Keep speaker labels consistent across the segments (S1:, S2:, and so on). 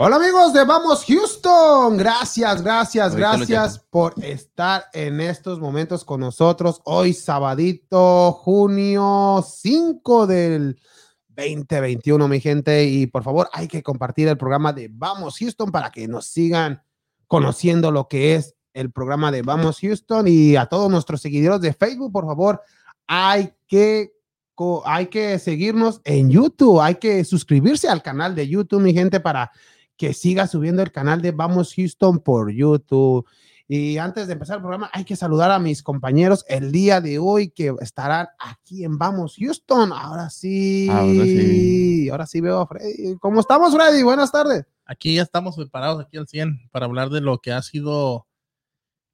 S1: Hola amigos de Vamos Houston, gracias, gracias, gracias por estar en estos momentos con nosotros. Hoy sabadito, junio 5 del 2021, mi gente, y por favor hay que compartir el programa de Vamos Houston para que nos sigan conociendo lo que es el programa de Vamos Houston y a todos nuestros seguidores de Facebook, por favor, hay que hay que seguirnos en YouTube, hay que suscribirse al canal de YouTube, mi gente, para que siga subiendo el canal de Vamos Houston por YouTube. Y antes de empezar el programa, hay que saludar a mis compañeros el día de hoy que estarán aquí en Vamos Houston. Ahora sí. Ahora sí, ahora sí veo a Freddy. ¿Cómo estamos, Freddy? Buenas tardes.
S2: Aquí ya estamos preparados aquí al 100 para hablar de lo que ha sido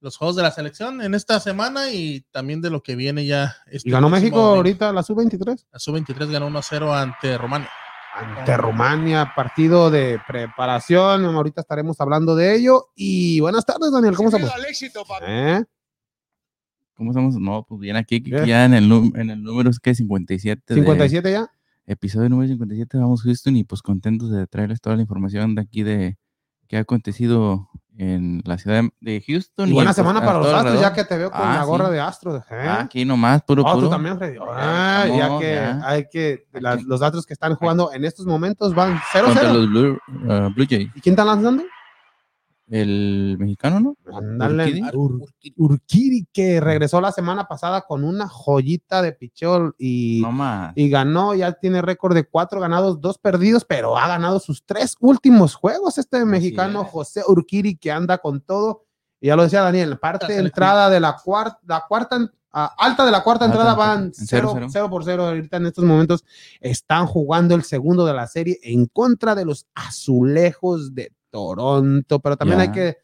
S2: los juegos de la selección en esta semana y también de lo que viene ya. Este
S1: ¿Y ganó México domingo. ahorita la sub-23?
S2: La sub-23 ganó 1-0 ante Romania
S1: ante Rumania, partido de preparación. Ahorita estaremos hablando de ello. Y buenas tardes, Daniel. ¿Cómo estamos?
S3: ¿Eh? ¿Cómo estamos? No, pues bien aquí, ¿Qué? ya en el, en el número es que 57.
S1: ¿57 de, ya?
S3: Episodio número 57, vamos Houston y pues contentos de traerles toda la información de aquí de qué ha acontecido en la ciudad de Houston. pues,
S1: Y buena y semana para los Astros, alrededor. ya que te veo con ah, la gorra sí. de Astros.
S3: ¿eh? Aquí nomás, puro,
S1: oh,
S3: puro.
S1: Tú también, Freddy. Ah, no, ya que ya. hay que, las, los Astros que están jugando en estos momentos van 0-0.
S3: los Blue, uh, Blue Jays.
S1: ¿Y quién está lanzando?
S3: El mexicano, ¿no?
S1: Andale, Urquiri. Urquiri, que regresó la semana pasada con una joyita de pichol y,
S3: no más.
S1: y ganó, ya tiene récord de cuatro ganados, dos perdidos, pero ha ganado sus tres últimos juegos este Así mexicano es. José Urquiri que anda con todo. Y ya lo decía Daniel, parte de entrada de la cuarta, la cuarta a alta de la cuarta alta, entrada van 0 por 0 ahorita en estos momentos están jugando el segundo de la serie en contra de los azulejos de Toronto, pero también yeah. hay que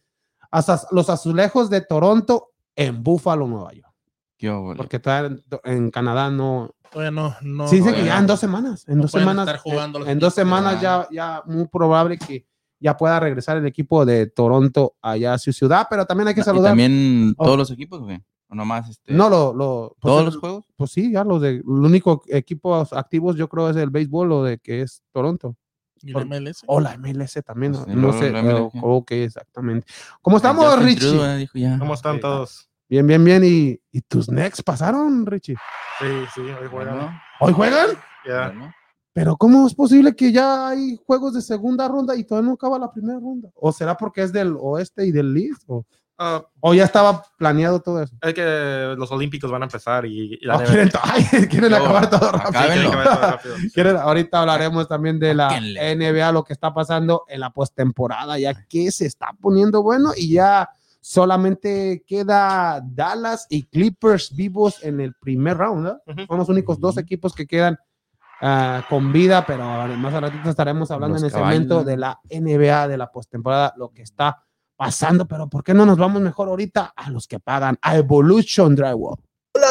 S1: hasta los azulejos de Toronto en Buffalo, Nueva York.
S3: Yo,
S1: Porque todavía en, Canadá no.
S2: Todavía no. no
S1: sí, dicen
S2: que
S1: ya en dos semanas. En no dos semanas. Estar jugando en, en dos semanas ya, ya muy probable que ya pueda regresar el equipo de Toronto allá a su ciudad, pero también hay que saludar.
S3: ¿Y también todos oh. los equipos, güey? ¿O nomás este,
S1: no, lo, lo
S3: pues, ¿Todos los juegos?
S1: Pues sí, ya los de. Los únicos equipos activos yo creo es el béisbol o de que es Toronto.
S2: ¿Y la MLS?
S1: O oh, la MLS también, pues no, no sé. Oh, ok, exactamente. ¿Cómo estamos, ya Richie? Trudo,
S4: eh, ya. ¿Cómo están sí, todos?
S1: Bien, bien, bien. ¿Y, ¿Y, tus necks pasaron, Richie?
S4: Sí, sí, hoy juegan. Bueno.
S1: ¿Hoy juegan?
S4: Ya. Yeah. Bueno.
S1: Pero ¿cómo es posible que ya hay juegos de segunda ronda y todavía no acaba la primera ronda? ¿O será porque es del oeste y del list? ¿O, uh, ¿o ya estaba planeado todo eso?
S4: Ah, Es que los olímpicos van a empezar y... y
S1: la oh, quieren, ay, quieren oh, acabar todo rápido. ¿Quieren, ahorita hablaremos también de la NBA, lo que está pasando en la postemporada, ya que se está poniendo bueno y ya solamente queda Dallas y Clippers vivos en el primer round. ¿no? Uh -huh. Son los únicos uh -huh. dos equipos que quedan Uh, con vida, pero más a ratito estaremos hablando Los en el segmento de la NBA, de la postemporada, lo que está pasando, pero ¿por qué no nos vamos mejor ahorita a los que pagan, a Evolution Drywall?
S5: Hola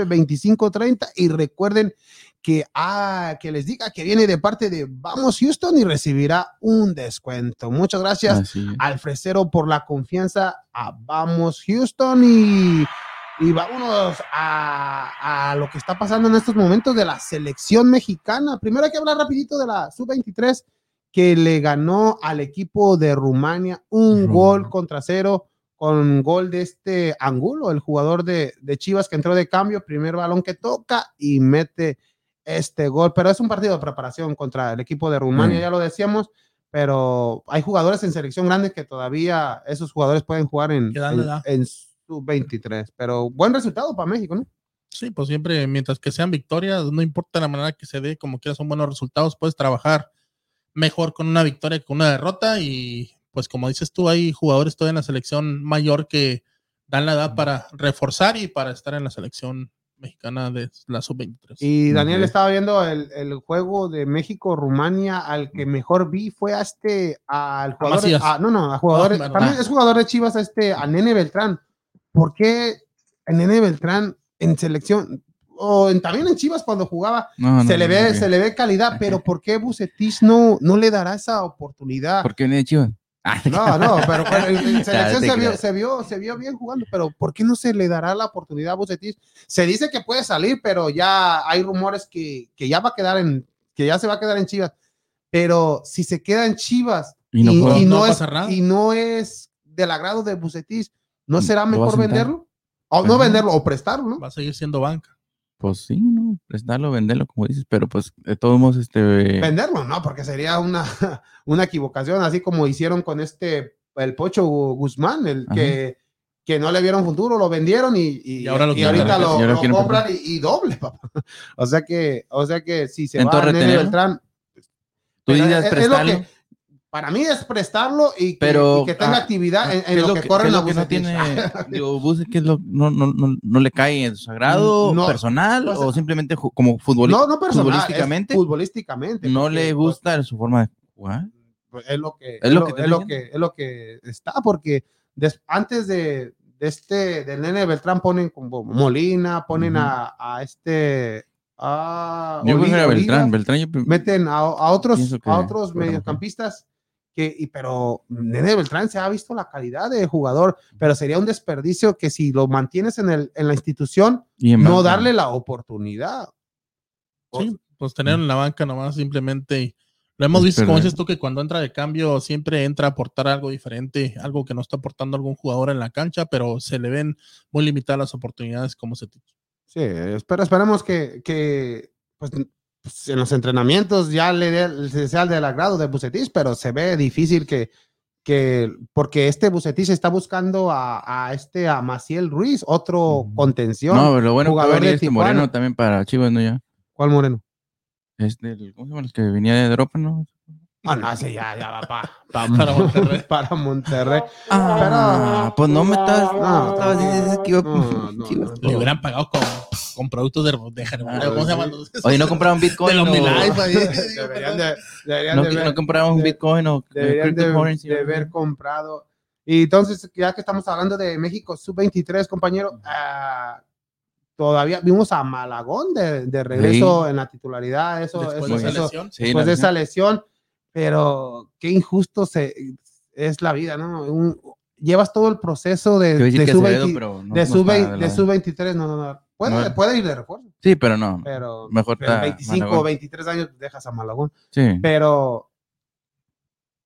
S1: 713-459-2530 y recuerden que, ah, que les diga que viene de parte de Vamos Houston y recibirá un descuento. Muchas gracias
S3: Así es.
S1: al fresero por la confianza a Vamos Houston y, y vámonos a, a lo que está pasando en estos momentos de la selección mexicana. Primero hay que hablar rapidito de la sub-23 que le ganó al equipo de Rumania un
S3: Rumania.
S1: gol contra cero con gol de este Angulo, el jugador de, de Chivas que entró de cambio, primer balón que toca y mete este gol, pero es un partido de preparación contra el equipo de Rumania,
S3: Mm.
S1: ya lo decíamos, pero hay jugadores en selección grande que todavía esos jugadores pueden jugar en,
S2: Que dan la
S1: en,
S2: edad.
S1: en sub 23, pero buen resultado para México, ¿no?
S2: Sí, pues siempre, mientras que sean victorias, no importa la manera que se dé, como quieras, son buenos resultados, puedes trabajar mejor con una victoria que con una derrota y pues como dices tú, hay jugadores todavía en la selección mayor que dan la edad para reforzar y para estar en la selección mexicana de la sub-23.
S1: Y Daniel
S3: Ok.
S1: estaba viendo el, el juego de México-Rumania, al que mejor vi fue a este, al jugador,
S2: Macías.
S1: a- no, no, a jugador,
S2: Ah,
S1: para mí
S2: ah.
S1: es jugador de Chivas a este, a Nene Beltrán. ¿Por qué a Nene Beltrán en selección, o en- también en Chivas cuando jugaba,
S3: No, Ah, no,
S1: se le
S3: no,
S1: ve,
S3: no,
S1: se le ve calidad, pero ¿por qué Bucetich no, no le dará esa oportunidad?
S3: ¿Por qué Ah, viene de Chivas?
S1: No, no, pero con el- en
S3: Ya,
S1: selección
S3: te
S1: se vio,
S3: creas.
S1: se, vio, se vio bien jugando, pero ¿por qué no se le dará la oportunidad a Bucetich? Se dice que puede salir, pero ya hay rumores que, que ya va a quedar en, que ya se va a quedar en Chivas. Pero si se queda en Chivas
S3: Y no juega.
S2: y no
S1: es,
S2: pasa nada.
S1: y no es del agrado de Bucetich, ¿no será
S3: Mm, Lo va a
S1: mejor
S3: sentar.
S1: venderlo? O no
S3: Ajá.
S1: venderlo, o prestarlo, ¿no?
S2: Va a seguir siendo banca.
S3: Pues sí, no, prestarlo, venderlo, como dices, pero pues de todos modos, este.
S1: Venderlo, no, porque sería una, una equivocación, así como hicieron con este, el Pocho Guzmán, el
S3: Ajá.
S1: que, que no le vieron futuro, lo vendieron y, y,
S2: Y ahora lo
S1: y ahorita
S3: quieren.
S1: lo,
S3: Y ahora
S1: lo
S3: quieren
S1: compran y, y doble, papá. O sea que, o sea que si se va
S3: Entonces,
S1: a Nene
S3: ¿retenerlo?
S1: Beltrán,
S3: Tú
S1: pero es-
S3: dirías
S1: es lo que-
S3: prestarlo.
S1: para mí es prestarlo y que,
S3: Pero,
S1: y que tenga
S3: ah,
S1: actividad en, en
S3: ¿Qué es
S1: lo que, corren
S3: qué es
S1: a
S3: lo que no
S1: Bucetich.
S3: tiene digo Buse que es lo no no no, no le cae en su agrado
S1: No,
S3: personal
S1: o sea,
S3: o simplemente ju- como futbolista
S1: No, no personal, es
S3: futbolísticamente,
S1: futbolísticamente,
S3: no
S1: porque,
S3: le
S1: pues,
S3: gusta su forma de jugar
S1: pues, es lo que
S3: Es
S1: es
S3: lo
S1: lo,
S3: que te
S1: es lo
S3: estoy
S1: que es lo que está porque des- antes de, de este del nene Beltrán ponen como Molina ponen a, a este a
S3: yo
S1: Oli-
S3: prefiero a
S1: Oliva,
S3: Beltrán Beltrán yo pre-
S1: meten a, a otros
S3: Pienso que
S1: a otros
S3: fuera mejor.
S1: mediocampistas que y, pero nene Beltrán se ha visto la calidad de jugador pero sería un desperdicio que si lo mantienes en el en la institución
S3: y en
S1: no
S3: banca.
S1: darle la oportunidad
S2: Sí, pues tener en la banca nomás simplemente. y Lo hemos visto, como
S3: Espera.
S2: dices tú, que cuando entra de cambio siempre entra a aportar algo diferente, algo que no está aportando algún jugador en la cancha, pero se le ven muy limitadas las oportunidades como se
S1: Sí, espero, esperemos que, que, pues, pues, en los entrenamientos ya le dé- se sea del agrado de Bucetich, pero se ve difícil que, que porque este Bucetich está buscando a, a este, a Maciel Ruiz, otro
S3: Ujú.
S1: contención.
S3: no pero lo bueno que va a
S1: jugador
S3: venir
S1: de
S3: este
S1: Tijuana.
S3: Moreno también para Chivas no ya
S1: ¿Cuál Moreno?
S3: este el- cómo se llama el que venía de Europa no
S1: Ah, no, sí, ya, ya va pa- pa-
S2: Para Monterrey.
S1: para Monterrey.
S3: ah pues no me estabas no me estabas diciendo que iba
S1: No,
S3: con
S1: no,
S3: Chivas.
S1: no.
S2: Le hubieran pagado con, con productos de, de
S1: Ah,
S2: Germán, ¿cómo se llaman? los-
S3: oye no compraron
S2: De
S3: Bitcoin
S2: los
S3: o-
S2: Milagros, ahí.
S1: Deberían de, deberían
S3: no,
S1: de ver-
S3: no compraron un
S1: de-
S3: Bitcoin o
S1: deberían de,
S3: cryptocurrency,
S1: de
S3: ¿no?
S1: haber comprado. Y entonces, ya que estamos hablando de México sub-23, compañero, ah, todavía vimos a Malagón de, de regreso en la titularidad, eso,
S2: Después
S1: eso-
S2: de esa
S1: Pues eso-
S2: lesión.
S3: Sí,
S1: después
S3: la
S1: de esa lesión, pero qué injusto se, es la vida, ¿no? Un- llevas todo el proceso de,
S3: Te iba a decir
S1: de
S3: que
S1: sub-20
S3: Acevedo, pero no-
S1: de
S3: no
S1: sub-
S3: está,
S1: de
S3: la-
S1: sub-23, no, no, no. Puede,
S3: No.
S1: puede ir de refuerzo,
S3: Sí, pero no.
S1: pero
S3: Mejor
S1: pero
S3: está
S1: 25 o
S3: Malagón.
S1: 23 años dejas a Malagón.
S3: Sí.
S1: pero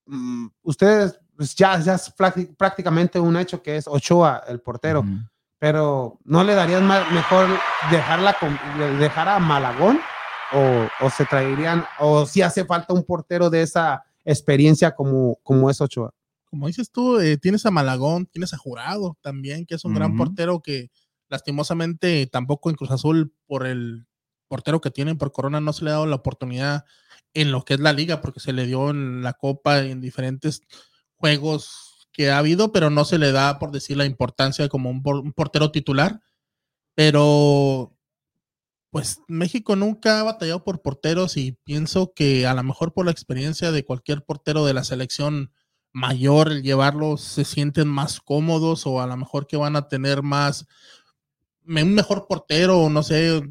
S1: mm, ustedes pues, ya, ya es prácti- prácticamente un hecho que es Ochoa el portero,
S3: Ujú.
S1: pero ¿no le darían ma- mejor dejarla con- de- dejar a Malagón o, o se traerían o si hace falta un portero de esa experiencia como, como es Ochoa?
S2: como dices tú, eh, tienes a Malagón, tienes a Jurado también, que es un gran
S3: Ujú.
S2: portero que lastimosamente tampoco en Cruz Azul por el portero que tienen por Corona no se le ha dado la oportunidad en lo que es la liga, porque se le dio en la Copa, en diferentes juegos que ha habido, pero no se le da, por decir, la importancia como un, por- un portero titular. Pero, pues México nunca ha batallado por porteros y pienso que a lo mejor por la experiencia de cualquier portero de la selección mayor, el llevarlos se sienten más cómodos o a lo mejor que van a tener más, me- un mejor portero, no sé.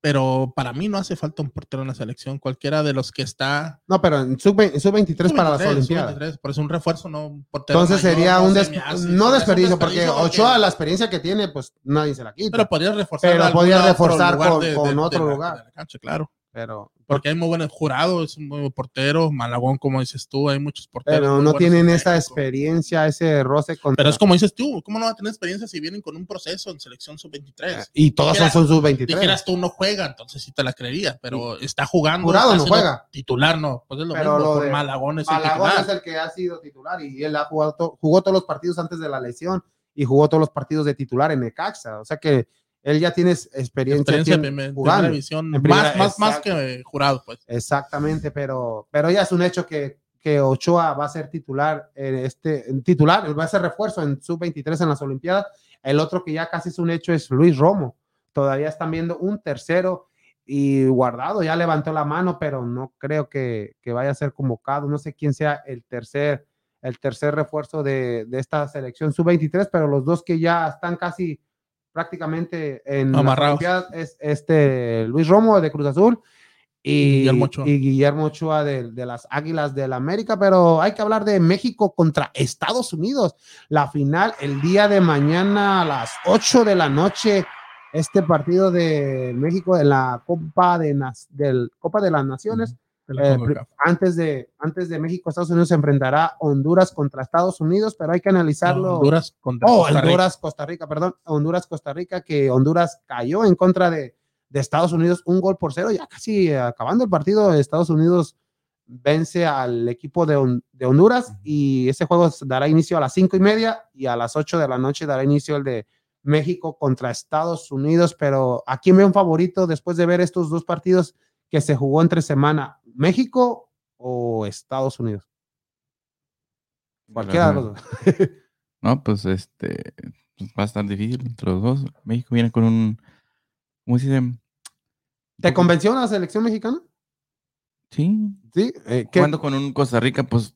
S2: Pero para mí no hace falta un portero en la selección. Cualquiera de los que está
S1: No, pero en sub-23 para las
S2: 23,
S1: Olimpiadas.
S2: 23, Por eso un refuerzo, no un portero
S1: Entonces
S2: mayor,
S1: sería
S2: no
S1: un
S2: se
S1: des-
S2: me hace.
S1: no
S2: Es un
S1: desperdicio, porque
S2: desperdicio
S1: Ochoa, la experiencia que tiene, pues nadie se la quita.
S2: Pero podría reforzar.
S1: Pero
S2: de
S1: podría
S2: algún otro
S1: reforzar con-
S2: lugar
S1: con otro
S2: la-
S1: lugar.
S2: la cancha, claro.
S1: pero
S2: Porque hay muy buenos jurados, es un muy buen portero. Malagón, como dices tú, hay muchos porteros.
S1: Pero
S2: muy
S1: no
S2: buenos
S1: tienen
S2: en
S1: esa
S2: México.
S1: experiencia, ese roce con.
S2: Pero es como dices tú, ¿cómo no va a tener experiencia si vienen con un proceso en selección sub-23?
S1: Y todos son
S2: Pues,
S1: son
S2: Dijera-
S1: sub-23.
S2: Dijeras tú no juega, entonces sí te la creería, pero está jugando.
S1: Jurado
S2: está
S1: no
S2: siendo
S1: juega.
S2: Titular no, pues es lo
S1: Pero
S2: mismo.
S1: lo
S2: con
S1: de
S2: Malagón es el
S1: Malagón
S2: titular.
S1: es el que ha sido titular y él ha jugado to- jugó todos los partidos antes de la lesión y jugó todos los partidos de titular en Necaxa. O sea que él ya tiene es- experiencia,
S2: experiencia
S1: tiene-
S2: en en
S1: jugando.
S2: primera división,
S1: En primera,
S2: más, más, más
S1: exacto.
S2: que jurado, pues.
S1: Exactamente, pero, pero ya es un hecho que, que Ochoa va a ser titular, en este, en titular, va a ser refuerzo en sub-23 en las Olimpiadas. El otro que ya casi es un hecho es Luis Romo. Todavía están viendo un tercero y guardado, ya levantó la mano, pero no creo que, que vaya a ser convocado. No sé quién sea el tercer, el tercer refuerzo de, de esta selección sub-23, pero los dos que ya están casi prácticamente en las
S2: Amarrados.
S1: Olimpiadas es este Luis Romo de Cruz Azul y,
S2: Y Guillermo Ochoa.
S1: y Guillermo Ochoa de, de las Águilas del América, pero hay que hablar de México contra Estados Unidos. La final el día de mañana a las 8 de la noche. Este partido de México en la Copa de, Nas- del, Copa de las Naciones
S2: de la
S1: eh,
S2: CONCACAF.
S1: pri- antes de antes de México Estados Unidos se enfrentará Honduras contra Estados Unidos pero hay que analizarlo
S2: Honduras contra
S1: oh,
S2: Costa Rica.
S1: Honduras Costa Rica perdón Honduras Costa Rica que Honduras cayó en contra de, de Estados Unidos un gol por cero ya casi acabando el partido Estados Unidos vence al equipo de, Hon- de Honduras y ese juego se dará inicio a las cinco y media y a las 8 de la noche dará inicio el de México contra Estados Unidos pero ¿a quién ve un favorito después de ver estos dos partidos que se jugó entre semana, México o Estados Unidos. Cualquiera de los dos.
S3: No, pues este pues, va a estar difícil entre los dos. México viene con un. ¿Cómo se dice? Un
S1: ¿Te
S3: poco-
S1: convenció la selección mexicana?
S3: Sí.
S1: Sí. eh, ¿qué-
S3: Jugando con un Costa Rica, pues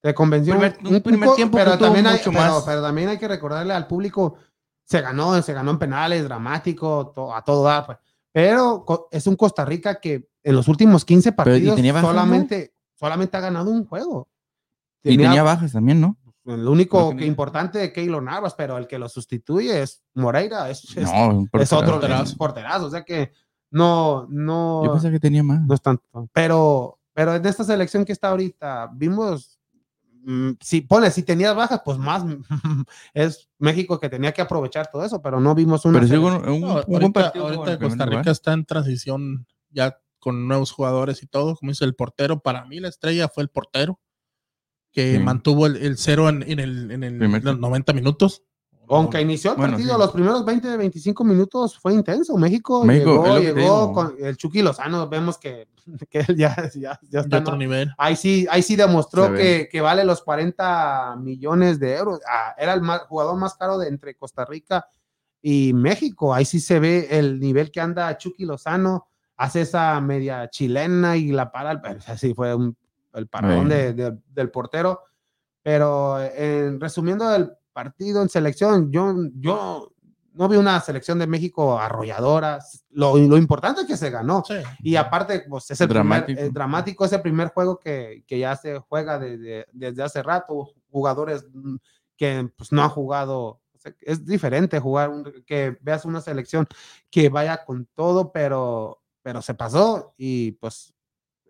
S1: ¿Te convenció?
S3: Primer- un primer
S1: co-
S3: tiempo que
S1: pero
S3: tuvo
S1: también, hay,
S3: mucho
S1: pero-
S3: más.
S1: pero también hay que recordarle al público, se ganó, se ganó en penales, dramático, to- a todo dar. pues. Pero co- es un Costa Rica que en los últimos 15
S3: y
S1: partidos
S3: tenía bajas, ¿no?
S1: solamente, solamente ha ganado un juego.
S3: y tenía
S1: Tenía-
S3: bajas también, ¿no?
S1: el único
S3: Creo que
S1: que
S3: ni-
S1: importante es Keylor Navas, pero el que lo sustituye es Moreira. Es, es-
S3: No, un
S1: es otro de
S3: portero.
S1: los porterazo, o sea que no,
S3: Yo
S1: no,
S3: pensé que tenía más.
S1: no es tanto. Pero, pero en esta selección que está ahorita, vimos, mm, si pone, si tenías bajas, pues más es México que tenía que aprovechar todo eso, pero no vimos una.
S3: Pero sí,
S1: selección-
S3: un, un-
S2: No,
S3: un buen
S2: ahorita,
S3: partido.
S2: ahorita
S3: tuvo en
S2: Costa
S3: primer lugar.
S2: Rica está en transición ya con nuevos jugadores y todo, como dice el portero. Para mí la estrella fue el portero, que
S3: Sí.
S2: mantuvo el, el cero en, en el, en el-
S3: Primer
S2: en los
S3: tiempo.
S2: 90 minutos.
S1: Aunque inició el
S3: Bueno,
S1: partido,
S3: sí.
S1: los primeros 20, 25 minutos fue intenso. México,
S3: México, es
S1: llegó,
S3: lo que te
S1: llegó
S3: digo.
S1: con el Chucky Lozano, vemos que, que él ya, ya, ya
S2: De
S1: está.
S2: otro
S1: ¿no?
S2: nivel.
S1: Ahí sí, ahí sí demostró
S3: Se ve.
S1: que, que vale los 40 millones de euros. Ah, era el más- jugador más caro de entre Costa Rica y México. Ahí sí se ve el nivel que anda Chucky Lozano. Hace esa media chilena y la para. al- Así fue un- el parón
S3: Bueno.
S1: de- de- del portero. Pero eh, resumiendo el partido en selección, yo, yo no vi una selección de México arrolladora. Lo, lo importante es que se ganó.
S2: Sí.
S1: Y aparte, pues es el dramático,
S3: Dramático.
S1: primer, el dramático es el primer juego que, que ya se juega desde, desde hace rato. Jugadores mm, que pues, no han jugado. o sea, es diferente jugar, un- que veas una selección que vaya con todo, pero, pero se pasó. Y pues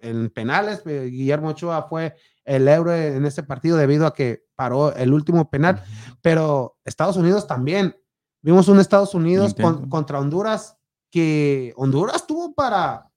S1: en penales, eh, Guillermo Ochoa fue el héroe en ese partido debido a que paró el último penal. Pero Estados Unidos también. Vimos un Estados Unidos con-
S3: Intento.
S1: contra Honduras que Honduras tuvo para,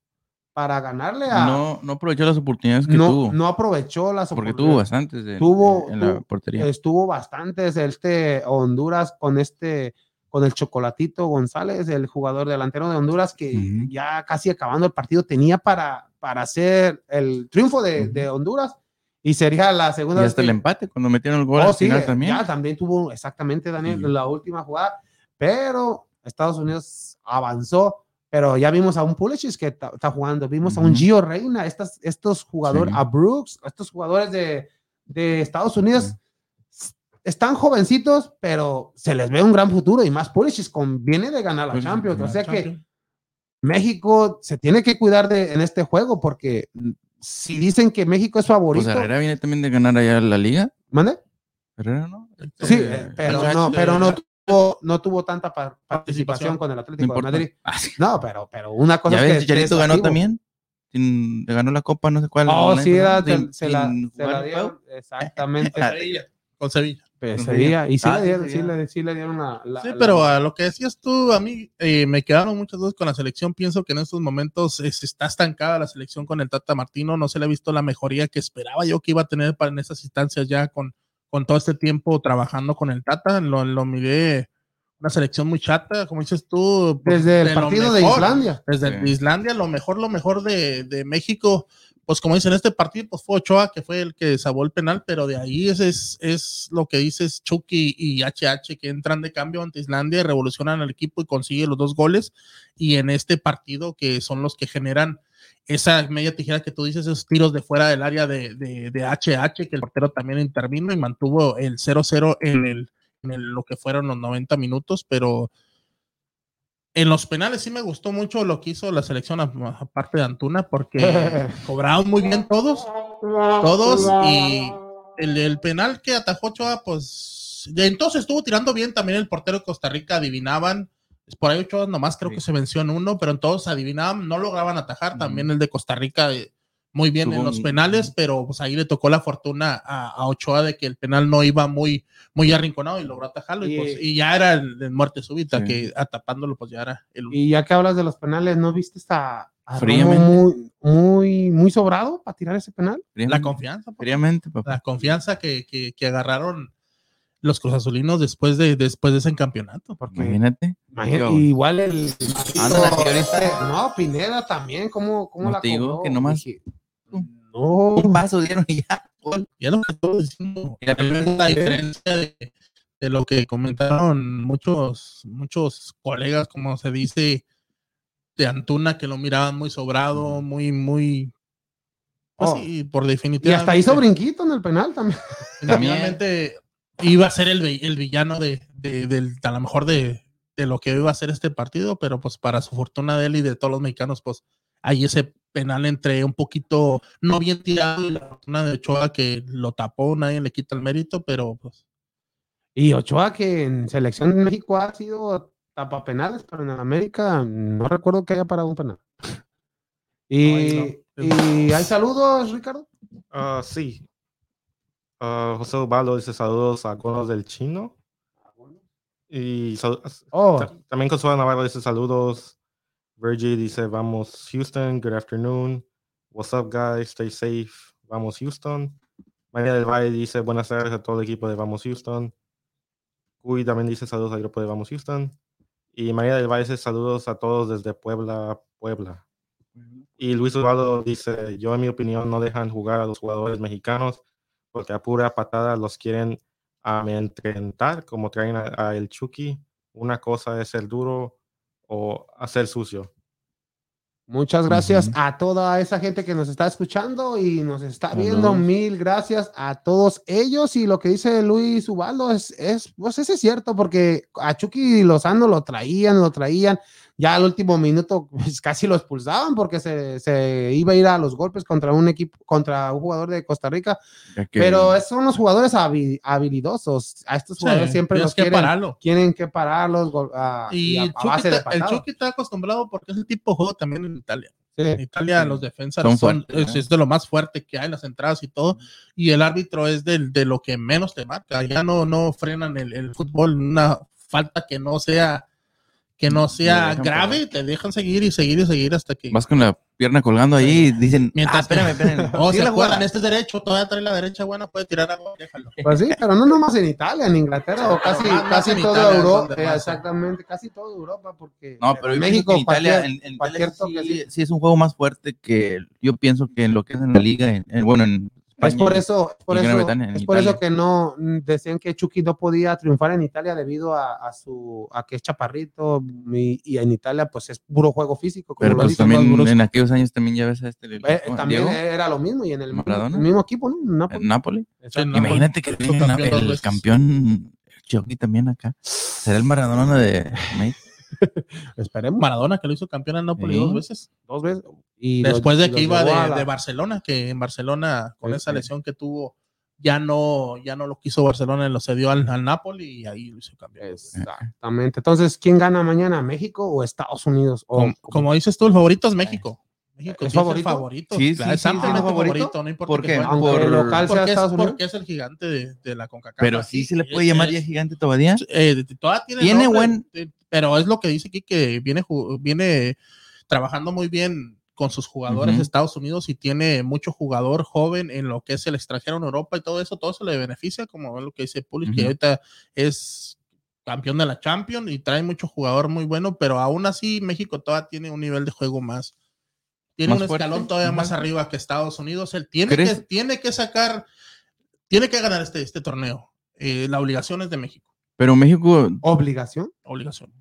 S1: para ganarle a...
S3: No, no aprovechó las oportunidades que
S1: no,
S3: tuvo.
S1: no aprovechó las
S3: porque tuvo
S1: oportunidades.
S3: bastantes en,
S1: Tuvo- eh,
S3: en la
S1: tuvo-
S3: portería.
S1: Estuvo bastantes este Honduras con este con el chocolatito González, el jugador delantero de Honduras, que
S3: Ujú.
S1: ya casi acabando el partido tenía para, para hacer el triunfo de, de Honduras y sería la segunda
S3: y
S1: vez
S3: hasta
S1: que-
S3: el empate cuando metieron el gol
S1: Oh,
S3: al
S1: sí,
S3: final
S1: eh,
S3: también.
S1: Ya también tuvo exactamente Daniel
S3: Sí.
S1: la última jugada, pero Estados Unidos avanzó, pero ya vimos a un Pulisic que ta- está jugando, vimos a un
S3: Ujú.
S1: Gio Reina, estas, estos jugadores,
S3: Sí.
S1: a Brooks, estos jugadores de, de Estados Unidos s- están jovencitos, pero se les ve un gran futuro y más Pulisic conviene de ganar la
S3: Pulisic,
S1: Champions. O
S3: ganar
S1: sea que
S2: Champions.
S1: México se tiene que cuidar de, en este juego porque mm, si dicen que México es
S3: Pues
S1: favorito,
S3: Herrera viene también de ganar allá la liga.
S1: ¿mande?
S3: Herrera, ¿no?
S1: Sí,
S3: Eh,
S1: eh, pero
S2: Entonces,
S1: no,
S2: eh,
S1: pero no tuvo, no tuvo tanta par- participación
S2: Participación.
S1: con el
S3: No
S1: Atlético de
S3: importa.
S1: Madrid.
S3: Ah, sí.
S1: No, pero, pero una cosa
S3: ya
S1: es
S3: ves,
S1: que estés
S3: Chicharito ganó
S1: activo.
S3: también. Sin- le ganó la copa, no sé cuál.
S1: Oh,
S3: ¿no?
S1: sí, era-
S3: Sin-
S1: se, se la,
S3: sin
S1: se la
S3: jugar,
S1: dieron. Exactamente.
S3: Ah,
S2: Sevilla, Con Sevilla.
S1: Pues,
S3: sí.
S1: ese día, Y sí,
S3: Ah,
S1: le
S3: sí,
S1: dieron,
S3: sí,
S1: sí,
S3: ya.
S1: le, sí le dieron la. la-
S2: Sí,
S1: la-
S2: pero a lo que decías tú, a mí eh, me quedaron muchas dudas con la selección. Pienso que en estos momentos eh, se está estancada la selección con el Tata Martino. No se le ha visto la mejoría que esperaba yo que iba a tener para en esas instancias ya con, con todo este tiempo trabajando con el Tata. Lo, lo miré una selección muy chata, como dices tú. pues,
S1: desde el
S2: de lo
S1: partido de
S2: mejor.
S1: Islandia.
S2: Desde
S3: Sí.
S2: Islandia, lo mejor, lo mejor de, de México. Pues como dicen, este partido pues fue Ochoa, que fue el que salvó el penal, pero de ahí es, es, es lo que dices Chucky y HH, que entran de cambio ante Islandia y revolucionan al equipo y consiguen los dos goles. Y en este partido, que son los que generan esa media tijera que tú dices, esos tiros de fuera del área de, de, de HH, que el portero también intervino y mantuvo el 0-0 en, el, en el- lo que fueron los 90 minutos, pero en los penales sí me gustó mucho lo que hizo la selección, a- aparte de Antuna, porque cobraron muy bien todos, todos, y el, el penal que atajó Ochoa, pues, de entonces estuvo tirando bien también el portero de Costa Rica, adivinaban, por ahí Ochoa nomás creo
S3: Sí.
S2: que se venció en uno, pero en todos adivinaban, no lograban atajar,
S3: Ujú.
S2: también el de Costa Rica eh, muy bien
S3: Tuvo
S2: en los
S3: un-
S2: penales, pero pues ahí le tocó la fortuna a, a Ochoa de que el penal no iba muy, muy arrinconado y logró atajarlo, y,
S1: Y-
S2: pues, y ya era el, de muerte súbita,
S3: Sí.
S2: que atapándolo pues ya era el
S1: Y ya que hablas de los penales, ¿no viste esta. a Romo
S3: Fríamente.
S1: muy, muy, muy sobrado para tirar ese penal?
S2: La
S3: Fríamente,
S2: confianza, papá.
S3: fríamente, papá.
S2: la confianza que, que- que agarraron los cruzazulinos después de, después de ese campeonato.
S1: Porque
S3: Imagínate.
S1: imagínate,
S3: Yo-
S1: Eh, igual el. este,
S3: Ándale, ahorita.
S1: No, Pineda también, ¿cómo, cómo
S3: No
S1: la
S3: te digo
S1: cobró?
S3: que nomás-
S1: Dije, No,
S3: Un paso dieron y ya. gol.
S2: Y es lo que estoy diciendo. realmente La diferencia de, de lo que comentaron muchos, muchos colegas, como se dice, de Antuna, que lo miraban muy sobrado, muy, muy. Pues
S1: Oh.
S2: sí, por
S1: Y
S2: definitiva.
S1: hasta hizo brinquito en el penal también.
S3: También.
S2: Finalmente iba a ser el, vi- el villano de, de- del, a lo mejor de, de lo que iba a ser este partido, pero pues para su fortuna de él y de todos los mexicanos, pues hay ese penal entre un poquito no bien tirado y la fortuna de Ochoa que lo tapó, nadie le quita el mérito, pero pues
S1: Y Ochoa, que en selección de México ha sido tapa penales, pero en América no recuerdo que haya parado un penal. Y,
S2: No, ahí no.
S1: y hay saludos, Ricardo.
S4: Ah, sí. Ah, José Osvaldo dice saludos a Gonos del Chino. Y sal-
S1: Oh,
S4: ta- también Consuelo Navarro dice saludos. Virgie dice vamos Houston, good afternoon. What's up guys, stay safe. Vamos Houston. María del Valle dice buenas tardes a todo el equipo de Vamos Houston. Cuy también dice saludos al grupo de Vamos Houston. Y María del Valle dice saludos a todos desde Puebla, Puebla. Y Luis Osvaldo dice, yo en mi opinión no dejan jugar a los jugadores mexicanos porque a pura patada los quieren amedrentar como traen a, a el Chucky. Una cosa es ser duro o hacer sucio.
S1: muchas gracias
S3: Ujú.
S1: a toda esa gente que nos está escuchando y nos está viendo.
S3: Saludos.
S1: Mil gracias a todos ellos. Y lo que dice Luis Ubaldo es, es pues ese es cierto, porque a Chucky Lozano lo traían, lo traían. Ya al último minuto pues, casi lo expulsaban porque se, se iba a ir a los golpes contra un equipo, contra un jugador de Costa Rica.
S3: Ya que-
S1: Pero eh, es- son los jugadores habi- habilidosos. A estos jugadores
S2: sí,
S1: siempre
S2: tienes
S1: los
S2: que
S1: quieren,
S2: pararlo.
S1: quieren que pararlos gol- ah, y,
S2: Y
S1: a,
S2: el
S1: a
S2: Chucky
S1: base de
S2: está- el
S1: patadas.
S2: Chucky está acostumbrado porque es el tipo de juego también en Italia. En
S1: Sí.
S2: Italia
S3: Sí.
S2: los defensas
S3: Son
S2: son-
S3: fuertes,
S2: es,
S3: ¿no?
S2: es de lo más fuerte que hay, las entradas y todo, y el árbitro es del- de lo que menos te marca, ya no, no frenan el, el fútbol, una falta que no sea que no
S3: No
S2: sea
S3: dejan
S2: grave, te dejan seguir y seguir y seguir hasta que
S3: Vas con la pierna colgando ahí y dicen.
S2: mientras
S3: ah, espérame, espérame.
S2: o se
S3: Sigue la jugada.
S2: acuerdan, este es derecho, todavía trae la derecha buena, puede tirar algo, déjalo.
S1: Pues sí, pero no nomás en Italia, en Inglaterra, o casi,
S2: Más- más
S1: casi
S2: en
S1: toda
S2: Italia es
S1: Europa.
S2: donde más,
S1: eh, exactamente, casi toda Europa, porque
S3: No, pero
S1: en
S3: yo
S1: México,
S3: pienso que en Italia,
S1: cualquier-
S3: en- en
S1: cualquier
S3: Italia
S1: toque,
S3: sí, sí es un juego más fuerte que yo pienso que en lo que es en la liga, en, en- bueno, en
S1: Es
S3: España
S1: por
S3: y-
S1: eso, es por
S3: y Gran
S1: eso,
S3: Bretaña en
S1: es por
S3: Italia.
S1: eso que no mm, decían que Chucky no podía triunfar en Italia debido a, a su a que es chaparrito mm, y, y en Italia pues es puro juego físico. como
S3: Pero
S1: lo
S3: pues
S1: dicen.
S3: también
S2: Maduro.
S3: en aquellos años también ya ves a este del-
S1: Eh,
S3: ¿cómo?
S1: también
S3: Diego,
S1: era lo mismo y en el,
S3: Maradona.
S1: el mismo equipo, ¿no? Napoli.
S3: en Nápoles.
S1: Exacto.
S2: Nápoles.
S3: Imagínate que
S2: Fue
S3: el-
S2: campeón dos
S3: el
S1: pues.
S2: veces.
S3: campeón el Chucky también acá. Será el Maradona de México.
S1: Esperemos
S2: Maradona que lo hizo campeón al Napoli
S3: Sí.
S2: dos veces.
S1: dos veces. Y lo-
S2: Después
S1: y
S2: de
S1: lo
S2: que iba
S1: llevó a
S2: de,
S1: la-
S2: de Barcelona, que en Barcelona con
S1: Sí,
S2: esa
S1: sí.
S2: lesión que tuvo ya no ya no lo quiso Barcelona, lo cedió al, al Napoli y ahí lo hizo campeón.
S1: Exactamente. Entonces, ¿quién gana mañana? ¿México o Estados Unidos? O-
S2: como, como dices tú, el favorito es México. México sí
S1: ¿Es
S2: es, el
S1: favorito?
S2: favorito.
S3: Eh, Sí,
S2: claro,
S3: sí,
S2: es
S3: sí,
S2: amplio
S1: sí, ¿no?
S2: favorito,
S1: ¿Favorito?
S2: no importa
S3: ¿Por
S2: que
S3: qué?
S2: juegue.
S1: Aunque
S3: Ah, por-
S1: el local sea
S2: porque, es,
S1: Estados Unidos.
S2: porque es el gigante de, de la CONCACAF.
S3: Pero sí se le puede llamar ya
S2: gigante.
S3: gigante todavía.
S2: eh, tiene
S3: Tiene
S2: nombre,
S3: buen-
S2: eh, pero es lo que dice aquí que viene, ju- viene trabajando muy bien con sus jugadores
S3: Ujú.
S2: de Estados Unidos y tiene mucho jugador joven en lo que es el extranjero en Europa y todo eso, todo se le beneficia, como es lo que dice Pulis, que
S3: Ujú.
S2: ahorita es campeón de la Champions y trae mucho jugador muy bueno, pero aún así México todavía tiene un nivel de juego más. Tiene
S3: Más
S2: un escalón
S3: fuerte.
S2: todavía más
S3: Ajá.
S2: arriba que Estados Unidos. Él tiene que,
S3: ¿Crees?
S2: tiene que sacar, tiene que ganar este, este torneo. Eh, la obligación es de México.
S3: Pero México,
S1: obligación.
S2: Obligación.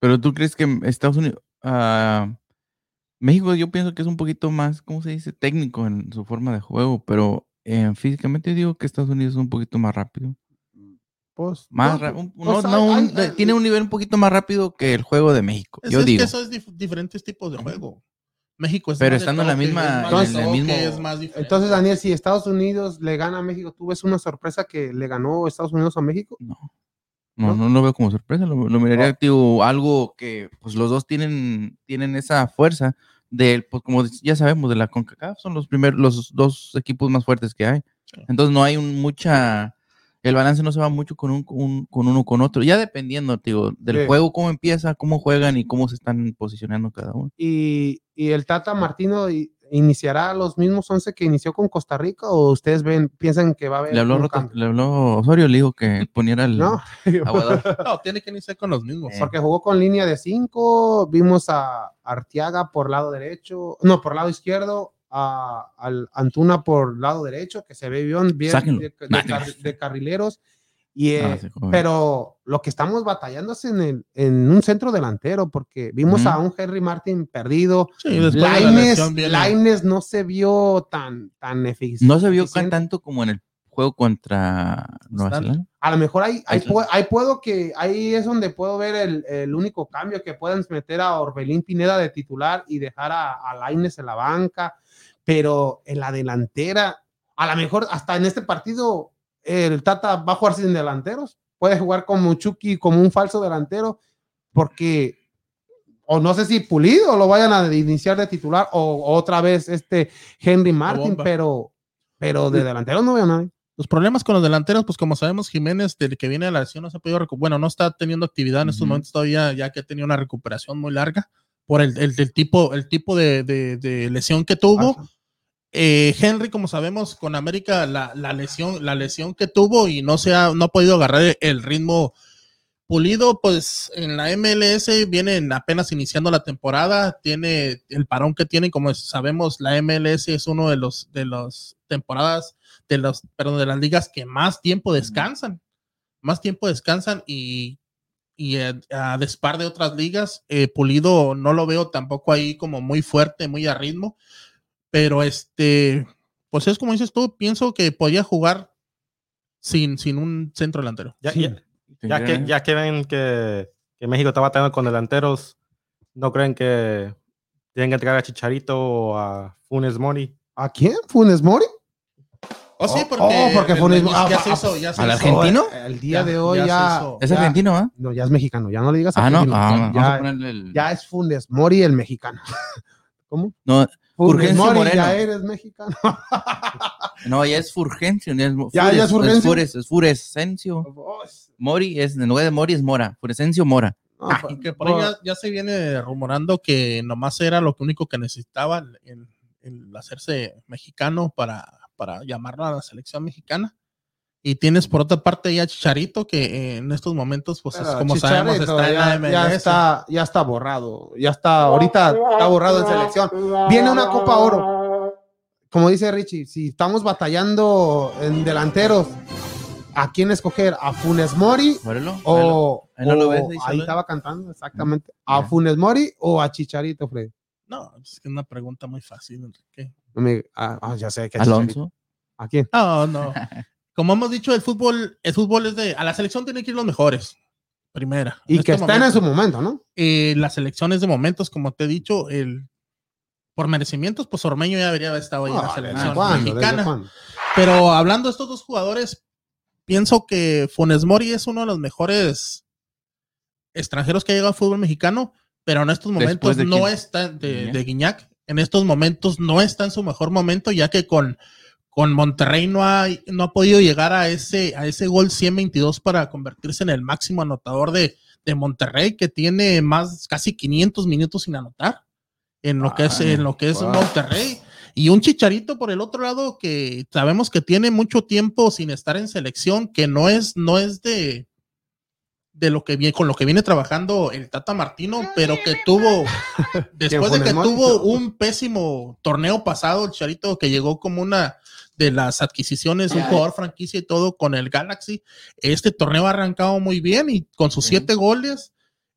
S3: pero tú crees que Estados Unidos, ah, México yo pienso que es un poquito más, ¿cómo se dice? Técnico en su forma de juego, pero eh, físicamente yo digo que Estados Unidos es un poquito más rápido.
S1: Pues,
S3: Más
S1: pues,
S3: ra- un-
S1: pues,
S3: no,
S1: hay-
S3: no, un- eh,
S1: hay-
S3: tiene un nivel un poquito más rápido que el juego de México,
S2: Es,
S3: yo
S2: es
S3: digo.
S2: que eso es dif- diferentes tipos de juego. México es
S3: Pero
S2: más de
S3: estando en la
S2: toque,
S3: misma-
S2: es más
S1: en
S2: de
S1: el
S2: toque,
S3: mismo-
S2: es más diferente.
S1: Entonces, Daniel, si Estados Unidos le gana a México, ¿tú ves una sorpresa que le ganó Estados Unidos a México?
S3: No. No,
S1: ¿No?
S3: no lo veo como sorpresa, lo, lo miraría
S1: Ah.
S3: digo, algo que pues los dos tienen, tienen esa fuerza del, pues como ya sabemos, de la CONCACAF, son los primeros, los dos equipos más fuertes que hay.
S2: Sí.
S3: Entonces no hay un mucha, el balance no se va mucho con, un, un- con uno con otro, ya dependiendo, digo, del
S1: Sí.
S3: juego, cómo empieza, cómo juegan y cómo se están posicionando cada uno.
S1: ¿Y, y el Tata Martino i- iniciará los mismos 11 que inició con Costa Rica o ustedes ven, piensan que va a haber
S3: Le habló,
S1: un
S3: Roto-
S1: cambio?
S3: le habló Osorio, le dijo que poniera el
S1: ¿No?
S3: aguador.
S2: No, tiene que iniciar con los mismos.
S3: Eh.
S1: Porque jugó con línea de 5, vimos a Arteaga por lado derecho, no, por lado izquierdo, a, al Antuna por lado derecho, que se ve bien, bien
S3: Sáquenlo.
S1: de, de
S3: Nah,
S1: car- de carrileros. Y, eh,
S3: Ah, sí, joder.
S1: Pero lo que estamos batallando es en, el, en un centro delantero, porque vimos
S3: Ujú.
S1: a un Henry Martin perdido.
S2: Sí, después de la
S1: Laines,
S2: lesión viene-
S1: Laines no se vio tan, tan efic-
S3: No se vio
S1: eficiente.
S3: tanto como en el juego contra Nueva
S2: Están-
S3: Zelanda.
S1: A lo mejor ahí, ahí,
S3: Ahí
S1: pu- ahí puedo que ahí es donde puedo ver el, el único cambio que puedan meter a Orbelín Pineda de titular y dejar a, a Laines en la banca, pero en la delantera, a lo mejor hasta en este partido el Tata va a jugar sin delanteros, puede jugar como Chucky, como un falso delantero, porque o no sé si Pulido lo vayan a iniciar de titular o, o otra vez este Henry Martin,
S2: bomba.
S1: pero pero de delantero no veo nada.
S2: Los problemas con los delanteros, pues como sabemos, Jiménez, del que viene de la lesión, no se ha podido recu- Bueno, no está teniendo actividad en estos
S3: Ujú.
S2: momentos todavía, ya que ha tenido una recuperación muy larga por el, el- el tipo, el tipo de, de- de lesión que tuvo. Eh, Henry, como sabemos, con América, la, la lesión, la lesión que tuvo y no, se ha, no ha podido agarrar el ritmo pulido, pues en la MLS vienen apenas iniciando la temporada, tiene el parón que tiene, como sabemos, la MLS es uno de los de las temporadas, de los, perdón, de las ligas que más tiempo descansan, más tiempo descansan y, y eh, a despar de otras ligas, eh, Pulido no lo veo tampoco ahí como muy fuerte, muy a ritmo pero este, pues es como dices tú, pienso que podía jugar sin, sin un centro delantero.
S4: Ya,
S1: Sí.
S4: ya- ya que, ya que ven que, que México está batallando con delanteros, ¿no creen que tienen que entregar a Chicharito o a Funes Mori?
S1: ¿A quién? ¿Funes Mori?
S2: Oh,
S1: sí, porque- oh, porque fue un- ah,
S2: ya se
S1: ah,
S2: hizo, ya se
S3: ¿al
S2: hizo.
S3: argentino?
S1: El día
S2: Ya-
S1: de hoy
S2: ya
S1: ya.
S2: se hizo.
S3: Es
S1: ya-
S3: argentino, ¿ah?
S1: No, ya es mexicano, ya no le digas
S3: Ah, no.
S1: argentino,
S3: ah,
S1: ya-
S3: vamos a
S1: ya,
S3: ponerle el-
S1: ya es Funes Mori el mexicano. ¿Cómo?
S3: No,
S1: Funes
S3: Fulgencio
S1: Mori,
S3: Moreno.
S1: ya eres mexicano.
S3: no, ya es Furgencio. Ya, es, Mo-
S1: Ya- ya es
S3: Fures,
S1: Fulgencio.
S3: Fures, es Furescencio.
S1: Oh,
S3: Mori es, en lugar de Mori es Mora. Furescencio Mora.
S1: No,
S2: Ah,
S1: pues,
S2: que por ahí ya, ya se viene rumorando que nomás era lo único que necesitaba el, el- el hacerse mexicano para, para llamarlo a la selección mexicana. Y tienes por otra parte ya Chicharito, que eh, en estos momentos, pues es
S1: pero
S2: como
S1: Chicharito
S2: sabemos, está en la
S1: ya, ya
S2: MLS.
S1: está, ya está borrado. Ya está, ahorita está borrado en selección. Viene una Copa Oro. como dice Richie, si estamos batallando en delanteros, ¿a quién escoger? ¿A Funes Mori?
S3: Muérelo.
S1: O,
S3: Ahí no lo ves,
S1: o-
S3: ahí
S1: ahí
S3: sale.
S1: estaba cantando, exactamente. ¿A
S3: Ya.
S1: Funes Mori o a Chicharito, Fred?
S2: No, es que es una pregunta muy fácil, Enrique.
S1: No me- ah, ah, ya sé que a Chicharito.
S3: Alonso.
S1: ¿A quién?
S2: No, no. Como hemos dicho, el fútbol, el fútbol es de. A la selección tienen que ir los mejores. Primera.
S1: Y
S2: En
S1: que
S2: este
S1: están en
S2: momento.
S1: su momento, ¿no?
S2: eh, las elecciones de momentos, como te he dicho, el, por merecimientos, pues Ormeño ya debería haber estado ahí en la
S1: Ah, ¿desde
S2: selección
S1: cuándo? ¿Desde
S2: mexicana.
S1: cuándo?
S2: Pero hablando de estos dos jugadores, pienso que Funes Mori es uno de los mejores extranjeros que ha llegado al fútbol mexicano, pero en estos
S3: Después
S2: momentos
S3: de
S2: no
S3: quién?
S2: está de,
S3: Guiñac.
S2: de Guiñac. En estos momentos no está en su mejor momento, ya que con, con Monterrey no ha, no ha podido llegar a ese, a ese gol 122 para convertirse en el máximo anotador de, de Monterrey, que tiene más casi 500 minutos sin anotar en lo que es,
S3: Ay,
S2: en lo que es
S1: wow.
S2: Monterrey. Y un chicharito por el otro lado que sabemos que tiene mucho tiempo sin estar en selección, que no es, no es de, de lo que viene, con lo que viene trabajando el Tata Martino, pero que tuvo, después de
S1: Funes
S2: que
S1: Mori?
S2: tuvo un pésimo torneo pasado, el Chicharito que llegó como una de las adquisiciones, un jugador franquicia y todo con el Galaxy, este torneo ha arrancado muy bien y con sus
S3: Sí.
S2: siete goles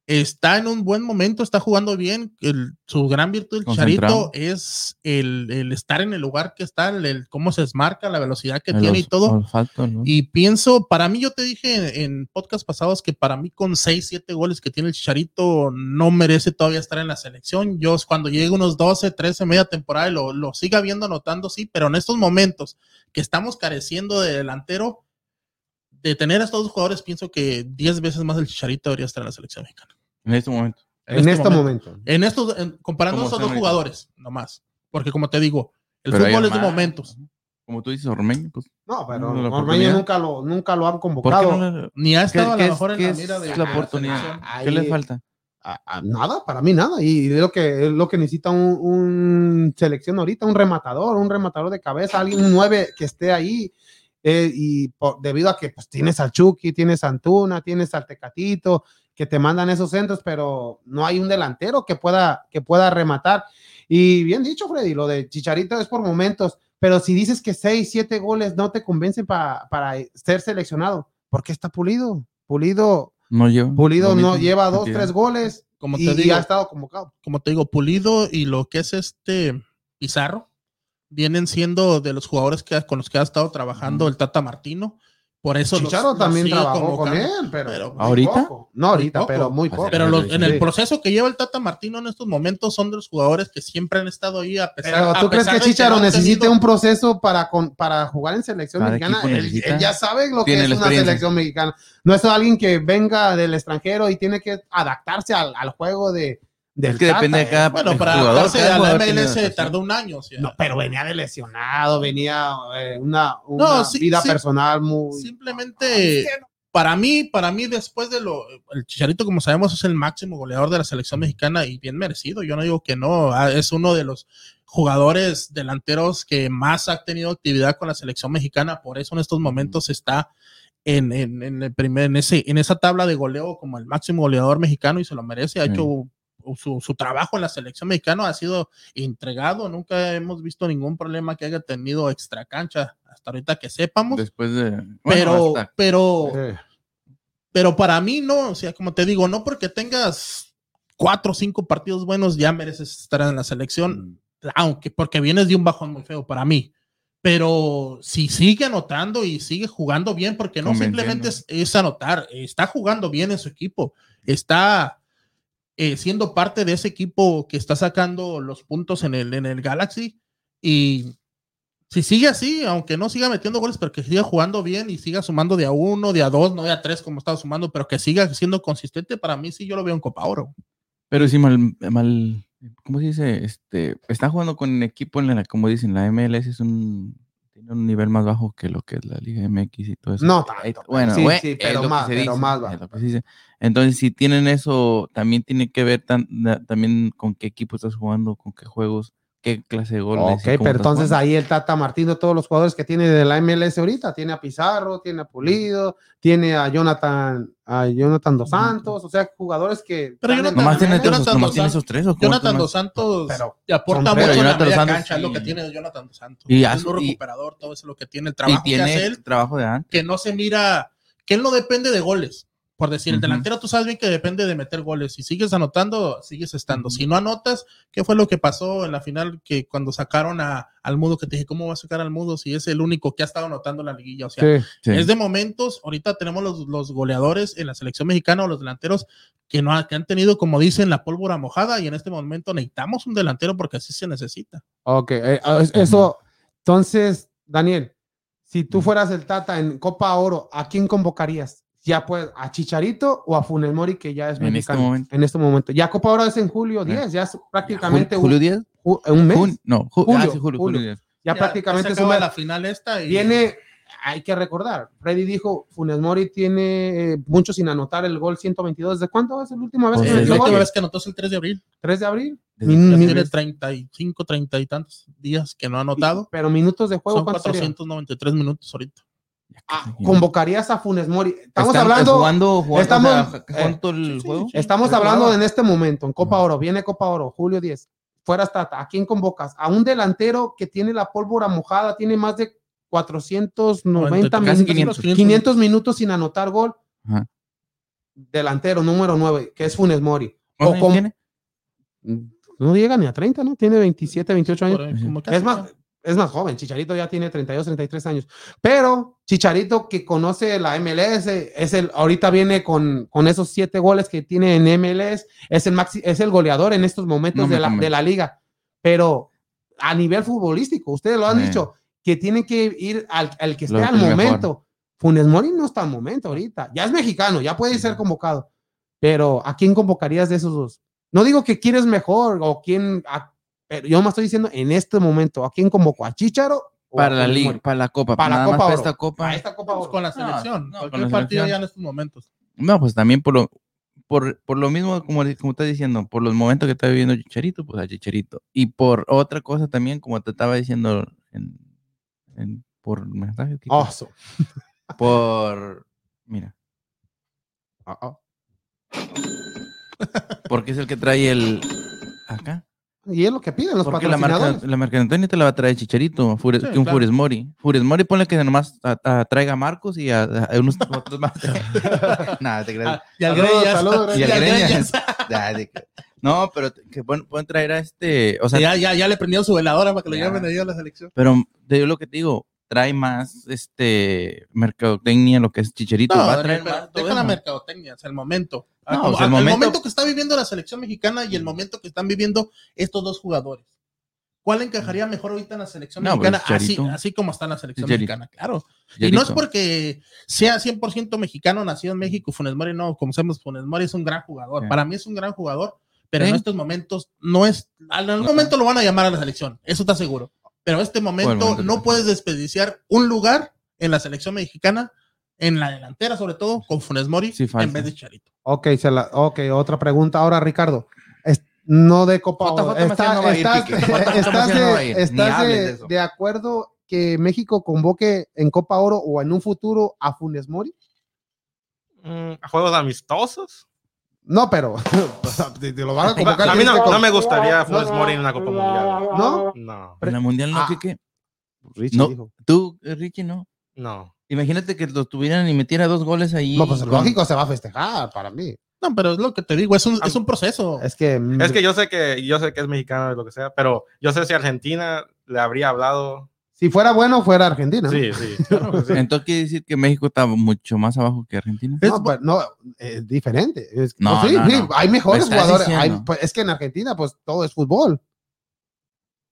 S2: está en un buen momento, está jugando bien. El- su gran virtud del
S3: Concentrado.
S2: Charito es el, el estar en el lugar que está, el, el cómo se desmarca, la velocidad que
S3: El
S2: tiene y
S3: Os-
S2: todo.
S3: Olfato, ¿no?
S2: Y pienso, para mí, yo te dije en, en podcast pasados que para mí con 6, 7 goles que tiene el Chicharito no merece todavía estar en la selección. Yo cuando llegue unos 12, 13, media temporada y lo, lo siga viendo anotando, sí, pero en estos momentos que estamos careciendo de delantero, de tener a estos dos jugadores, pienso que 10 veces más el Chicharito debería estar en la selección mexicana.
S3: En este momento.
S1: En, este, momento.
S2: En estos, en- comparando
S3: Como
S2: esos
S3: están
S2: dos
S3: ahorita.
S2: jugadores, nomás. Porque como te digo, el
S3: Pero hay
S2: fútbol es de
S3: más.
S2: momentos.
S3: Como tú dices, Ormeño, pues.
S1: No, pero
S3: No, la
S1: Ormeño
S3: oportunidad.
S1: nunca lo, nunca lo han
S3: ¿Por qué
S1: convocado.
S3: no le-
S2: Ni ha
S3: ¿Qué,
S2: estado a
S3: qué
S2: lo
S3: es-
S2: mejor en
S3: qué
S2: la
S3: es
S2: mira de
S3: la
S2: de
S3: oportunidad?
S2: selección.
S3: ¿Qué le
S1: Ah, Ahí-
S3: falta?
S1: a- a- nada, para mí nada. Y es lo que, es lo que necesita un, un selección ahorita, un rematador, un rematador de cabeza, alguien un 9 que esté ahí. Eh, y por- debido a que pues, tienes al Chucky, tienes a Antuna, tienes al Tecatito, que te mandan esos centros, pero no hay un delantero que pueda, que pueda rematar. Y bien dicho, Freddy, lo de Chicharito es por momentos, pero si dices que 6, 7 goles no te convencen pa- para ser seleccionado, ¿por qué está Pulido? Pulido,
S3: No lleva.
S1: Pulido
S3: lo
S1: no
S3: mismo,
S1: lleva 2,
S3: cantidad.
S1: 3 goles,
S2: Como
S1: y,
S2: te
S1: y
S2: digo,
S1: ha estado convocado.
S2: como te digo, Pulido y lo que es este Pizarro vienen siendo de los jugadores que, con los que ha estado trabajando el Tata Martino. Por eso los-
S1: Chicharo
S2: los
S1: también
S2: sigue
S1: trabajó con
S2: convocando.
S1: él, pero,
S2: Pero-
S1: muy
S3: ¿Ahorita?
S1: poco. No ahorita,
S2: Muy poco.
S1: pero muy
S3: Así
S1: poco.
S2: Pero
S3: Pero
S2: los-
S3: sí.
S2: en el
S1: Sí.
S2: proceso que lleva el Tata Martino en estos momentos son de los jugadores que siempre han estado ahí a pesar
S1: Pero
S2: a
S1: tú crees
S2: pesar
S1: que
S2: de no
S1: Chicharo
S2: han
S1: necesite
S2: tenido-
S1: un proceso para, con, para jugar en selección
S3: Cada
S1: mexicana.
S3: equipo
S1: Él,
S3: necesita.
S1: él ya sabe lo que
S3: Tiene
S1: es
S3: la
S1: una
S3: experiencia.
S1: selección mexicana. No es alguien que venga del extranjero y tiene que adaptarse al, al juego de, del
S3: Es que depende de
S1: Tata. ¿eh?
S3: cada
S2: Bueno, para
S3: jugador,
S2: adaptarse
S3: cada
S2: a la
S3: jugador tiene
S2: MLS
S3: adaptación.
S2: tardó un año. o sea,
S1: No, pero venía de lesionado, venía eh, una, una
S2: sí,
S1: vida
S2: sí.
S1: personal muy...
S2: Simplemente, para mí, para mí, después de lo. El Chicharito, como sabemos, es el máximo goleador de la selección mexicana y bien merecido. Yo no digo que no. ah, Es uno de los jugadores delanteros que más ha tenido actividad con la selección mexicana. Por eso en estos momentos está. En, en- en el primer, en, ese, en esa tabla de goleo como el máximo goleador mexicano y se lo merece, ha
S3: Sí.
S2: hecho su, su trabajo en la selección mexicana ha sido entregado, nunca hemos visto ningún problema que haya tenido extra cancha hasta ahorita que sepamos,
S3: Después de. bueno,
S2: pero,
S3: hasta-
S4: Oh.
S2: pero,
S1: Eh,
S2: pero para mí no, o sea, como te digo, no porque tengas cuatro o cinco partidos buenos ya mereces estar en la selección, aunque porque vienes de un bajón muy feo para mí. Pero si sigue anotando y sigue jugando bien, porque no
S3: Convenciendo.
S2: simplemente es, es anotar, está jugando bien en su equipo, está eh, siendo parte de ese equipo que está sacando los puntos en el, en el Galaxy. Y si sigue así, aunque no siga metiendo goles, pero que siga jugando bien y siga sumando de a uno, de a dos, no de a tres como estaba sumando, pero que siga siendo consistente, para mí sí yo lo veo en Copa Oro.
S3: Pero sí, mal, mal, ¿cómo se dice? Este, está jugando con un equipo en la, como dicen, la MLS es un, tiene un nivel más bajo que lo que es la Liga MX y todo eso.
S1: no
S3: Ahí-
S1: tanto.
S3: Bueno,
S1: sí,
S3: güey,
S1: sí,
S3: es
S1: pero
S3: lo que
S1: más,
S3: se
S1: pero
S3: dice,
S1: más
S3: es
S1: bajo.
S3: lo que se dice. Entonces, si tienen eso, también tiene que ver tan- na- también con qué equipo estás jugando, con qué juegos, qué clase de gol.
S1: Ok, pero entonces ahí el Tata Martino, todos los jugadores que tiene de la MLS ahorita, tiene a Pizarro, tiene a Pulido, tiene a Jonathan, a Jonathan Dos Santos, o sea, jugadores que... están
S2: Pero
S1: en
S2: Jonathan-
S1: la
S3: Nomás tiene
S1: MLS,
S2: Jonathan
S3: esos, nomás
S2: Dos
S3: tiene
S2: Santos-
S3: esos tres. ¿o cómo
S2: Jonathan
S3: nomás?
S2: Dos Santos
S1: pero-
S2: te
S1: son-
S2: aporta mucho
S1: pero
S2: en la
S3: Jonathan Dos
S2: media
S3: Santos
S2: cancha, es lo
S3: y-
S2: que tiene Jonathan Dos Santos.
S3: y
S2: es
S3: hace-
S2: un
S3: y-
S2: recuperador, todo eso es lo que tiene, el
S3: Y
S2: trabajo que
S3: tiene
S2: hace él.
S3: el trabajo de antes.
S2: que no se mira, que él no depende de goles. Por decir, el
S3: Ujú.
S2: delantero tú sabes bien que depende de meter goles. Si sigues anotando, sigues estando.
S3: Ujú.
S2: Si no anotas, ¿qué fue lo que pasó en la final que cuando sacaron a, al mudo? Que te dije, ¿cómo va a sacar al mudo si es el único que ha estado anotando en la liguilla? O sea,
S1: Sí.
S3: Sí.
S2: es de momentos, ahorita tenemos los, los goleadores en la selección mexicana o los delanteros que, no ha- que han tenido, como dicen, la pólvora mojada y en este momento necesitamos un delantero porque así se necesita.
S1: Ok, eh, ah, es- eso. Entonces, Daniel, si tú fueras el Tata en Copa Oro, ¿a quién convocarías? Ya pues, ¿a Chicharito o a Funes Mori, que ya es
S3: En
S1: mexicano?
S3: este momento.
S1: En este momento. Ya Copa Oro es en julio
S3: Eh.
S1: 10, ya es prácticamente
S3: Jul-
S1: un-
S3: Julio Díaz.
S1: ju- un, mes.
S3: Jun- no, ju-
S1: Julio,
S3: ah, sí, Julio,
S1: Julio.
S3: Julio Díaz.
S1: ya, prácticamente
S2: se
S1: es un
S2: acaba
S1: mes.
S2: la final esta y
S1: Viene, hay que recordar, Freddy dijo, Funes Mori tiene eh, mucho sin anotar el gol 122. ¿Desde cuándo es la última vez que
S3: Pues
S2: Eh,
S3: desde
S1: metió
S2: la
S3: que-
S1: gol?
S2: última vez que anotó es el 3 de abril.
S1: 3 de abril.
S3: Desde
S1: Min-
S2: Ya
S1: min-
S2: tiene 35, 30 y tantos días que no ha anotado.
S1: pero minutos de juego,
S2: Son
S1: ¿cuántos serían?
S2: 493 minutos ahorita.
S1: Ah, convocarías a Funes Mori. Estamos
S3: Están-
S1: hablando.
S3: Jugando, jugando,
S1: estamos-
S3: o sea,
S1: eh,
S3: jugando el
S2: sí, sí,
S3: juego.
S2: sí.
S1: Estamos
S2: Pero
S1: hablando
S2: jugaba.
S1: en este momento, en Copa
S3: Ajá.
S1: Oro, viene Copa Oro, julio 10. Fueras Tata, ¿a quién convocas? A un delantero que tiene la pólvora mojada, tiene más de 490
S3: Casi
S1: minutos,
S3: 500.
S1: 500 minutos sin anotar gol.
S3: Ajá.
S1: Delantero número 9, que es Funes Mori.
S3: ¿Cuántos
S1: O
S3: años
S1: con-
S3: tiene?
S1: No llega ni a 30, ¿no? Tiene
S3: Mm,
S1: 27, 28 años.
S2: Por ahí, como casi,
S1: Es más, es más joven, Chicharito ya tiene 32, 33 años. Pero Chicharito que conoce la MLS, es el, ahorita viene con, con esos siete goles que tiene en MLS, es el, maxi- es el goleador en estos momentos
S3: No me
S1: de, la,
S3: convence.
S1: de la liga. Pero a nivel futbolístico, ustedes lo han
S3: Eh.
S1: dicho, que tiene que ir al, al que esté
S3: Lo-
S1: al
S3: el mejor.
S1: momento. Funes Mori no está al momento ahorita, ya es mexicano, ya puede ser convocado. Pero ¿a quién convocarías de esos dos? No digo que quién es mejor o quién, a- pero yo me estoy diciendo en este momento, ¿a quién convocó? ¿A Chicharo? o a
S3: Para la
S1: Funes
S3: liga,
S1: Mori?
S3: para la copa.
S1: Para la
S3: nada más
S1: Copa
S3: para
S1: Oro.
S3: esta copa.
S1: Para esta Copa
S2: pues,
S1: Oro.
S2: con la
S3: No,
S2: selección.
S3: no,
S2: cualquier
S3: con la
S2: partido
S3: selección.
S2: ya en estos momentos.
S3: No, pues también por lo, por, por lo mismo, como, como estás diciendo, por los momentos que está viviendo Chicharito, pues a Chicharito. Y por otra cosa también, como te estaba diciendo en, en- por mensaje, Kiko,
S1: Oh, so-
S3: por. Mira,
S1: ah, ah.
S3: porque es el que trae el. Acá.
S1: Y es lo que piden los
S3: Porque la marca,
S1: patrocinadores.
S3: la marca de Antonio te la va a traer Chicharito, a Fure-
S2: Sí,
S3: que un
S2: claro.
S3: Fures Mori. Fures Mori ponle que nomás a- a- traiga a Marcos y a, a unos otros más. Nada, te creas.
S2: Ah, y al
S1: Saludos,
S2: Greñas.
S1: saludos,
S3: Y
S2: Y
S3: al
S2: al
S3: Greñas.
S2: Greñas.
S3: Nah, te creas. No, pero que pueden, pueden traer a este. O sea,
S2: Ya, ya, ya le prendieron su veladora para que lo
S3: Ya.
S2: lleven ahí a la selección.
S3: Pero de lo que te digo, trae más este mercadotecnia, lo que es chicharito.
S2: No,
S3: va a
S2: Daniel,
S3: traer
S2: pero
S3: más todo
S2: deja la
S3: eso.
S2: mercadotecnia, es el momento. Ah,
S3: No,
S2: como-
S3: o sea, el
S2: ah, el,
S3: momento- Mm.
S2: momento... que está viviendo la selección mexicana y el momento que están viviendo estos dos jugadores. ¿Cuál encajaría mejor ahorita en la selección
S3: No, pues,
S2: mexicana? Así,
S3: Chicharito.
S2: así como está en la selección
S3: Chicharito.
S2: mexicana, claro. Y
S3: Chicharito.
S2: no es porque sea 100% mexicano, nacido en México, Funes Mori no, como sabemos, Funes Mori es un gran jugador.
S3: Sí.
S2: Para mí es un gran jugador, pero
S3: Sí.
S2: en estos momentos no es, en algún momento lo van a llamar a la selección, eso está seguro. Pero en este momento,
S3: momento
S2: no
S3: que-
S2: puedes desperdiciar un lugar en la selección mexicana, en la delantera sobre todo, con Funes Mori
S3: Sí, falta.
S2: en vez de Charito.
S1: Ok, se la- ok, otra pregunta ahora, Ricardo. Es- no de Copa
S3: JJ
S1: Oro.
S3: Macías
S1: Está-
S3: no va a ir,
S1: estás-
S3: Quique. JJ
S1: ¿Estás
S3: Macías no va a ir.
S1: de-
S3: Ni
S1: estás
S3: hables de
S1: de-
S3: eso.
S1: de acuerdo que México convoque en Copa Oro o en un futuro a Funes Mori?
S4: Mm, ¿Juegos amistosos?
S1: No, pero o sea, te, te lo van a convocar.
S4: A mí
S1: tienes
S4: no,
S1: que
S4: no
S1: con-
S4: me gustaría Funes Mori en una Copa Mundial.
S1: ¿No?
S4: No,
S3: En la mundial no,
S1: Ah.
S3: Quique.
S1: Richie
S3: No.
S1: dijo.
S3: Tú, eh, Richie, no.
S4: no.
S3: Imagínate que lo tuvieran y metiera dos goles ahí.
S1: No, pues
S3: con-
S1: lógico se va a festejar para mí.
S2: No, pero es lo que te digo, es un,
S4: Ah,
S2: es un proceso.
S1: Es que
S4: Es que yo sé que yo sé que es mexicano y lo que sea, pero yo sé si Argentina le habría hablado.
S1: si fuera bueno, fuera Argentina. ¿no?
S4: Sí, sí. claro que sí.
S3: Entonces quiere decir que México está mucho más abajo que Argentina.
S1: No, pues, no, es diferente. Es-
S3: No,
S1: pues sí,
S3: no,
S1: sí,
S3: no.
S1: hay mejores
S3: Me estás
S1: jugadores.
S3: diciendo.
S1: hay- pues, es que en Argentina, pues todo es fútbol.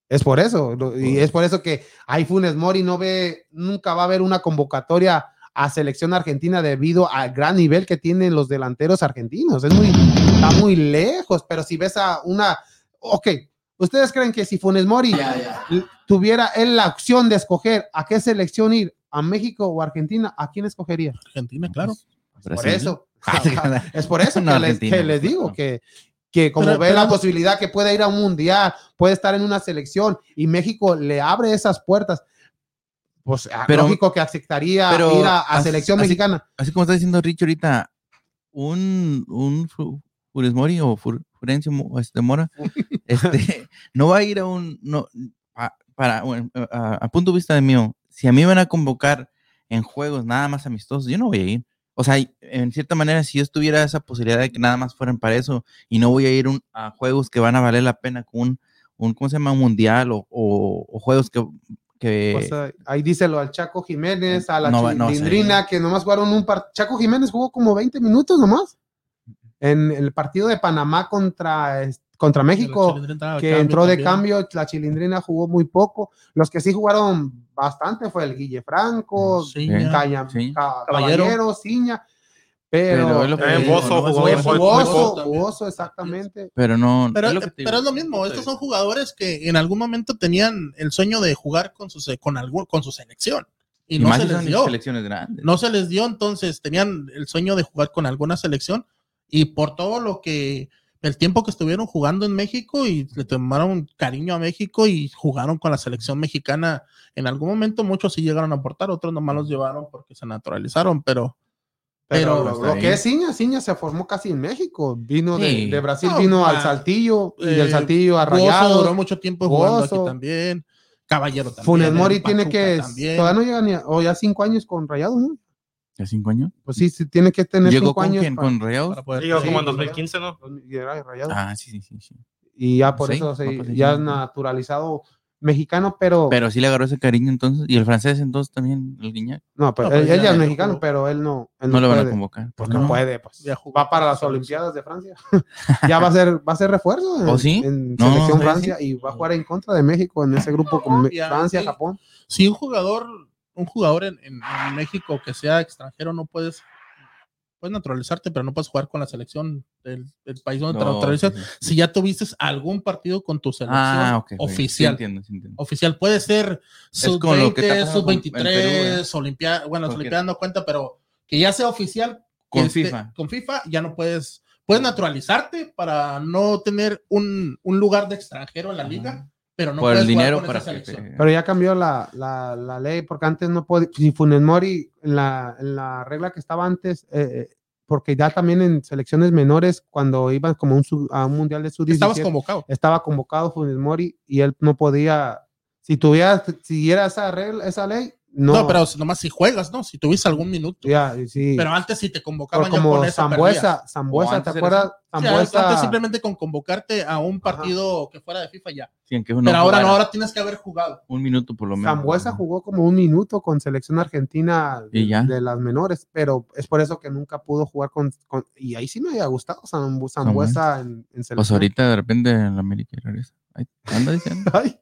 S1: Es por eso. lo- Y es por eso que hay Funes Mori no ve, nunca va a haber una convocatoria a selección argentina debido al gran nivel que tienen los delanteros argentinos. Es muy, está muy lejos, pero si ves a una. Ok, ¿ustedes creen que si Funes Mori l- tuviera él la opción de escoger a qué selección ir, a México o Argentina, ¿a quién escogería?
S2: Argentina, claro.
S1: Por
S3: Brasil.
S1: eso. Es por eso
S3: No,
S1: que, les,
S3: Argentina.
S1: que les digo
S3: No.
S1: que, que como
S2: Pero-
S1: ve
S2: pero-
S1: la posibilidad que puede ir a un mundial, puede estar en una selección y México le abre esas puertas. Pues ah,
S3: Pero-
S1: lógico que aceptaría
S3: pero
S1: ir a, a
S3: as-
S1: selección
S3: así-
S1: mexicana.
S3: Así como está diciendo Rich ahorita, un, un Fu- Funes Mori o Fur- Furencio Mo- este, Mora, este, no va a ir a un, no, a- para, bueno, a, a punto de vista de mío, si a mí me van a convocar en juegos nada más amistosos, yo no voy a ir. O sea, y- en cierta manera, si yo estuviera esa posibilidad de que nada más fueran para eso y no voy a ir un- a juegos que van a valer la pena con un, un ¿cómo se llama? Un mundial o, o- o juegos que... que
S2: Pues,
S1: O
S2: eh,
S1: sea, Pues, ah, ahí díselo al Chaco Jiménez, a la
S3: No va- no sé.
S1: Chilindrina, que nomás jugaron un partido. Chaco Jiménez jugó como 20 minutos nomás en el partido de Panamá contra, es- contra México. que entró de cambio, la Chilindrina jugó muy poco. Los que sí jugaron bastante fue el Guille Franco,
S2: Sí,
S3: Eh,
S2: ya.
S1: Caña-
S3: sí.
S1: Ca-
S2: Caballero.
S1: Caballero, Ciña, pero,
S3: Pero es lo que
S4: También
S3: digo,
S4: Eh, Bozo
S3: ¿no?
S4: jugó
S1: Fue
S4: muy
S1: jugoso,
S4: poco.
S1: jugoso, jugoso, exactamente.
S3: Pero no...
S2: Pero,
S3: lo que te
S2: pero es
S3: digo.
S2: lo mismo, estos son jugadores que en algún momento tenían el sueño de jugar con su, se- con algún, con su selección y,
S3: Y
S2: no
S3: más
S2: se
S3: si
S2: les
S3: son
S2: dio.
S3: selecciones grandes.
S2: No se les dio, entonces tenían el sueño de jugar con alguna selección y por todo lo que el tiempo que estuvieron jugando en México y le tomaron cariño a México y jugaron con la selección mexicana. En algún momento muchos sí llegaron a aportar, otros nomás los llevaron porque se naturalizaron, pero
S1: Pero,
S2: Pero
S1: lo
S3: está
S1: que
S3: ahí.
S1: es Ciña, Ciña se formó casi en México. Vino de-
S3: Sí.
S1: de, Brasil,
S2: No,
S1: vino
S2: ah,
S1: al Saltillo y
S2: eh,
S1: del Saltillo a
S2: Rayados duró
S1: Rayados.
S2: mucho tiempo jugando
S1: Gozo.
S2: aquí también. Caballero también.
S1: Funes
S2: en
S1: Mori tiene
S2: Pachuca
S1: que,
S2: también.
S1: todavía no llega ni, a- o ya cinco años con Rayados, ¿no?
S3: ¿Ya cinco años?
S1: Pues sí, sí tiene que tener
S3: ¿Llegó
S1: cinco
S3: con
S1: años. Ah.
S3: quién?
S1: para-
S3: ¿Con Rayados?
S2: para poder-
S4: Sí, yo
S1: Sí,
S4: como en
S1: pues,
S4: 2015, ¿no?
S1: Era de Rayados.
S3: Ah, sí, sí, sí. sí.
S1: y ya por
S3: Sí,
S1: eso se-
S3: no, pues, sí,
S1: ya
S3: sí.
S1: naturalizado mexicano, pero,
S3: Pero sí le agarró ese cariño entonces. Y el francés entonces también, el Guiñac.
S1: no, pero
S2: No, pues,
S1: él,
S2: ya
S1: él ya es
S2: no
S1: mexicano,
S2: jugó.
S1: pero él no, él
S3: No lo van a
S1: puede.
S3: convocar.
S1: Pues no, puede, pues.
S2: Ya jugó
S1: Va para
S2: con
S1: las
S2: la
S1: Olimpiadas de Francia. ya va a ser, va a ser refuerzo en,
S3: ¿Oh, sí?
S1: en
S3: No,
S1: selección
S3: sí,
S1: Francia y va a jugar en contra de México en ese grupo con Me-
S2: Ya,
S1: Francia,
S2: sí.
S1: Japón.
S2: si un jugador, un jugador en, en- en México que sea extranjero, no puedes, puedes naturalizarte, pero no puedes jugar con la selección del, del país donde te
S3: No,
S2: naturalizas.
S3: sí, sí.
S2: Si ya tuviste algún partido con tu selección
S3: Ah, ok. ok. Sí,
S2: oficial.
S3: entiendo, sí, entiendo.
S2: oficial puede ser
S3: como lo que está
S2: sub-20,
S3: pasando con- en Perú, eh.
S2: sub-23, Olimpiada, bueno, las
S3: Porque-
S2: Olimpiadas no cuenta, pero que ya sea oficial que
S3: Con
S2: esté-
S3: FIFA.
S2: con FIFA, ya no puedes, puedes naturalizarte para no tener un, un lugar de extranjero en la
S3: Ajá.
S2: liga, pero no
S3: Por
S2: puedes
S3: el
S2: jugar
S3: dinero
S2: con
S3: para
S2: esa
S3: que
S2: selección.
S3: te-
S1: Pero ya cambió la, la, la ley, porque antes no podía, si Funes Mori, en la, en la regla que estaba antes, eh, eh, porque ya también en selecciones menores, cuando iban como un sub- a un mundial de sub
S2: Estabas convocado.
S1: estaba convocado Funes Mori y él no podía, si tuviera, siguiera esa regla, esa ley, no.
S2: No, pero si- nomás si juegas, ¿no? Si tuviste algún minuto.
S1: ya, y sí.
S2: Pero antes si te convocaban
S1: Por
S2: ya
S1: como
S2: con esa perdías.
S1: Zambuesa,
S3: O
S1: Zambuesa, ¿te
S3: antes
S1: acuerdas?
S2: O sea, antes
S1: Zambuesa,
S2: simplemente con convocarte a un
S1: Ajá.
S2: partido que fuera de FIFA ya.
S3: Sí, aunque uno
S2: Pero ahora no,
S3: jugara
S2: ahora tienes que haber jugado.
S3: Un minuto por lo menos.
S1: Zambuesa jugó como un minuto con selección argentina de-
S3: Y ya.
S1: de las menores, pero es por eso que nunca pudo jugar con, con- y ahí sí me había gustado Zambu- Zambuesa en, en
S3: Pues
S1: selección.
S3: ahorita de repente en la América regresa. Ay, Anda diciendo.
S1: Ay.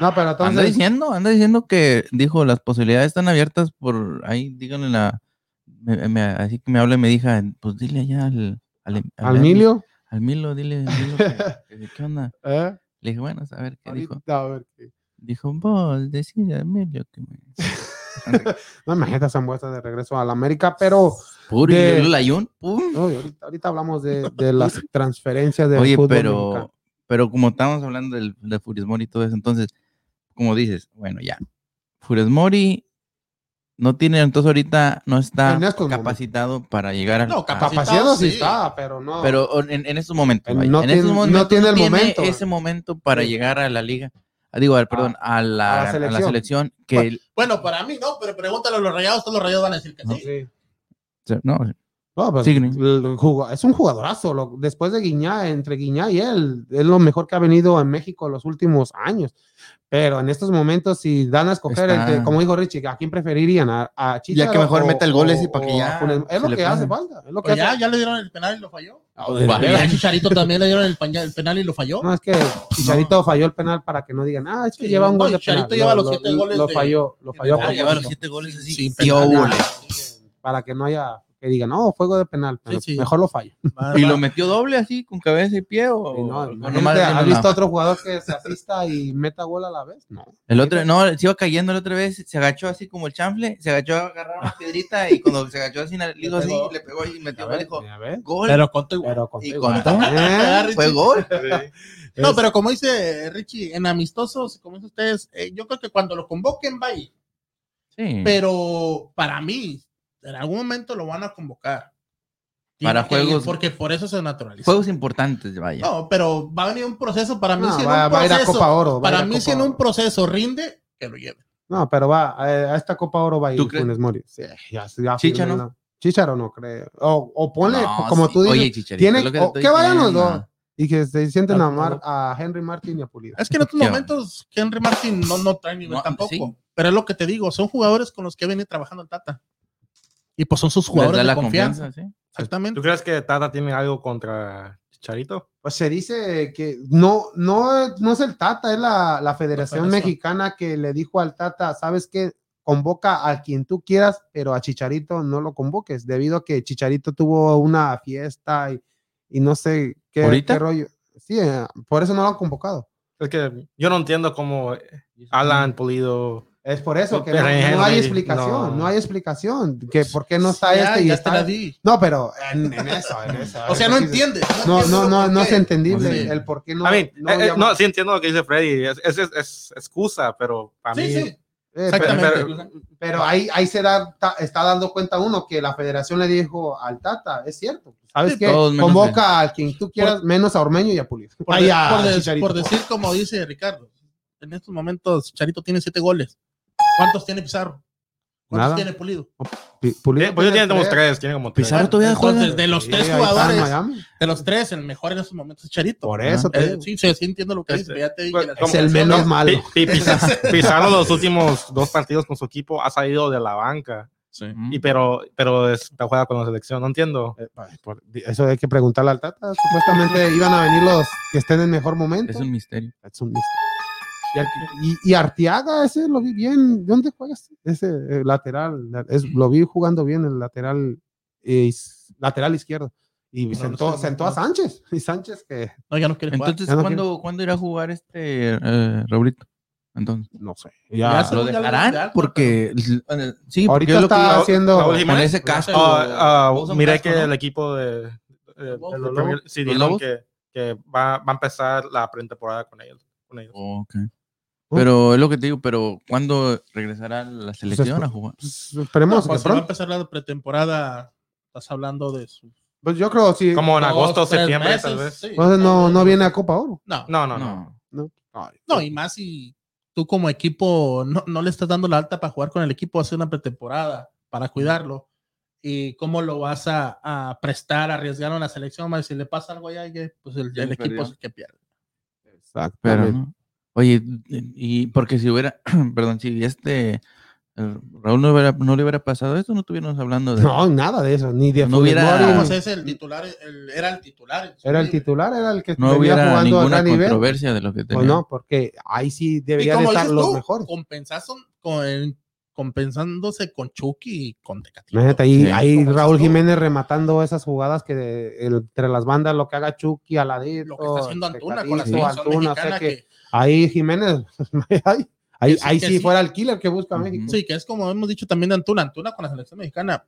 S1: No, pero
S3: Anda
S1: entonces,
S3: diciendo, anda diciendo que dijo las posibilidades están abiertas por ahí, díganle la me- me- así que me habla y me diga, pues dile allá al al,
S1: al Milio,
S3: Al Milo, dile, al Milo, que- que- ¿qué onda?
S1: ¿eh?
S3: Le dije, bueno, a ver qué dijo.
S1: Ahorita, a ver qué-
S3: Dijo, vos decide al Milo que me.
S1: No, imagínate a Zambuesa de regreso al América, pero...
S3: Puro, y
S1: De-
S3: luego el ayun, pum.
S1: No, y ahorita, ahorita hablamos de, de las transferencias del
S3: Oye,
S1: fútbol mexicano.
S3: pero, pero como estamos hablando del, de Funes Mori y todo eso, entonces, como dices, bueno, ya. Funes Mori no tiene, entonces ahorita no está
S1: En este estos
S3: capacitado para llegar al- a.
S2: No, capacitado,
S1: Capacitado sí
S2: sí.
S1: está, pero no.
S3: Pero en, en estos momentos,
S1: En-
S3: vaya,
S1: no
S3: en estos
S1: tiene- no
S3: momentos
S1: tiene el momento.
S3: ese momento para llegar a la liga. Ah, Digo, al- perdón, a
S1: a la
S3: la, a la
S1: selección.
S3: selección que
S2: Bueno, Bueno, para mí no, pero pregúntale a los rayados, todos los rayados van a decir que sí.
S1: Sí.
S3: Se- No,
S1: No, pues,
S3: Signe.
S1: el jugo- es un jugadorazo. lo- después de Guiñá, entre Guiñá y él, es lo mejor que ha venido en México los últimos años. Pero en estos momentos, si dan a escoger,
S3: Está-
S1: entre- como dijo Richie, ¿a quién preferirían? ¿A, a Chicharo
S3: Ya que mejor
S1: o-
S3: meta el gol
S1: o-
S3: ese para que
S1: o
S3: ya
S1: a Funes- Es lo
S3: se le
S1: que hace
S3: prenda.
S1: falta. Es lo que
S2: Pues ya,
S1: hace-
S2: ya le dieron el penal y lo falló.
S1: Ah, de
S3: Vale.
S1: veras.
S2: A Chicharito también le dieron el, pañal- el penal y lo falló.
S1: No, es que Chicharito falló el penal para que no digan, ah, es que
S2: Sí,
S1: lleva un
S2: no,
S1: gol de
S2: Chicharito
S1: penal".
S2: lleva
S1: Lo-
S2: los
S1: lo-
S2: siete goles
S1: Lo
S2: de-
S1: falló, lo falló. a
S2: de-
S3: Ah,
S1: propósito.
S2: Lleva
S3: llevaron siete goles así.
S2: Sin
S3: y
S2: penal.
S3: óvole.
S1: Para que no haya que diga, no, fuego de penal, pero
S2: Sí, sí.
S1: mejor lo falla.
S2: Va-
S3: ¿Y
S2: va-
S3: lo metió doble así, con cabeza y pie? ¿O,
S1: Y no,
S3: o
S1: imagínate,
S3: nomás
S1: ¿Has
S3: haciendo
S1: visto
S3: nada?
S1: otro jugador que se asista y meta gol a la vez? No.
S3: El otro, no, se iba cayendo la otra vez, se agachó así como el chanfle, se agachó a agarrar una piedrita y cuando se agachó así, le hizo así,
S2: pegó.
S3: le pegó y metió,
S1: A ver,
S3: dijo,
S1: a ver.
S3: gol,
S2: Pero con tu-
S1: Pero con-
S3: Y
S1: ¿Eh?
S3: contó. fue gol.
S2: No, pero como dice eh, Richie, en amistosos, como dicen ustedes, eh, yo creo que cuando lo convoquen va a ir.
S3: Sí,
S2: Pero para mí, en algún momento lo van a convocar. Tiene
S3: Para
S2: que ir,
S3: juegos-
S2: Porque por eso se naturaliza.
S3: juegos importantes, vaya.
S2: No, pero va a venir un proceso. Para mí,
S1: No,
S2: si en
S1: va,
S2: un
S1: va a ir a
S2: proceso-
S1: Copa Oro. va a ir
S2: para
S1: a
S2: mí,
S1: Copa
S2: si en
S1: Oro.
S2: un proceso rinde, que lo lleven.
S1: No, pero va, eh, a esta Copa Oro va a ir
S3: ¿Tú crees?
S1: Funes Mori. Sí, ya, ya
S3: ¿Chicharo?
S1: firme, ¿no? Chicharo no creo. O, o ponle,
S3: No,
S1: como
S3: sí.
S1: tú dices,
S3: Oye, Chicharito,
S1: tiene-
S3: es lo te
S1: o-
S3: estoy
S1: que vayan los
S3: diciendo.
S1: dos. y que se sienten a,
S2: Claro,
S1: amar a Henry Martin y a Pulido.
S2: Es que en estos
S3: Ya.
S2: momentos, Henry Martin no, no trae nivel
S3: No,
S2: tampoco.
S3: sí.
S2: Pero es lo que te digo, son jugadores con los que viene trabajando el Tata. Y pues son sus jugadores
S3: Les da
S2: de
S3: la
S2: confianza.
S3: confianza, sí.
S4: ¿Tú
S2: Exactamente.
S4: crees que Tata tiene algo contra Chicharito?
S1: Pues se dice que no, no, no es el Tata, es la, la Federación
S2: Federación.
S1: Mexicana que le dijo al Tata, sabes que convoca a quien tú quieras, pero a Chicharito no lo convoques, debido a que Chicharito tuvo una fiesta y, y no sé qué,
S3: ¿Ahorita?
S1: qué rollo. Sí, eh, por eso no lo han convocado.
S4: Es que yo no entiendo cómo eh, Alan Pulido.
S1: Es por eso que no,
S4: Pero en
S1: no hay
S4: Henry,
S1: explicación, no.
S4: no.
S1: hay explicación. Que ¿Por qué no está
S2: Ya,
S1: este y
S2: ya
S1: está-
S2: te la di.
S1: No, pero en, en eso, en eso.
S2: O sea, no
S1: Sí,
S2: entiendes.
S1: No,
S2: entiendes
S1: no,
S2: lo
S1: no,
S2: por
S1: no
S2: qué.
S1: es entendible
S3: Sí.
S1: el por qué no.
S4: No, a mí,
S1: no
S4: eh, eh,
S1: llama-
S4: no, sí entiendo lo que dice Freddy. Es, es, es- es excusa, pero para
S2: Sí,
S4: mí.
S2: sí.
S1: Eh, pero-
S2: Exactamente.
S1: Pero ahí, ahí se da, ta- está dando cuenta uno que la federación le dijo al Tata, es cierto. ¿Sabes
S2: Sí,
S1: qué?
S3: todos menos
S1: Convoca a quien tú quieras, menos a Ormeño y a Pulido.
S2: por,
S1: Ay,
S2: de-
S1: a
S2: por de-
S1: Chicharito.
S2: por decir como dice Ricardo, en estos momentos Charito tiene siete goles. ¿Cuántos tiene Pizarro? ¿Cuántos
S1: Nada.
S2: tiene Pulido?
S1: Pi- Pulido
S4: Eh, pues yo
S1: tiene
S4: tiene como
S1: tres.
S4: tres, tiene como tres.
S3: Pizarro todavía juega.
S2: Entonces, de los
S1: Sí,
S2: tres
S1: ahí está en
S2: jugadores,
S1: Miami.
S2: de los tres, el mejor en estos momentos es Charito.
S1: Por eso te
S2: Eh,
S1: digo.
S2: sí, sí, sí entiendo lo que
S4: Este,
S2: dice. Ya te dije
S4: pues,
S2: las
S1: Es el
S2: comparaciones.
S1: menos malo.
S4: Pi- Pi- Pizarro, Pizarro los últimos dos partidos con su equipo ha salido de la banca, y pero, pero está juega con la selección. No entiendo.
S1: Eh, ay, por- Eso hay que preguntarle al Tata. Supuestamente iban a venir los que estén en mejor momento.
S3: Es un misterio.
S1: Es un misterio. Y Ar- Y, y Arteaga, ese lo vi bien. ¿Dónde juegas? Ese eh, lateral. la- es- lo vi jugando bien el lateral, eh, is- lateral izquierdo. Y
S2: Pero no
S1: sentó,
S2: sé,
S1: sentó a
S2: no.
S1: Sánchez. Y Sánchez que
S2: No, ya no quiere jugar.
S3: Entonces,
S1: Ya no
S3: ¿cuándo, ¿cuándo irá a jugar este eh, Raulito? Entonces,
S1: no sé.
S2: Ya
S1: Ya,
S2: se-
S3: ¿lo
S2: Según ya lo
S3: dejarán?
S2: dejaron,
S3: Porque eh, sí, porque
S1: ahorita
S3: es lo que
S1: está
S3: iba-
S1: haciendo.
S4: Raúl
S3: con
S4: Jiménez.
S3: ese casco.
S4: Ah, ah,
S3: usa un
S4: miré
S3: casco,
S4: que
S3: ¿no?
S4: el equipo de, de- de-
S2: Lobos,
S4: de
S1: ¿los
S4: Premier-
S1: Lobos?
S4: sí,
S3: ¿Los
S4: dijeron
S3: Lobos?
S4: que, que va, va a empezar la pretemporada con ellos. Con ellos.
S3: Ok. Pero es lo que te digo, pero ¿cuándo regresará la selección a jugar?
S1: Pues,
S2: No,
S1: esperemos que
S2: cuando va a
S1: pronto.
S2: empezar la pretemporada, estás hablando de su.
S1: Pues yo creo sí.
S4: Como en
S2: dos,
S4: agosto,
S2: tres
S4: septiembre,
S2: meses,
S4: tal vez.
S2: sí.
S1: Entonces no, no viene a Copa Oro.
S2: No,
S4: No, no, no.
S3: No.
S1: No.
S2: no, y más si tú como equipo no, no le estás dando la alta para jugar con el equipo, hacer una pretemporada para cuidarlo. ¿Y cómo lo vas a, a prestar, a arriesgar a la selección? Más si le pasa algo allá, ya, pues el,
S3: Ya
S2: el
S3: se
S2: equipo
S3: perdió.
S2: es el que pierde.
S3: Pero
S1: Exactamente.
S3: no. Oye, y porque si hubiera, perdón, si este el Raúl no, hubiera, no le hubiera pasado esto, no estuviéramos hablando de
S1: No, nada de eso. Ni de
S3: No
S1: Funes
S3: hubiera-
S1: Mori,
S2: No,
S1: ni-
S2: pues es el titular, el- era el titular.
S1: Ah. Era el titular, era el que
S3: no
S1: venía
S3: hubiera
S1: jugando a
S3: ninguna
S1: gran nivel.
S3: controversia de lo que
S1: Pues
S3: tenía.
S1: no, porque ahí sí
S2: Y
S1: debería de
S2: como
S1: estar
S2: dices
S1: los
S2: tú,
S1: mejores.
S2: compensazo- con- compensándose con Chucky y con Tecatito.
S1: Imagínate ahí,
S3: Sí.
S1: ahí
S2: Como
S1: Raúl
S2: dices tú.
S1: Jiménez rematando esas jugadas que de- el- entre las bandas lo que haga Chucky a la
S2: Lo que está haciendo Antuna con la
S1: sí,
S2: selección
S1: Antuna, o sea
S2: mexicana
S1: que,
S2: que-
S1: ahí Jiménez, ahí, ahí,
S2: Que sí,
S1: ahí
S2: que
S1: sí
S2: sí.
S1: fuera el killer que busca
S3: Ujú.
S1: México.
S2: Sí, que es como hemos dicho también de Antuna, Antuna con la selección mexicana.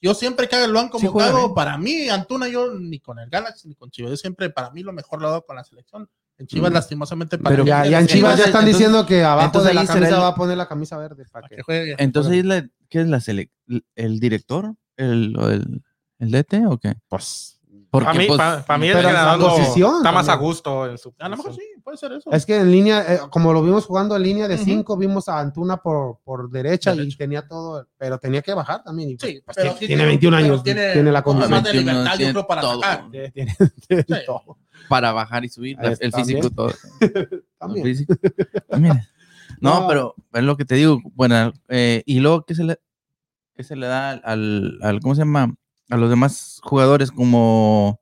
S2: Yo siempre que lo han
S3: juega
S2: convocado,
S3: bien.
S2: para mí, Antuna, yo ni con el Galaxy ni con Chivas, yo siempre, para mí, lo mejor lo ha dado con la selección. En Chivas,
S3: Mm.
S2: lastimosamente, para
S3: Pero
S2: mí,
S1: ya,
S2: es
S1: ya en
S2: que-
S1: Chivas ya
S3: entonces-
S1: están diciendo que abajo
S3: entonces
S1: de la
S3: ahí será
S1: camisa
S3: el-
S1: va a poner la camisa verde. ¿para
S2: para
S1: qué?
S2: que juegue.
S3: Entonces, ahí la- ¿qué es la selec el, el director? ¿El, o el, el DT o qué?
S1: Pues,
S3: Porque,
S4: Para mí,
S3: pues,
S4: pa- pa' mí el
S1: pero en la
S4: entrenador lo-
S1: posición,
S4: está más a
S1: también.
S4: gusto en su
S2: a lo mejor
S4: posición.
S2: sí, puede ser eso.
S1: es que en línea, eh, como lo vimos jugando en línea de
S2: Ujú.
S1: 5, vimos a Antuna por, por derecha, y
S2: Derecha.
S1: tenía todo, pero tenía que bajar también. y
S2: Sí,
S1: pues,
S2: pero
S1: tiene,
S2: sí
S1: tiene
S2: tiene-
S1: 21
S2: pero
S1: años,
S2: tiene-
S1: tiene, la
S2: Como
S1: condición.
S2: más de
S3: Tiene
S2: libertad, yo
S3: todo.
S2: creo, para atacar.
S1: Tiene- tiene- tiene
S2: Sí.
S1: todo,
S3: para bajar y subir, la-
S1: Ahí
S3: el
S1: está,
S3: físico
S1: bien.
S3: todo.
S1: también.
S3: El físico. También. No,
S1: No.
S3: pero es lo que te digo. Bueno, eh, y luego, ¿qué se le, qué se le da al, al- ¿cómo se llama? A los demás jugadores como,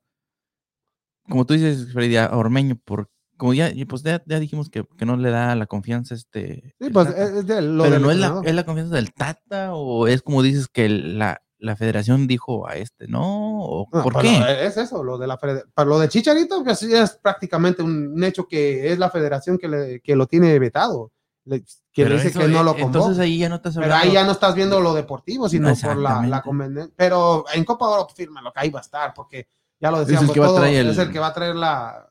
S3: como tú dices, Freddy, a Ormeño, por, como ya, y pues ya, ya dijimos que, que no le da la confianza este.
S1: Sí,
S3: el
S1: pues
S3: Tata.
S1: es, es de lo
S3: pero
S1: del
S3: no es la,
S1: entrenador.
S3: es la confianza del Tata o es como dices que el- la, la federación dijo a este, ¿no? ¿O
S1: No, pues, eh,
S3: ¿Por
S1: pero
S3: qué?
S1: Es eso, lo de la fede- para lo de Chicharito, pues sí es prácticamente un un hecho que es la federación que, le- que lo tiene vetado, le- que
S3: Pero
S1: le dice
S3: eso,
S1: que no
S3: eh,
S1: lo convoca.
S3: Entonces ahí ya no estás
S1: Pero
S3: hablando.
S1: ahí ya no estás viendo lo deportivo, sino por la, la
S3: Exactamente.
S1: conveniencia. Pero en Copa Oro, pues, fírmalo, que ahí va a estar, porque ya lo decíamos,
S3: el que va a
S1: todo,
S3: traer el-
S1: es el que va a traer la.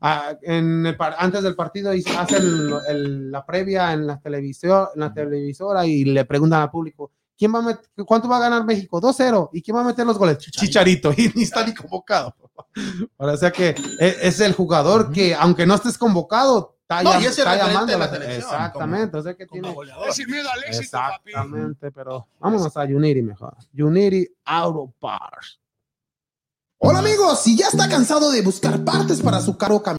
S1: a- en el par- antes del partido y hacen el- la previa en la, televisión, en la televisora y le preguntan al público. ¿Quién va a met- ¿Cuánto va a ganar México? 2-0. ¿Y quién va a meter los goles? Chicharito. Y ni está ni convocado. Ahora, o sea que es, es el jugador que, aunque no estés convocado, está,
S2: No,
S1: llam-
S2: y es el
S1: está
S2: referente
S1: llamando
S2: de la
S1: la-
S2: selección,
S1: Exactamente. O sea que tiene,
S2: Como goleador.
S6: sin miedo al éxito, papi.
S1: Exactamente, pero vámonos a Unity mejor. Unity Auto Parts. Hola amigos, si ya está cansado de buscar partes para su carro cam-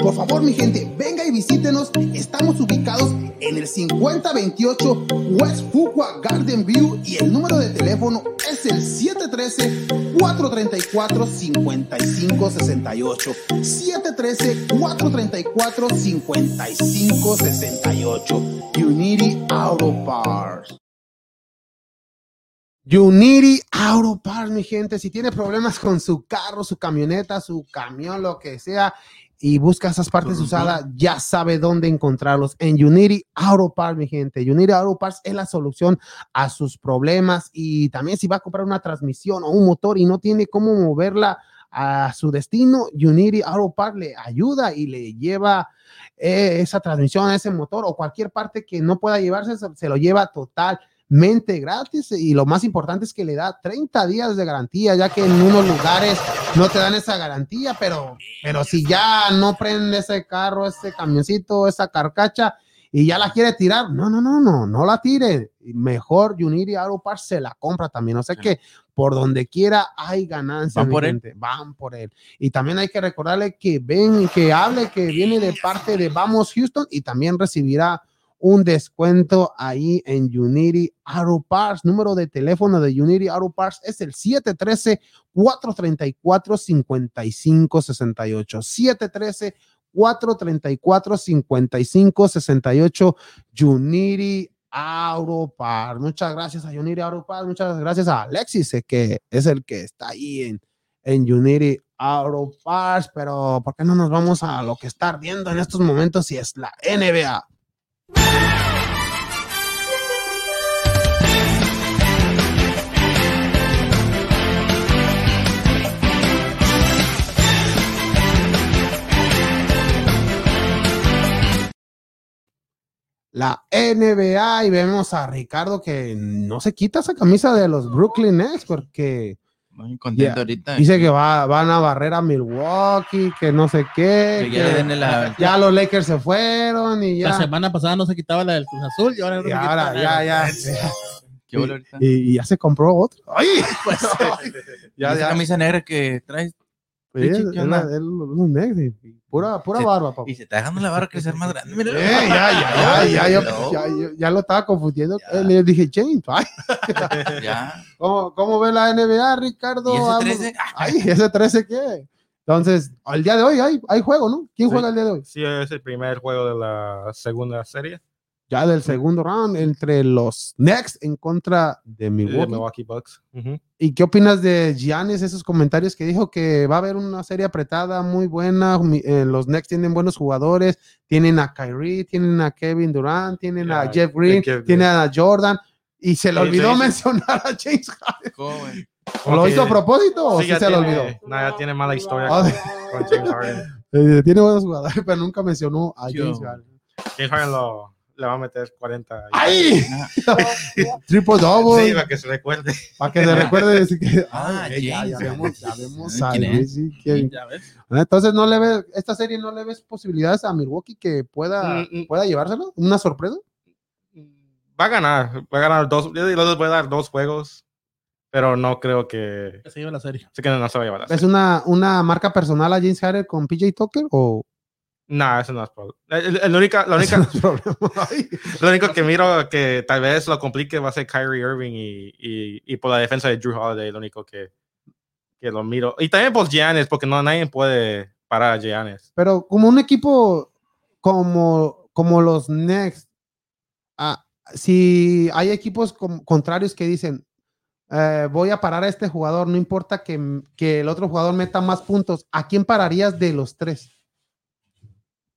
S1: Por favor, mi gente, venga y visítenos. Estamos ubicados en el 5028 West Fuqua Garden View y el número de teléfono es el 713-434-5568. 713-434-5568. Unity Auto Parts. Unity Auto Parts, mi gente, si tiene problemas con su carro, su camioneta, su camión, lo que sea, y busca esas partes usadas, ya sabe dónde encontrarlos. En Unity Auto Parts, mi gente. Unity Auto Parts es la solución a sus problemas y también si va a comprar una transmisión o un motor y no tiene cómo moverla a su destino, Unity Auto Parts le ayuda y le lleva eh, esa transmisión, ese motor o cualquier parte que no pueda llevarse, se- se lo lleva total mente gratis y lo más importante es que le da 30 días de garantía, ya que en unos lugares no te dan esa garantía, pero, pero si ya no prende ese carro, ese camioncito, esa carcacha y ya la quiere tirar, no, no, no, no, no la tire. Mejor Unity Auto Parts se la compra también, o sea que por donde quiera hay ganancias.
S3: Van
S1: mi
S3: por él.
S1: gente, Van por él. Y también hay que recordarle que ven, que hable, que viene de parte de Vamos Houston y también recibirá un descuento ahí en Unity Auto Parts. Número de teléfono de Unity Auto Parts es el 713-434-5568. 713-434-5568. Unity Auto Parts. Muchas gracias a Unity Auto Parts. Muchas gracias a Alexis, eh, que es el que está ahí en, en Unity Auto Parts. Pero, ¿por qué no nos vamos a lo que está ardiendo en estos momentos y es la NBA? la NBA y vemos a Ricardo que no se quita esa camisa de los Brooklyn Nets porque
S3: Muy contento
S1: Ya.
S3: ahorita.
S1: dice que va, van a barrer a Milwaukee, que no sé qué,
S3: Que ya le
S1: que
S3: den la-
S1: ya los Lakers se fueron y
S2: La
S1: ya.
S2: semana pasada no se quitaba la del Cruz Azul y ahora,
S1: Y ahora ya, ya,
S3: ¿Qué hubo ahorita?
S1: y, y ya se compró otro. Ay, pues,
S3: Ya,
S1: ya,
S3: Esa
S1: ya.
S3: camisa negra que traes
S1: Sí, es-
S3: Richie,
S1: es
S3: ¿qué
S1: la-
S3: onda?
S1: es los- los Nets, y- y pura, pura
S3: Sí.
S1: barba, papá.
S3: y se está dejando la barra crecer más grande. Mira,
S1: Eh, ya, ya, ya, ya, yo-
S3: No.
S1: ya, yo- ya lo estaba confundiendo. Eh,
S3: Ya.
S1: Le dije, James, ay,
S3: ya.
S1: ¿Cómo, cómo ve la NBA, Ricardo?
S3: ¿Y ese
S1: Vamos-
S3: 13?
S1: Ay, ese 13 qué. Entonces, al día de hoy hay, hay juego, ¿no? ¿Quién
S4: Sí.
S1: juega el día de hoy?
S4: Sí, es el primer juego de la segunda serie
S1: Ya del segundo round entre los Next en contra de
S4: de
S1: Milwaukee.
S4: Milwaukee Bucks. Ujú.
S1: ¿Y qué opinas de Giannis, esos comentarios que dijo que va a haber una serie apretada muy buena? mi- eh, los Next tienen buenos jugadores, tienen a Kyrie, tienen a Kevin Durant, tienen a
S4: Ya,
S1: Jeff Green,
S4: Jeff Green.
S1: tienen a Jordan. Y se le
S4: Sí,
S1: olvidó
S4: sí, sí.
S1: mencionar a James Harden.
S3: Joven.
S1: ¿Lo
S4: Ok.
S1: hizo a propósito o
S4: Sí,
S1: sí
S4: ya
S1: se le
S4: tiene-
S1: olvidó?
S4: No, ya tiene mala historia
S1: Ah,
S4: con James Harden.
S1: eh, tiene buenos jugadores, pero nunca mencionó a
S3: Yo.
S1: James Harden.
S4: James Harden lo, le va a meter 40.
S1: ¡Ay! Triple double.
S4: Sí, para que se recuerde.
S1: para que se recuerde decir que.
S3: Ah,
S1: Ay, ya, ya
S3: James.
S1: vemos, ya vemos
S3: Ah,
S1: a
S3: ¿quién
S1: Luis
S3: es?
S1: y que-
S2: ya ves.
S1: Entonces, no le ves, esta serie no le ves posibilidades a Milwaukee que pueda,
S4: Mm, mm.
S1: pueda llevárselo. Una sorpresa.
S4: Va a ganar, va a ganar dos. Yo les voy a dar dos juegos, pero no creo que.
S2: Que se lleva la serie.
S4: Sé que no se va a llevar. así.
S1: ¿Es una, una marca personal a James Harden con PJ Tucker? O
S4: Nah, eso no es problema. El- el- el única- la única, Lo único que miro que tal vez lo complique va a ser Kyrie Irving y, y- y por la defensa de Drew Holiday, lo único que, que lo miro. Y también por Giannis, porque no nadie puede parar a Giannis.
S1: Pero como un equipo como, como los Next, si hay equipos com- contrarios que dicen, eh, voy a parar a este jugador, no importa que, m- que el otro jugador meta más puntos, ¿a quién pararías de los tres?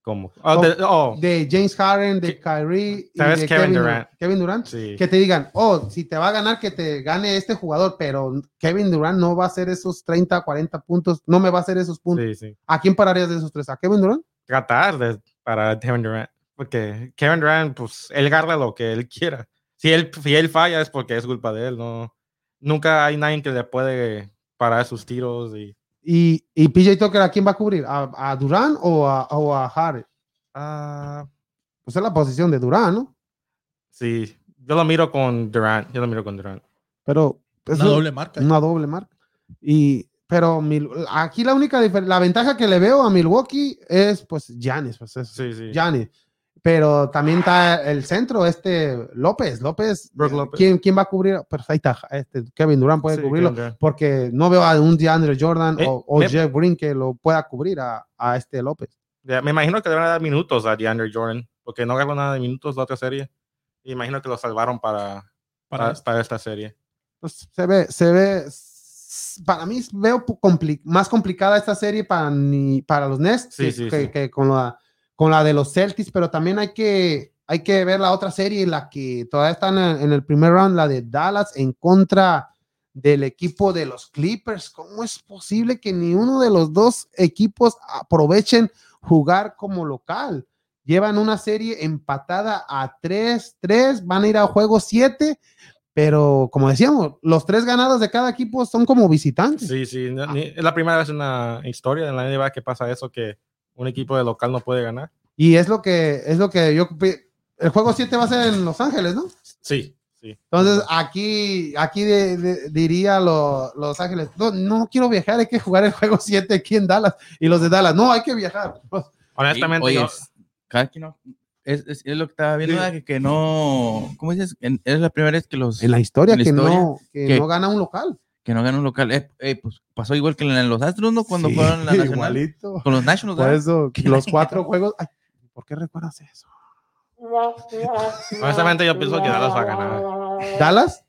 S4: ¿Cómo? Oh, de- oh,
S1: De James Harden, de
S4: Que-
S1: Kyrie y
S4: ¿Sabes
S1: de
S4: Kevin
S1: Kevin
S4: Durant?
S1: Kevin Durant.
S4: sí.
S1: Que te digan, oh, si te va a ganar, que te gane este jugador, pero Kevin Durant no va a hacer esos 30, 40 puntos, no me va a hacer esos puntos.
S4: sí, sí.
S1: ¿A quién pararías de esos tres? ¿A Kevin Durant?
S4: Tratar de parar a Kevin Durant, porque Kevin Durant, pues, él agarra lo que él quiera. Si él, si él falla es porque es culpa de él, no. Nunca hay nadie que le puede parar sus tiros y...
S1: Y, y PJ Tucker, ¿a quién va a cubrir? ¿A, a Durán o a, o a Harden?
S4: ah,
S1: Pues es la posición de Durán, ¿no?
S4: sí, yo lo miro con Durant, yo lo miro con Durant.
S1: Pero es
S2: Una doble marca.
S1: una doble marca. Y, pero Mil- aquí la única difer- la ventaja que le veo a Milwaukee es pues Giannis, pues es
S4: Sí, sí.
S1: Giannis. Pero también está el centro, este López, López.
S4: Brook López.
S1: ¿Quién, quién va a cubrir? Pues ahí está, este Kevin Durán puede
S4: Sí,
S1: cubrirlo.
S4: Kevin Durant.
S1: Porque no veo a un DeAndre Jordan
S4: Eh,
S1: o, o
S4: me-
S1: Jeff Green que lo pueda cubrir a, a este López.
S4: Ya, Me imagino que le van a dar minutos a DeAndre Jordan, porque no ganó nada de minutos la otra serie. Y imagino que lo salvaron para, para,
S2: Para,
S4: para esta serie.
S1: pues, se ve, se ve, s- para mí veo pu- compli- más complicada esta serie para, ni, para los Nets
S4: Sí,
S1: que,
S4: sí,
S1: que-
S4: sí.
S1: que con, la, con la de los Celtics, pero también hay que, hay que ver la otra serie, la que todavía está en el, en el primer round, la de Dallas en contra del equipo de los Clippers. ¿Cómo es posible que ni uno de los dos equipos aprovechen jugar como local? Llevan una serie empatada a 3-3, van a ir a juego 7 pero como decíamos, los tres ganados de cada equipo son como visitantes.
S4: Sí, sí. no-
S3: Ah.
S4: ni- es la primera vez en la historia en la NBA que pasa eso, que un equipo de local no puede ganar.
S1: Y es lo que es lo que yo pi- el juego 7 va a ser en Los Ángeles, ¿no?
S4: Sí, sí.
S1: Entonces aquí aquí de- de- diría lo- Los Ángeles, no, no quiero viajar, hay que jugar el juego 7 aquí en Dallas y los de Dallas, no, hay que viajar. Pues,
S4: Honestamente,
S3: Oye,
S4: yo-
S3: es- cada quien no- es, es- es lo que estaba viendo, ¿verdad? que, que no. ¿Cómo dices? En- es la primera vez que los.
S1: En la historia,
S3: En la
S1: que,
S3: historia,
S1: no, que
S3: que-
S1: no gana un local.
S3: que no gana un local. Eh, eh, pues pasó igual que en los Astros, ¿no? Cuando fueron a la Nacional.
S1: igualito.
S3: Con los Nationals,
S1: Por
S3: ¿verdad?
S1: eso, los cuatro juegos. ay, ¿Por qué recuerdas eso?
S4: honestamente yo pienso que Dallas va a ganar.
S1: ¿Dallas?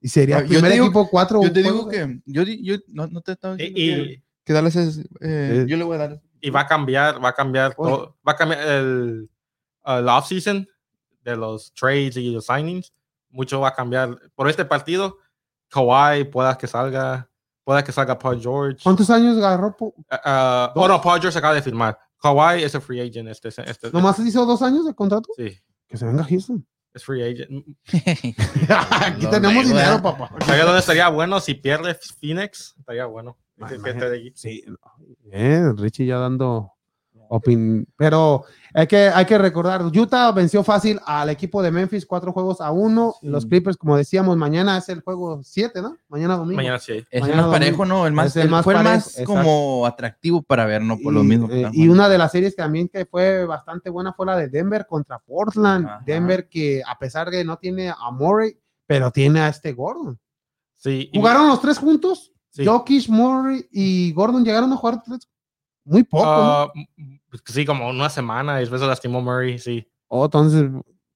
S1: Y sería
S3: Yo
S1: el
S3: te
S1: primer
S3: digo-
S1: equipo cuatro.
S3: Yo te digo
S1: juegos.
S3: que. Yo, di- yo no, no te estaba diciendo
S4: Y,
S3: que,
S4: y-
S3: que Dallas es. eh,
S1: Eh.
S3: Yo le voy a dar.
S4: y va a cambiar, va a cambiar
S1: Oye.
S4: todo. Va a cambiar el, el off-season de los trades y los signings. Mucho va a cambiar. Por este partido, Kawhi, pueda que salga, pueda que salga Paul George.
S1: ¿Cuántos años agarró? po-
S4: Ah, ah, oh, no, Paul George acaba de firmar. Kawhi es a free agent. Este, este,
S1: ¿Nomás hizo dos años de contrato?
S4: Sí,
S1: Que se venga Houston.
S4: es free agent.
S1: Aquí
S3: No,
S1: tenemos
S3: güey,
S1: dinero,
S3: güey.
S1: papá.
S4: ¿Sabes dónde estaría bueno? Si pierde Phoenix, estaría bueno. Que- que esté de allí.
S1: Sí, eh, Richie ya dando opinión. Pero hay que, hay que recordar, Utah venció fácil al equipo de Memphis, cuatro juegos a uno.
S3: Sí.
S1: Los Clippers, como decíamos, mañana es el juego siete, ¿no? Mañana domingo.
S4: Mañana sí.
S3: Es el
S1: Mañana
S3: más parejo, ¿no? El más,
S1: Es el
S3: el-
S1: más
S3: fue el
S1: parejo,
S3: más como atractivo para ver, ¿no? Por lo
S1: Y,
S3: mismo.
S1: eh, y una de las series también que fue bastante buena fue la de Denver contra Portland.
S3: Ajá.
S1: Denver que a pesar de no tiene a Murray, pero tiene a este Gordon.
S4: Sí, y-
S1: ¿Jugaron los tres juntos?
S4: sí.
S1: Jokic, Murray y Gordon llegaron a jugar tres- muy poco, ¿no?
S4: Ah, m- sí, como una semana. Y después se lastimó Murray, sí.
S1: Oh, entonces,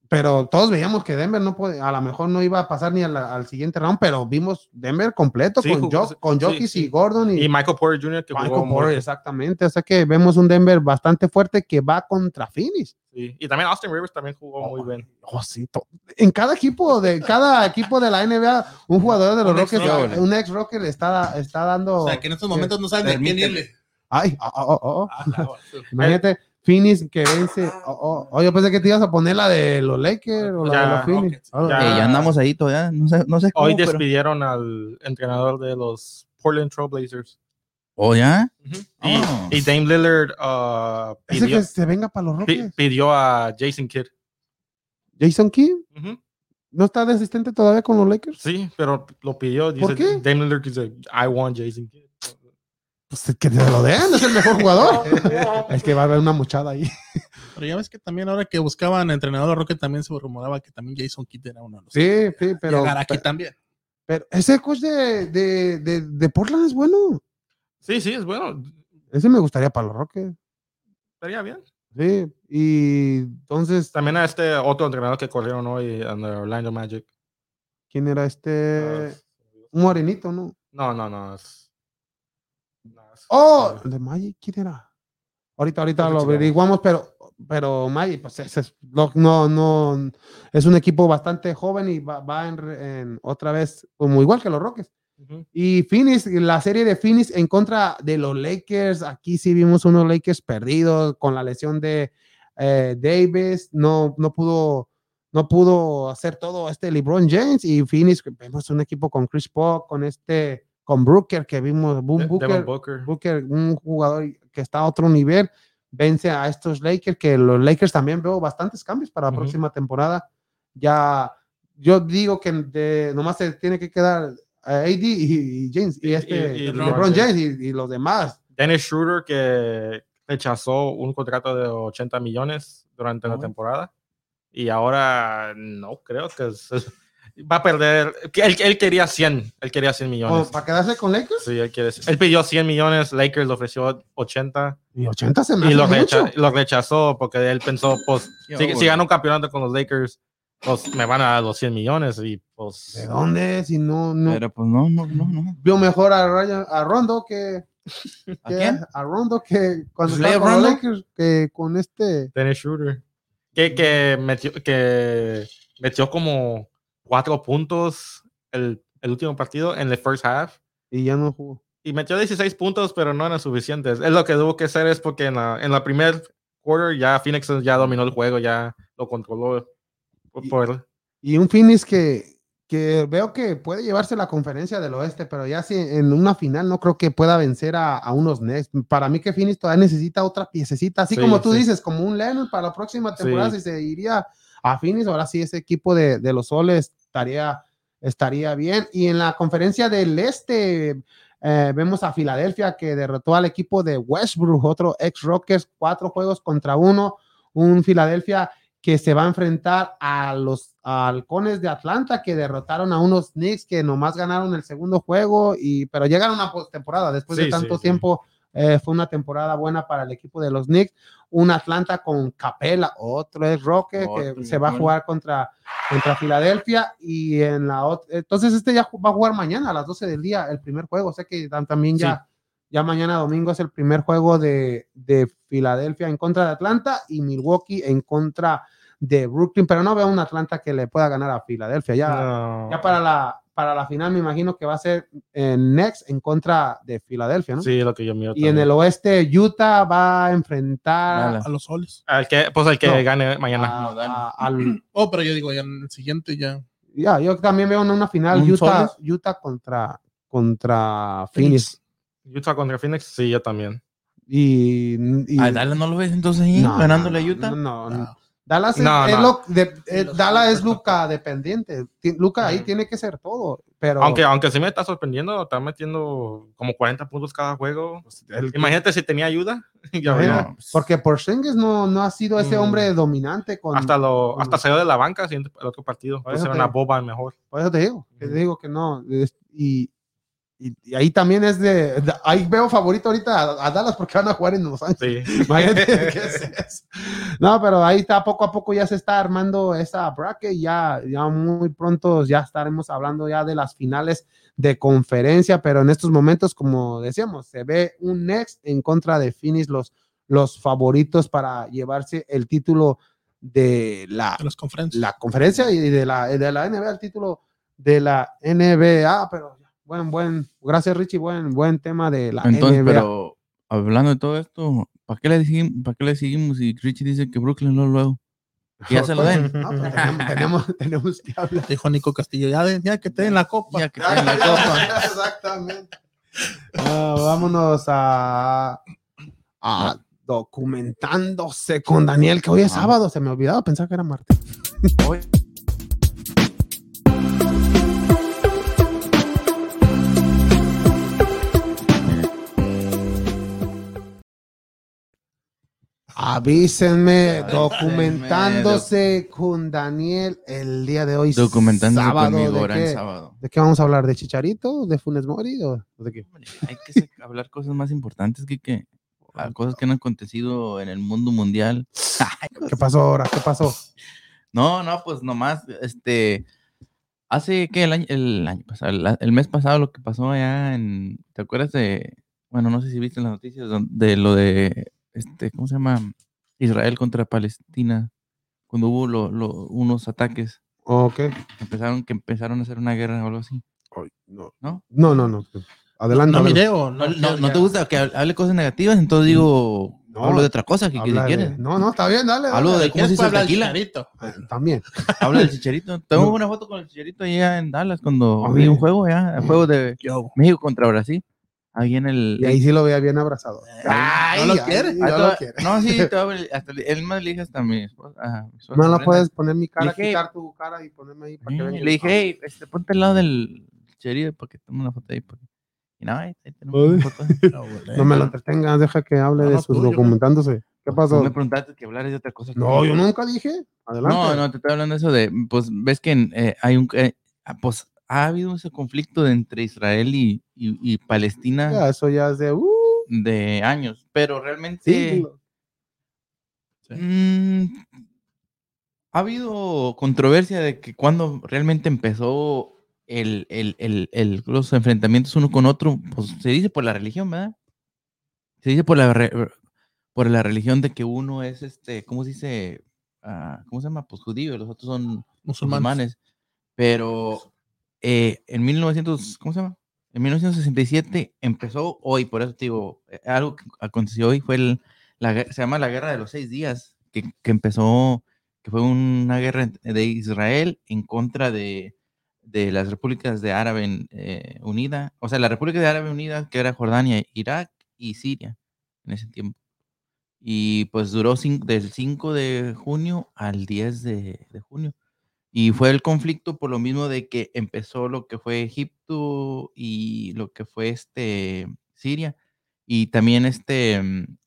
S1: pero todos veíamos que Denver no puede, a lo mejor no iba a pasar ni a la- al siguiente round, pero vimos Denver completo
S4: Sí,
S1: con,
S4: jugó-
S1: Jo- con
S4: sí,
S1: Jokic
S4: sí.
S1: y Gordon y,
S4: Y Michael Porter Jr. que
S1: Michael
S4: jugó
S1: Porter,
S4: mucho.
S1: exactamente. O sea que vemos un Denver bastante fuerte que va contra Phoenix.
S4: Sí. Y también Austin Rivers también jugó muy bien.
S1: Oh, sí, to- en cada equipo de cada equipo de la NBA, un jugador de los
S2: Un
S1: Rockets,
S3: ex-Rocker.
S1: un ex Rocker está, está dando.
S2: o sea, que en estos momentos no sabes de quién
S3: Permíteme.
S2: irle.
S1: Ay, oh, oh, oh, oh.
S2: Ah, claro.
S1: Imagínate, Phoenix que vence. Oh, oh, oh, yo pensé que te ibas a poner la de los Lakers o la
S4: Ya,
S1: de los Phoenix.
S2: Rockets,
S1: Oh,
S4: ya.
S3: Eh, ya andamos ahí todavía. No sé, no sé cómo,
S4: Hoy
S3: pero-
S4: despidieron al entrenador de los Portland Trailblazers.
S3: ¿Oh, ya?
S4: y,
S3: Oh.
S4: y Dame Lillard ah,
S1: Ese
S4: pidió,
S1: que se venga para los
S4: pi-
S1: Rockets.
S4: pidió a Jason Kidd.
S1: Jason King
S4: Ujú.
S1: no está de asistente todavía con los Lakers.
S4: Sí, pero lo pidió. Dice,
S1: ¿Por qué?
S4: Dame Lillard dice, I want Jason Kidd.
S1: Pues que te lo den, es el mejor jugador. es que va a haber una muchada ahí.
S2: Pero ya ves que también ahora que buscaban entrenador a Roque también se rumoraba que también Jason Kidd era uno de los.
S1: Sí, sí, pero.
S2: Llegar aquí
S1: pe-
S2: también.
S1: Pero ese coach de, de, de, de Portland es bueno.
S4: Sí, sí, es bueno.
S1: Ese me gustaría para los Rockets.
S4: Estaría bien.
S1: Sí. Y entonces,
S4: También a este otro entrenador que corrieron hoy en el Orlando Magic.
S1: ¿quién era este?
S4: Ah,
S1: Un morenito, ¿no?
S4: No, no, no. es- no, es-
S1: Oh, el de Magic, ¿quién era? Ahorita, ahorita
S4: Creo que
S1: lo
S4: sí, vamos.
S1: averiguamos, pero, pero Magic, pues ese es, no, no, no, es un equipo bastante joven y va, va en, re- en otra vez, como igual que los Rockets.
S4: Ujú.
S1: Y Phoenix, la serie de Phoenix en contra de los Lakers, aquí sí vimos unos Lakers perdidos con la lesión de eh, Davis, no, no pudo no pudo hacer todo este LeBron James y Phoenix, vemos un equipo con Chris Paul, con este, con Brooker que vimos, Boom
S4: De-
S1: Booker,
S4: Devin Booker.
S1: Booker, un jugador que está a otro nivel, vence a estos Lakers, que los Lakers también veo bastantes cambios para la
S4: Ujú.
S1: próxima temporada. Ya, yo digo que de- nomás se tiene que quedar eh, AD y, y James, y,
S4: Y-
S1: este,
S4: y- y
S1: LeBron,
S4: LeBron
S1: James y, y los demás.
S4: Dennis Schroeder que rechazó un contrato de 80 millones durante la
S3: Oh.
S4: temporada y ahora no creo que se- va a perder. que Él, él quería 100, él quería 100 millones.
S1: Como ¿Para quedarse con Lakers?
S4: Sí, él, quiere- él pidió 100 millones, Lakers le ofreció 80
S1: Y 80 se me
S4: y
S1: hace
S4: lo,
S1: mucho.
S4: recha- lo rechazó porque él pensó, pues,
S3: Qué
S4: si,
S3: obvio.
S4: si gano un campeonato con los Lakers, pues me van a dar los 100 millones y
S1: ¿De
S4: pues...
S1: dónde? Si no, no.
S3: Pero pues no, no, no, no.
S1: Vio mejor a, Ryan- a Rondo que,
S3: ¿A
S1: que-
S3: quién?
S1: a Rondo que cuando
S3: ¿Leo
S1: estaba con los
S3: Rondo?
S1: Lakers, que con este.
S4: Dennis Schroeder. Que, que, metió, que metió como cuatro puntos el, el último partido en el first half.
S1: Y ya no jugó.
S4: Y metió 16 puntos, pero no eran suficientes. Es lo que tuvo que hacer es porque en la, en la primer quarter ya Phoenix ya dominó el juego, ya lo controló. Por,
S1: Y-
S4: por-
S1: y un Phoenix que, que veo que puede llevarse la conferencia del oeste, pero ya si en una final no creo que pueda vencer a, a unos Nets. Para mí que Phoenix todavía necesita otra piececita, así
S4: Sí,
S1: como tú
S4: sí.
S1: dices, como un Lennon para la próxima temporada,
S4: Sí.
S1: si se iría a Phoenix, ahora sí ese equipo de, de los soles estaría, estaría bien. Y en la conferencia del este... eh, vemos a Filadelfia que derrotó al equipo de Westbrook, otro ex Rockers, cuatro juegos contra uno. Un Filadelfia que se va a enfrentar a los halcones de Atlanta que derrotaron a unos Knicks que nomás ganaron el segundo juego y pero llegaron a postemporada después de
S4: Sí,
S1: tanto
S4: sí, sí.
S1: tiempo eh, fue una temporada buena para el equipo de los Knicks un Atlanta con Capela otro es Roque que
S3: Otro,
S1: se va a
S3: bueno.
S1: jugar contra contra Filadelfia y en la ot- entonces este ya ju- va a jugar mañana a las 12 del día el primer juego o sea que tam- también ya ya mañana domingo es el primer juego de, de Filadelfia en contra de Atlanta y Milwaukee en contra de Brooklyn, pero no veo a un Atlanta que le pueda ganar a Filadelfia. Ya,
S4: No.
S1: ya para, la, para la final me imagino que va a ser eh, Next en contra de Filadelfia, ¿no?
S4: Sí, lo que yo miro.
S1: y en
S4: también.
S1: el oeste Utah va a enfrentar
S3: Dallas.
S2: A los soles.
S4: Al que, pues al que
S1: No. Ah.
S4: gane
S1: a-
S4: mañana.
S3: no, Dallas.
S1: a- al...
S2: Oh, pero yo digo, ya en el siguiente ya.
S1: Ya, yo también veo en una final
S3: ¿Un
S1: Utah, Utah contra, contra Phoenix.
S4: Utah contra Phoenix, sí, yo también.
S1: Y, y-
S3: ¿A Dallas Ah, no lo ves entonces ahí?
S1: No,
S3: ganándole
S1: no,
S3: a Utah.
S1: no, no,
S2: Ah.
S1: Dallas es,
S4: Ah, No,
S1: es
S4: no.
S1: lo- de- eh,
S2: los
S1: Dallas es
S2: Clippers.
S1: Luca dependiente. Ti- Luca ahí
S4: Ujú.
S1: tiene que ser todo. Pero
S4: Aunque, aunque sí me está sorprendiendo, está metiendo como 40 puntos cada juego.
S1: Pues, el-
S4: Imagínate si tenía ayuda. Ya
S1: Ajá.
S4: veo.
S1: No,
S3: pues,
S1: porque Porzingis no, no ha sido ese
S4: Mm.
S1: hombre dominante con
S4: hasta lo
S1: con-
S4: hasta salió de la banca siguiente- el otro partido
S1: Por
S4: Pues
S1: eso
S4: era
S1: te-
S4: una boba mejor
S1: Por eso te digo, te
S4: Ujú.
S1: digo que no. es- y, y- y ahí también es de, de- Ahí veo favorito ahorita a, a Dallas porque van a jugar en Los Ángeles.
S4: sí
S1: Imagínate qué es eso. No, pero ahí está, poco a poco ya se está armando esa bracket. Ya, ya muy pronto ya estaremos hablando ya de las finales de conferencia, pero en estos momentos, como decíamos, se ve un next en contra de Phoenix, los, los favoritos para llevarse el título de la
S2: A las conferencias.
S1: la conferencia y de la, de la NBA, el título de la NBA, pero buen, buen, gracias Richie, buen, buen tema de la
S3: Entonces,
S1: NBA.
S3: pero hablando de todo esto, ¿para qué le seguimos? ¿Para qué le seguimos? Y Richie dice que Brooklyn luego, luego. Que ya se lo den.
S1: No, pero tenemos, tenemos, tenemos que hablar.
S2: Dijo Nico Castillo, ya, de- ya que te den la copa.
S3: Ya que tienen la copa.
S1: Exactamente. Ah, vámonos a, a documentándose con Daniel, que hoy es
S3: Ah.
S1: sábado, se me olvidaba pensar que era martes.
S3: Hoy-
S1: Avísenme,
S3: Avísenme,
S1: documentándose con Daniel el día de hoy.
S3: Documentándose
S1: sábado,
S3: conmigo
S1: ¿de
S3: ahora
S1: qué?
S3: en sábado.
S1: ¿De qué vamos a hablar? ¿De Chicharito? ¿De Funes Mori? ¿O de qué?
S3: Hombre, Hay que se- hablar cosas más importantes, Quique. Ah, Cosas que han acontecido en el mundo mundial.
S1: ¿Qué pasó ahora? ¿Qué pasó?
S3: No, no, pues nomás, este, hace que el año, el año pasado, la- el mes pasado lo que pasó allá en, ¿te acuerdas de, bueno, no sé si viste las noticias don- de lo de, este, ¿cómo se llama? Israel contra Palestina, cuando hubo lo- lo- unos ataques,
S1: Ok.
S3: que empezaron, que empezaron a hacer una guerra o algo así.
S1: Ay, no.
S3: ¿No?
S1: no, no, no. Adelante.
S2: No
S1: adelante.
S2: miré o
S3: No,
S2: no.
S3: no,
S2: ya-
S3: no te
S2: ya.
S3: gusta que hable, hable cosas negativas, entonces digo,
S1: No,
S3: hablo de otra cosa, que, Ah, que si
S1: Habla de-
S3: quieres.
S1: No, no, está bien, dale. dale.
S3: Hablo de cómo
S2: ¿Quieres
S3: se hizo el
S2: hablar del
S3: tequila,
S2: Chicharito?
S1: También.
S3: habla del chicharito. Tengo
S1: No.
S3: una foto con el chicharito allá en Dallas cuando
S1: A
S3: vi un
S1: ver.
S3: juego allá, el juego de...
S2: Yo.
S3: México contra Brasil. Ahí en el.
S1: Y ahí sí lo veía bien abrazado.
S3: Eh, Ay,
S1: no lo
S3: ay,
S1: quiere.
S3: ah,
S1: No
S3: toda-
S1: lo quiere.
S3: No, sí, toda- hasta, él más le dije hasta a mi esposa. a mi esposa
S1: No la
S3: Brenda.
S1: puedes poner mi cara,
S3: Dije-
S1: quitar tu cara y ponerme ahí para
S3: Sí,
S1: que venga.
S3: le dije, hey, este, ponte al lado del cherido para que tome una foto ahí. porque-". Y no, ahí, ahí tenemos una foto. eh,
S1: No me lo entretengas, deja que hable
S2: No,
S1: de
S2: no,
S1: sus
S2: tú, yo-
S1: documentándose. ¿Qué
S3: Tú
S1: pasó?
S3: me preguntaste que hablares de otra cosa. que-
S1: No, yo nunca dije. Adelante.
S3: No, no, te estoy hablando de eso de. Pues ves que en, eh, hay un. eh, ah, pues ha habido ese conflicto de entre Israel y, y- y Palestina
S1: Ya, eso ya es de. uh,
S3: de años. Pero realmente.
S1: sí.
S3: Mm, ha habido controversia de que cuando realmente empezó el, el- el- el- los enfrentamientos uno con otro, pues se dice por la religión, ¿verdad? Se dice por la, re- por la religión de que uno es, este, ¿cómo se dice? Ah, ¿Cómo se llama? Pues judío, y los otros son
S2: Musulmanes.
S3: musulmanes. Pero eh, en 1900, ¿cómo se llama? En 1967 empezó hoy, por eso te digo, eh, algo que aconteció hoy fue el, la, gue- se llama la Guerra de los Seis Días, que, que empezó, que fue una guerra ent- de Israel en contra de, de las repúblicas de Árabe en- eh, Unida, o sea, la República de Árabe Unida, que era Jordania, Irak y Siria en ese tiempo. Y pues duró cin- del 5 de junio al 10 de- de junio. Y fue el conflicto por lo mismo de que empezó lo que fue Egipto y lo que fue este Siria. Y también este, mm,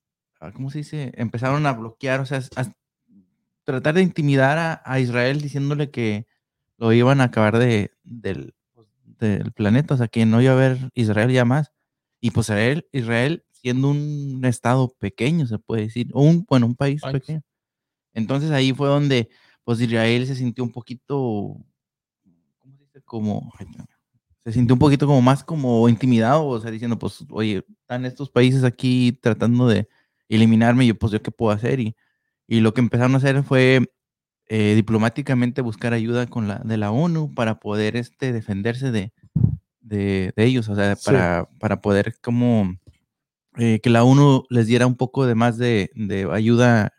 S3: ah, ¿cómo se dice? Empezaron a bloquear, o sea, as- as- tratar de intimidar a, a Israel diciéndole que lo iban a acabar de, del, pues, del planeta, o sea, que no iba a haber Israel ya más. Y pues Israel, Israel siendo un estado pequeño, se puede decir, o un, bueno, un país
S2: País.
S3: pequeño. Entonces ahí fue donde pues Israel se sintió un poquito, ¿cómo se dice? Como, ay, no, se sintió un poquito como más como intimidado, o sea, diciendo, pues, oye, están estos países aquí tratando de eliminarme, yo, pues, ¿yo qué puedo hacer? Y, y lo que empezaron a hacer fue eh, diplomáticamente buscar ayuda con la, de la ONU para poder este, defenderse de, de, de ellos, o sea,
S1: Sí.
S3: para, para poder como eh, que la ONU les diera un poco de más de, de ayuda,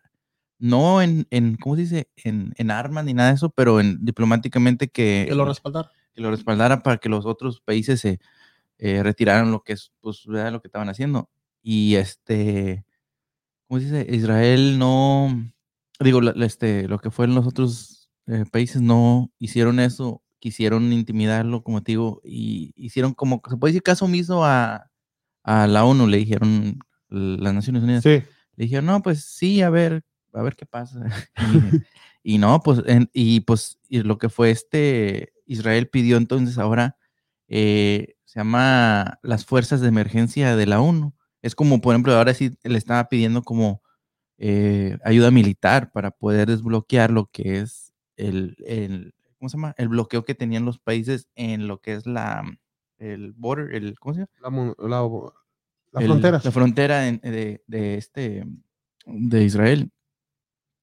S3: no en, en, ¿cómo se dice? En, en armas ni nada de eso, pero en diplomáticamente que,
S2: Que lo respaldar.
S3: que lo respaldara para que los otros países se eh, retiraran lo que es, pues, ¿verdad? lo que estaban haciendo. Y este, ¿cómo se dice? Israel no, digo, la- la- este, lo que fue en los otros eh, países no hicieron eso, quisieron intimidarlo, como te digo, y hicieron como, se puede decir caso omiso a, a la ONU, le dijeron las Naciones Unidas.
S1: Sí.
S3: Le dije, no, pues sí, a ver, a ver qué pasa. y, y no, pues, en- y pues y lo que fue este, Israel pidió entonces ahora, eh, se llama las fuerzas de emergencia de la ONU. Es como, por ejemplo, ahora sí le estaba pidiendo como eh, ayuda militar para poder desbloquear lo que es el, el, ¿cómo se llama? El bloqueo que tenían los países en lo que es la, el border, el, ¿cómo se llama?
S1: La, mon- la, la
S3: el-
S1: frontera.
S3: La frontera en- de, de este de Israel.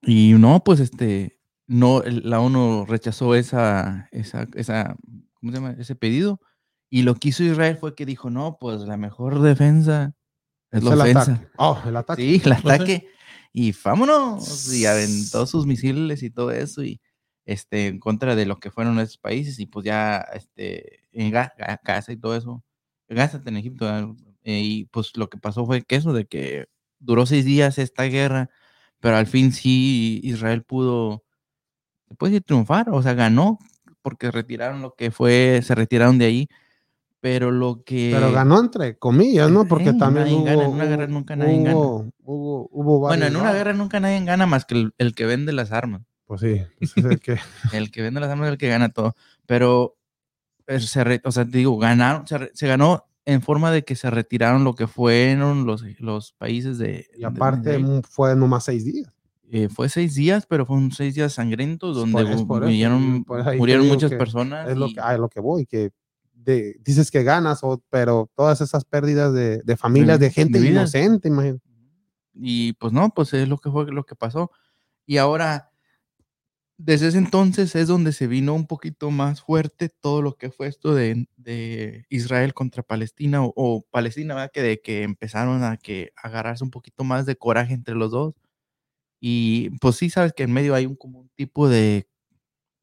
S3: Y no, pues este no el- la ONU rechazó esa esa esa ¿cómo se llama? ese pedido y lo que hizo Israel fue que dijo, "No, pues la mejor defensa es la
S1: el
S3: ofensa."
S1: ataque. Oh, el ataque.
S3: Sí, el
S2: sé.
S3: ataque y vámonos y aventó sus misiles y todo eso y este en contra de lo que fueron esos países y pues ya este en Ga- Ga- Gaza y todo eso Gaza en Egipto. ¿verdad? Eh, y pues lo que pasó fue que eso, de que duró seis días esta guerra, pero al fin sí Israel pudo, se puede decir, triunfar, o sea, ganó, porque retiraron lo que fue, se retiraron de ahí, Pero lo que.
S1: Pero ganó entre comillas, ¿no? Porque
S3: Eh,
S1: también
S3: nadie
S1: hubo,
S3: gana, en una guerra nunca nadie gana.
S1: hubo, hubo, hubo
S3: Bueno,
S1: varios,
S3: en una
S1: ¿no?
S3: guerra nunca nadie gana más que el, el que vende las armas.
S1: Pues sí, pues es el que-
S3: El que vende las armas es el que gana todo. Pero, eh, se re- o sea, te digo, ganaron, se, re- se ganó en forma de que se retiraron lo que fueron los, los países de.
S1: y
S3: de-
S1: aparte
S3: de-
S1: mm, fue nomás seis días.
S3: eh, fue seis días, pero fueron seis días
S1: Es
S3: sangrientos donde
S1: por- es por eso,
S3: murieron,
S1: por ahí te
S3: murieron
S1: digo
S3: muchas
S1: que
S3: personas.
S1: Es lo
S3: y-
S1: que, ah, es lo que voy, que de- dices que ganas, o- pero todas esas pérdidas de, de familias,
S3: De-
S1: de gente
S3: de vidas.
S1: inocente, imagínate.
S3: Y pues no, pues es lo que fue lo que pasó. Y ahora, desde ese entonces es donde se vino un poquito más fuerte todo lo que fue esto de, de Israel contra Palestina o, o Palestina, ¿verdad? Que de que empezaron a que agarrarse un poquito más de coraje entre los dos. Y pues sí, sabes que en medio hay un, como un tipo de,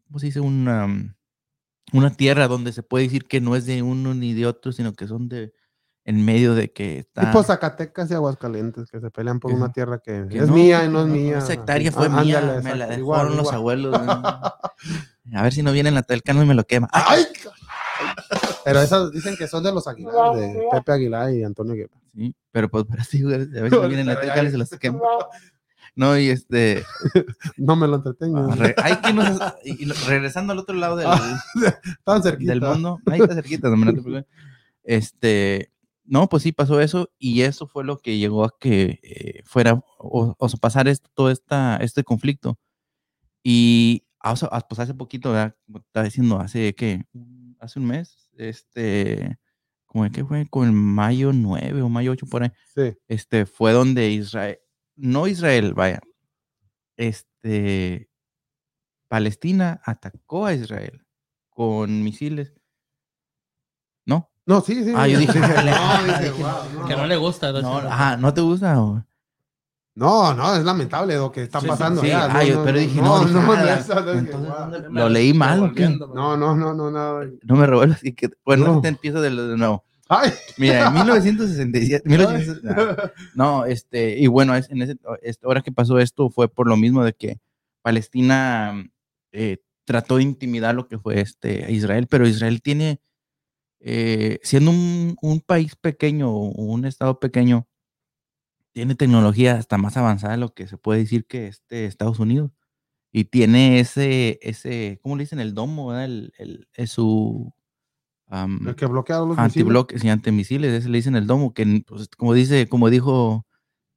S3: ¿cómo se dice? Una, mm, una tierra donde se puede decir que no es de uno ni de otro, sino que son de, en medio de que está...
S1: Tipo Zacatecas y Aguascalientes, que se pelean por
S3: Ah. Que-
S1: una tierra que,
S3: que
S1: es
S3: no,
S1: mía
S3: que
S1: y no es
S3: no,
S1: mía.
S3: Esa hectárea
S1: Ah,
S3: fue mía,
S1: ándale,
S3: me la
S1: exacto,
S3: dejaron
S1: igual,
S3: los
S1: igual.
S3: abuelos. ¿no? Ah. A ver si no viene la telcano y me lo quema. ¡Ay!
S1: ¡Ay! Pero esas dicen que son de los Aguilar, de Pepe Aguilar y Antonio Aguilar.
S3: Sí, pero pues pero sí, güey, a ver si no viene la
S1: Ay,
S3: telcano y se los quema. No, y este.
S1: No me lo entretengo.
S3: re- ay, que nos- y- y lo- regresando al otro lado del,
S1: Tan cerquita.
S3: del mundo. Ahí está cerquita, no me la te preocupes. Este. No, pues sí pasó eso y eso fue lo que llegó a que eh, fuera o, o sea, pasar esto, todo esta, este conflicto. Y ah, o sea, ah, pues hace poquito, ¿verdad? como te estaba diciendo, hace que hace un mes, este, como que fue con el mayo 9 o mayo 8 por ahí,
S1: Sí.
S3: este, fue donde Israel, no Israel, vaya, este, Palestina atacó a Israel con misiles. No,
S1: No, sí, sí.
S3: Ah, yo dije, "Jale".
S1: no, dije,
S3: Dije,
S1: "Guau, no".
S2: Que no le gusta.
S3: no,
S2: de hecho.
S3: ah, ¿no te gusta? o?
S1: No, no, es lamentable lo que está
S3: Sí, sí,
S1: pasando.
S3: sí.
S1: allá.
S3: Ah, yo- pero dije, no, dije,
S1: no,
S3: ah,
S1: no,
S3: la-
S1: eso no, dije,
S3: entonces,
S1: "Guau".
S3: ¿dónde me lo leí mal, ¿o qué?
S1: no, no, no, no, nada.
S3: No me revuelvas. y que- Bueno,
S1: No.
S3: este empiezo de, lo- de nuevo.
S1: Ay,
S3: Mira, en 1967. 1900 nah. no, este, y bueno, es- en ese, es- ahora que pasó esto fue por lo mismo de que Palestina eh, trató de intimidar lo que fue este Israel, pero Israel tiene, eh, siendo un, un país pequeño o un estado pequeño, tiene tecnología hasta más avanzada de lo que se puede decir que este Estados Unidos. Y tiene ese, ese, ¿cómo le dicen? El domo, ¿verdad? El, el, es su... am,
S1: el que bloquearon los misiles.
S3: antibloques y antimisiles, ese le dicen el domo, que pues, como dice, como dijo,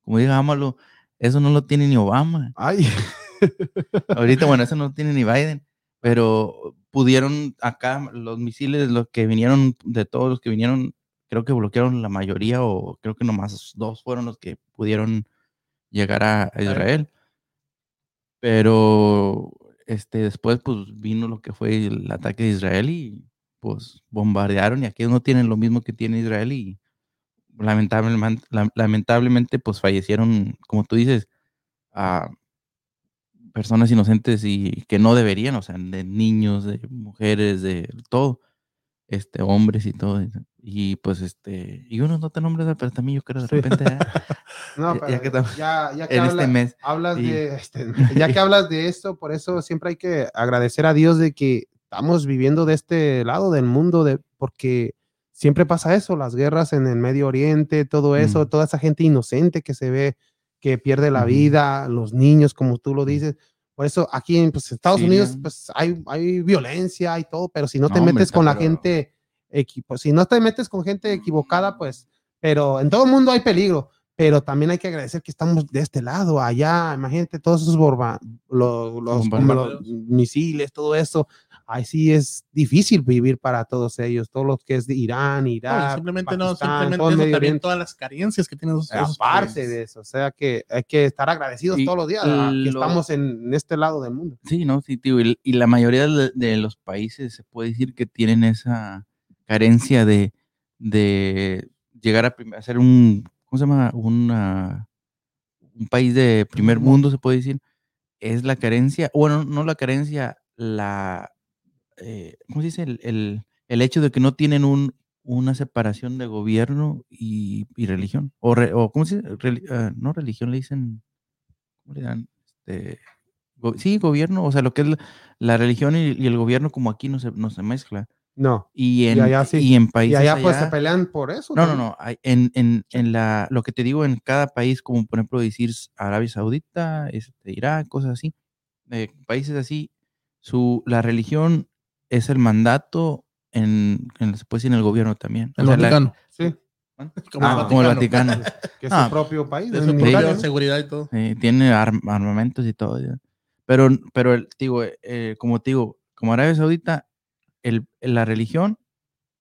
S3: como dijo Amalo, eso no lo tiene ni Obama.
S1: Ay,
S3: Ahorita, bueno, eso no lo tiene ni Biden, pero pudieron acá los misiles, los que vinieron, de todos los que vinieron, creo que bloquearon la mayoría o creo que nomás dos fueron los que pudieron llegar a a Israel. Pero este, después pues vino lo que fue el ataque de Israel y pues bombardearon y aquí no tienen lo mismo que tiene Israel y lamentablemente, lamentablemente pues fallecieron, como tú dices, a personas inocentes y que no deberían, o sea, de niños, de mujeres, de todo, este, hombres y todo. Y pues este, y uno no te nombres, pero también yo creo de
S1: Sí.
S3: repente ah,
S1: no,
S3: Ya-
S1: pero
S3: ya que estamos-
S1: ya, ya que
S3: en
S1: habla-
S3: este mes.
S1: hablas
S3: Sí.
S1: de este, ya que hablas de esto, por eso siempre hay que agradecer a Dios de que estamos viviendo de este lado del mundo, de, porque siempre pasa eso, las guerras en el Medio Oriente, todo eso,
S3: Mm.
S1: toda esa gente inocente que se ve que pierde la
S3: Ujú.
S1: vida, los niños, como tú lo dices. Por eso aquí en pues, Estados
S3: Siria.
S1: Unidos pues, hay, hay violencia y todo, pero si no te
S3: No, hombre,
S1: metes
S3: está
S1: con la
S3: pero-
S1: gente, equi- pues, si no te metes con gente equivocada, pues pero en todo el mundo hay peligro, pero también hay que agradecer que estamos de este lado, allá, imagínate todos esos borba- lo- los, como los
S3: Bombardeos.
S1: misiles, todo eso, ahí sí es difícil vivir para todos ellos, todos los que es de Irán,
S2: No, y
S1: Irak,
S2: simplemente no,
S1: Pakistán,
S2: simplemente
S1: todo el
S2: eso,
S1: Medio
S2: también
S1: Oriente.
S2: todas las carencias que tienen esos, esos
S1: aparte
S2: países.
S1: de eso, o sea que hay que estar agradecidos
S3: Y
S1: todos los días, ¿verdad? que
S3: lo-
S1: estamos en, en este lado del mundo.
S3: Sí, no, sí, tío. Y, y la mayoría de, de los países se puede decir que tienen esa carencia de, de llegar a prim- a ser un, ¿cómo se llama? Una- un país de primer mundo, se puede decir. Es la carencia, bueno, no la carencia, la, eh, ¿cómo se dice? El, el- el hecho de que no tienen un, una separación de gobierno y, y religión. O, re- o, ¿cómo se dice? Reli- ah, no religión, le dicen, ¿cómo le dan? Este, go- sí, gobierno, o sea, lo que es la, la religión y, y el gobierno como aquí no se, no se mezcla.
S1: No.
S3: Y en,
S1: Y allá sí.
S3: y en países
S1: Y allá, pues
S3: allá-
S1: se pelean por eso.
S3: No, no, no. hay- En, en, en la, lo que te digo, en cada país, como por ejemplo decir Arabia Saudita, este, Irak, cosas así, eh, países así, su, la religión es el mandato en, en, se puede decir, en el gobierno también. O
S2: El
S3: sea, la-
S2: Vaticano.
S1: Sí.
S2: Como
S3: Ah,
S2: el
S3: como el
S2: Vaticano.
S3: Vaticano.
S1: Que es
S3: Ah,
S1: su propio país.
S2: De
S1: es
S2: su
S1: mi
S2: propia
S1: país.
S2: seguridad y todo.
S3: Sí, tiene arm- armamentos y todo. ya. Pero, pero el, te digo, eh, como te digo, como Arabia Saudita, el, la religión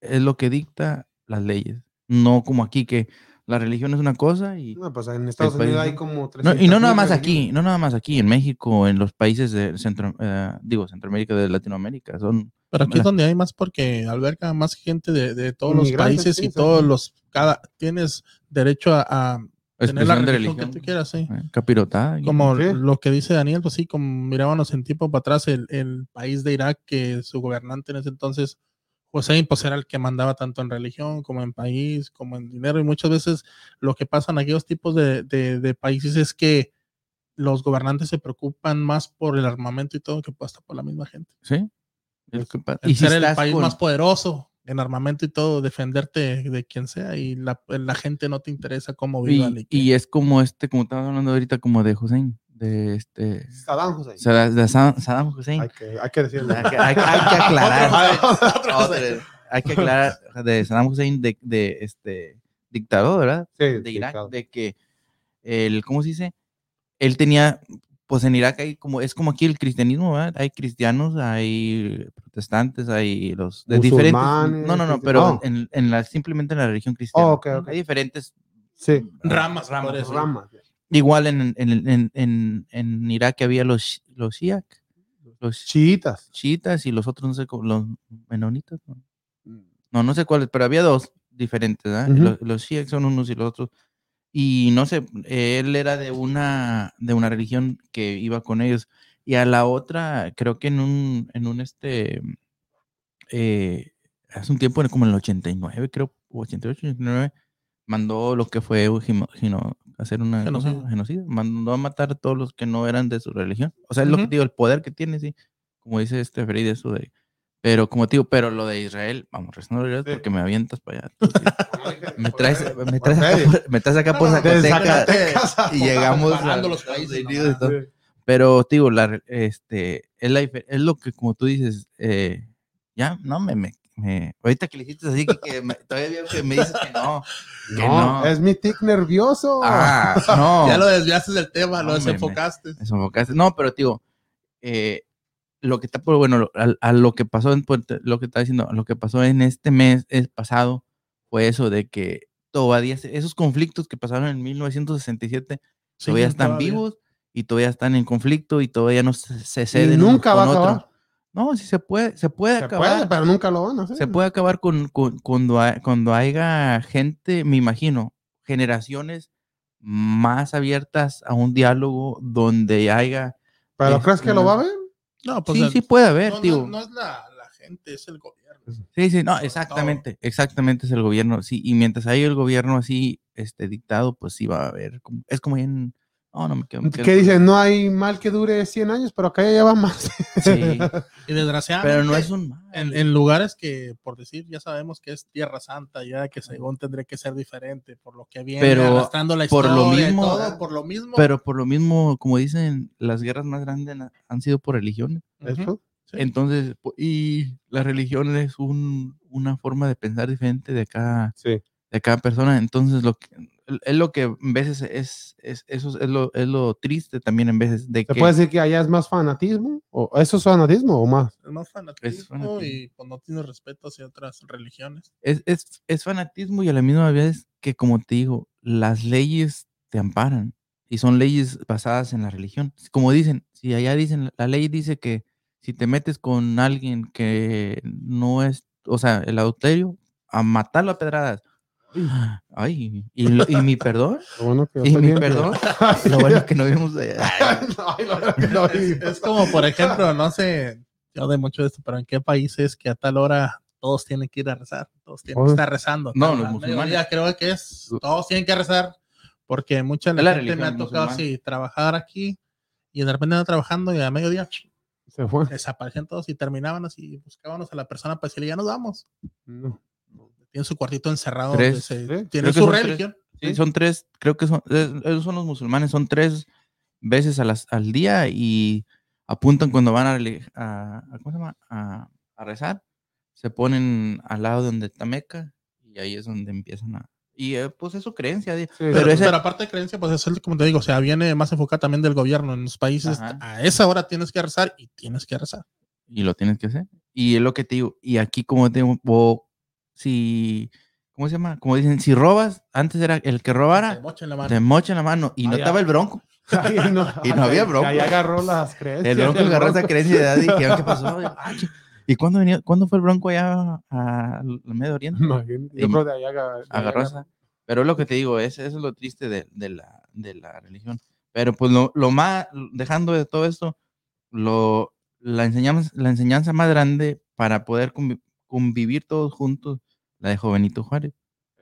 S3: es lo que dicta las leyes. No como aquí, que la religión es una cosa y.
S1: No, pues en Estados
S3: El país,
S1: Unidos
S3: ¿no?
S1: hay como
S3: No,
S1: 300
S3: y no nada
S1: mil
S3: más
S1: religiones.
S3: aquí, no nada más aquí, en México, en los países de Centro, eh, digo, Centroamérica, de Latinoamérica, son,
S2: Pero aquí
S3: Mira.
S2: es donde hay más porque alberga más gente de, de todos los
S1: Inmigrantes,
S2: países
S1: sí,
S2: y
S1: sí.
S2: todos los cada tienes derecho a, a tener la
S3: expresión de
S2: religión,
S3: religión,
S2: que tú quieras, sí.
S3: eh, capirotada. y-
S2: Como
S1: Sí.
S2: lo que dice Daniel, pues sí, como mirábamos en tiempo para atrás el, el país de Irak, que su gobernante en ese entonces, Hussein, pues era el que mandaba tanto en religión como en país, como en dinero. Y muchas veces lo que pasa en aquellos tipos de, de- de países es que los gobernantes se preocupan más por el armamento y todo que pues, hasta por la misma gente.
S3: Sí. es lo que pasa.
S2: pues, El
S3: si
S2: ser el
S3: estás
S2: país
S3: con-
S2: más poderoso en armamento y todo, defenderte de quien sea y la, la gente no te interesa cómo vivan.
S3: Y,
S2: qué-
S3: y es como este, como estábamos hablando ahorita, como de Hussein, de este.
S1: Saddam Hussein.
S3: Sa- de Sa- Saddam Hussein.
S1: Hay que, hay que decirlo.
S3: Hay que, hay que- hay que aclarar. Hay que aclarar de Saddam Hussein, de, de este dictador, ¿verdad?
S1: Sí,
S3: De Irak,
S1: claro.
S3: de que el, ¿cómo se dice? Él tenía, pues en Irak hay como, es como aquí el cristianismo, ¿verdad? Hay cristianos, hay protestantes, hay los de diferentes.
S1: Musulmanes,
S3: No, no, no,
S1: cristi-
S3: pero
S1: Oh.
S3: en, en la, simplemente en la religión cristiana.
S1: Oh, ok,
S3: ¿no?
S1: ok.
S3: Hay diferentes
S1: Sí,
S2: ramas, ramas. por eso.
S1: ramas.
S3: Igual en, en, en, en, en Irak había los, shi- los shiak, los
S1: Chiitas.
S3: chiitas y los otros, no sé, cómo- los menonitas. No, no, no sé cuáles, pero había dos diferentes. ¿verdad?
S1: Ujú.
S3: Los, los shiak son unos y los otros. Y no sé, él era de una, de una religión que iba con ellos. Y a la otra, creo que en un, en un este, eh, hace un tiempo, como en el 89, creo, o 88, 89, mandó lo que fue gimo- gino- hacer una ¿cómo se llama? genocida. Mandó a matar a todos los que no eran de su religión. O sea, es lo que
S2: Ujú.
S3: te digo, el poder que tiene, sí. Como dice este Freddy, eso de. Pero como te digo, pero lo de Israel, vamos, rezando a Dios
S1: Sí.
S3: porque me avientas para allá. tú, sí. Me traes, me traes acá,
S1: Freddy.
S3: por- me traes pues, acá por
S1: No, no, desde
S3: Zacatecas
S1: Zacatecas
S3: y llegamos a
S2: Comparando los países,
S3: Estados
S2: no
S3: Unidos y todo. Pero, te digo, la, re- este, es, la, dife- es lo que, como tú dices, eh, ya, no, me, me, me- Ahorita que le dijiste así, que, que me- todavía veo que me dices que no. Que
S1: No,
S3: no.
S1: es mi tic nervioso.
S3: Ah, no.
S2: Ya lo desviaste del tema,
S3: No,
S2: lo
S3: me- me-
S2: desenfocaste.
S3: desenfocaste. No, pero tío, eh, lo que está por bueno, lo- a, a lo que pasó en Puerto- lo que está diciendo, lo que pasó en este mes el pasado fue eso de que todavía se- esos conflictos que pasaron en 1967 todavía están
S2: todavía.
S3: vivos y todavavía están en conflicto y todavía no se, se
S1: y
S3: ceden. unos
S1: nunca va a
S3: con otros.
S1: acabar.
S3: No, sí se puede, se puede
S1: Se
S3: acabar.
S1: puede, pues, pero nunca lo van a hacer.
S3: Se puede acabar con, con- cuando, ha- cuando haya gente, me imagino, generaciones más abiertas a un diálogo donde haya
S1: Pero ¿crees que lo va a ver?
S2: No, pues,
S3: sí,
S2: el-
S3: sí puede haber,
S2: no,
S3: tío.
S2: no- no es la, la gente, es el gobierno.
S3: sí, sí, no,
S2: sobre
S3: exactamente, exactamente es el gobierno, sí. Y mientras hay el gobierno así, este, dictado, pues sí va a haber, como- es como en, no, no me quedo. me quedo
S1: Que
S3: con-
S1: dicen, no hay mal que dure 100 años, pero acá ya lleva más.
S3: Sí,
S2: Y desgraciadamente,
S3: pero no es un mal.
S2: en, en lugares que, por decir, ya sabemos que es Tierra Santa, ya que según tendría que ser diferente por lo que viene
S3: Pero
S2: arrastrando la
S3: por
S2: historia,
S3: lo
S2: y
S3: mismo-
S2: todo, por lo mismo.
S3: Pero por lo mismo, como dicen, las guerras más grandes na- han sido por religiones.
S2: Ujú. Sí.
S3: Entonces, po- y la religión es un, una forma de pensar diferente de cada,
S1: Sí.
S3: de cada persona. Entonces, lo que, es lo que en veces es, es, eso es lo, es lo triste también en veces de
S1: ¿Se
S3: que...
S1: puede decir que allá es más fanatismo? ¿O ¿Eso es fanatismo o más?
S2: Es más fanatismo,
S3: fanatismo.
S2: y pues no tiene respeto hacia otras religiones.
S3: es, es, es fanatismo y a la misma vez que, como te digo, las leyes te amparan y son leyes basadas en la religión. Como dicen, si allá dicen, la ley dice que si te metes con alguien que no es, o sea, el adulterio, a matarlo a pedradas. Ay, y, lo- y mi perdón,
S1: Lo bueno que yo
S3: y
S1: estoy
S3: mi
S1: bien,
S3: perdón, lo bueno es que no vimos allá.
S1: que- Ay, lo bueno que no vi.
S2: Es, es como, por ejemplo, no sé, yo de mucho de esto, pero en qué países que a tal hora todos tienen que ir a rezar, todos tienen que
S1: Oye.
S2: estar rezando.
S3: Pues, No,
S2: Tal-
S3: los
S2: al
S3: musulmanes.
S2: mediodía Creo que es, todos tienen que rezar, porque mucha de
S3: Es la
S2: la gente me
S3: religión
S2: ha tocado
S3: musulmana.
S2: así, trabajar aquí y de repente ando trabajando y a mediodía ch,
S1: Se fue.
S2: Desaparecían todos y terminaban así, buscábamos a la persona para decirle, ya nos vamos.
S1: No.
S2: Tienen su cuartito encerrado.
S3: Tres.
S2: donde se-
S1: Sí.
S3: Creo
S2: Tienen
S3: que
S2: su
S3: son tres.
S2: religión.
S3: Sí, son tres, creo que son, es- esos son los musulmanes, son tres veces a las, al día y apuntan cuando van a, reli- a, a- ¿cómo se llama? A, a rezar, se ponen al lado donde está Meca y ahí es donde empiezan a... Y eh, pues es su creencia, di-
S1: Sí,
S2: Pero,
S3: Pero ese-
S2: pero aparte de creencia, pues es el- como te digo, o sea, viene más enfocada también del gobierno. En los países,
S3: Ajá.
S2: a esa hora tienes que rezar y tienes que rezar.
S3: y lo tienes que hacer. Y es lo que te digo, y aquí como te digo, o si, ¿cómo se llama? Como dicen, si robas, antes era el que
S2: Te
S3: robara,
S2: mochan la mano.
S3: te mocha la mano y no
S1: Ah, ya.
S3: estaba el bronco.
S1: Ahí no,
S3: Y no había bronca.
S1: Ahí agarró las creencias.
S3: El Bronco
S1: del
S3: agarró esa
S1: bronco.
S3: creencia de edad y dijeron, ¿qué pasó? Ah, chi- ¿Y cuándo, venía, cuándo fue el Bronco allá a- al Medio Oriente?
S1: Imagínate, Yo
S3: Y
S1: creo de ahí aga- de ahí
S3: Agarró
S1: agarró.
S3: esa. Pero es lo que te digo, es, eso es lo triste de, de la, de la religión. Pero pues lo, lo más, dejando de todo esto, lo, la, enseñanza, la enseñanza más grande para poder convi- convivir todos juntos, la dejó Benito Juárez,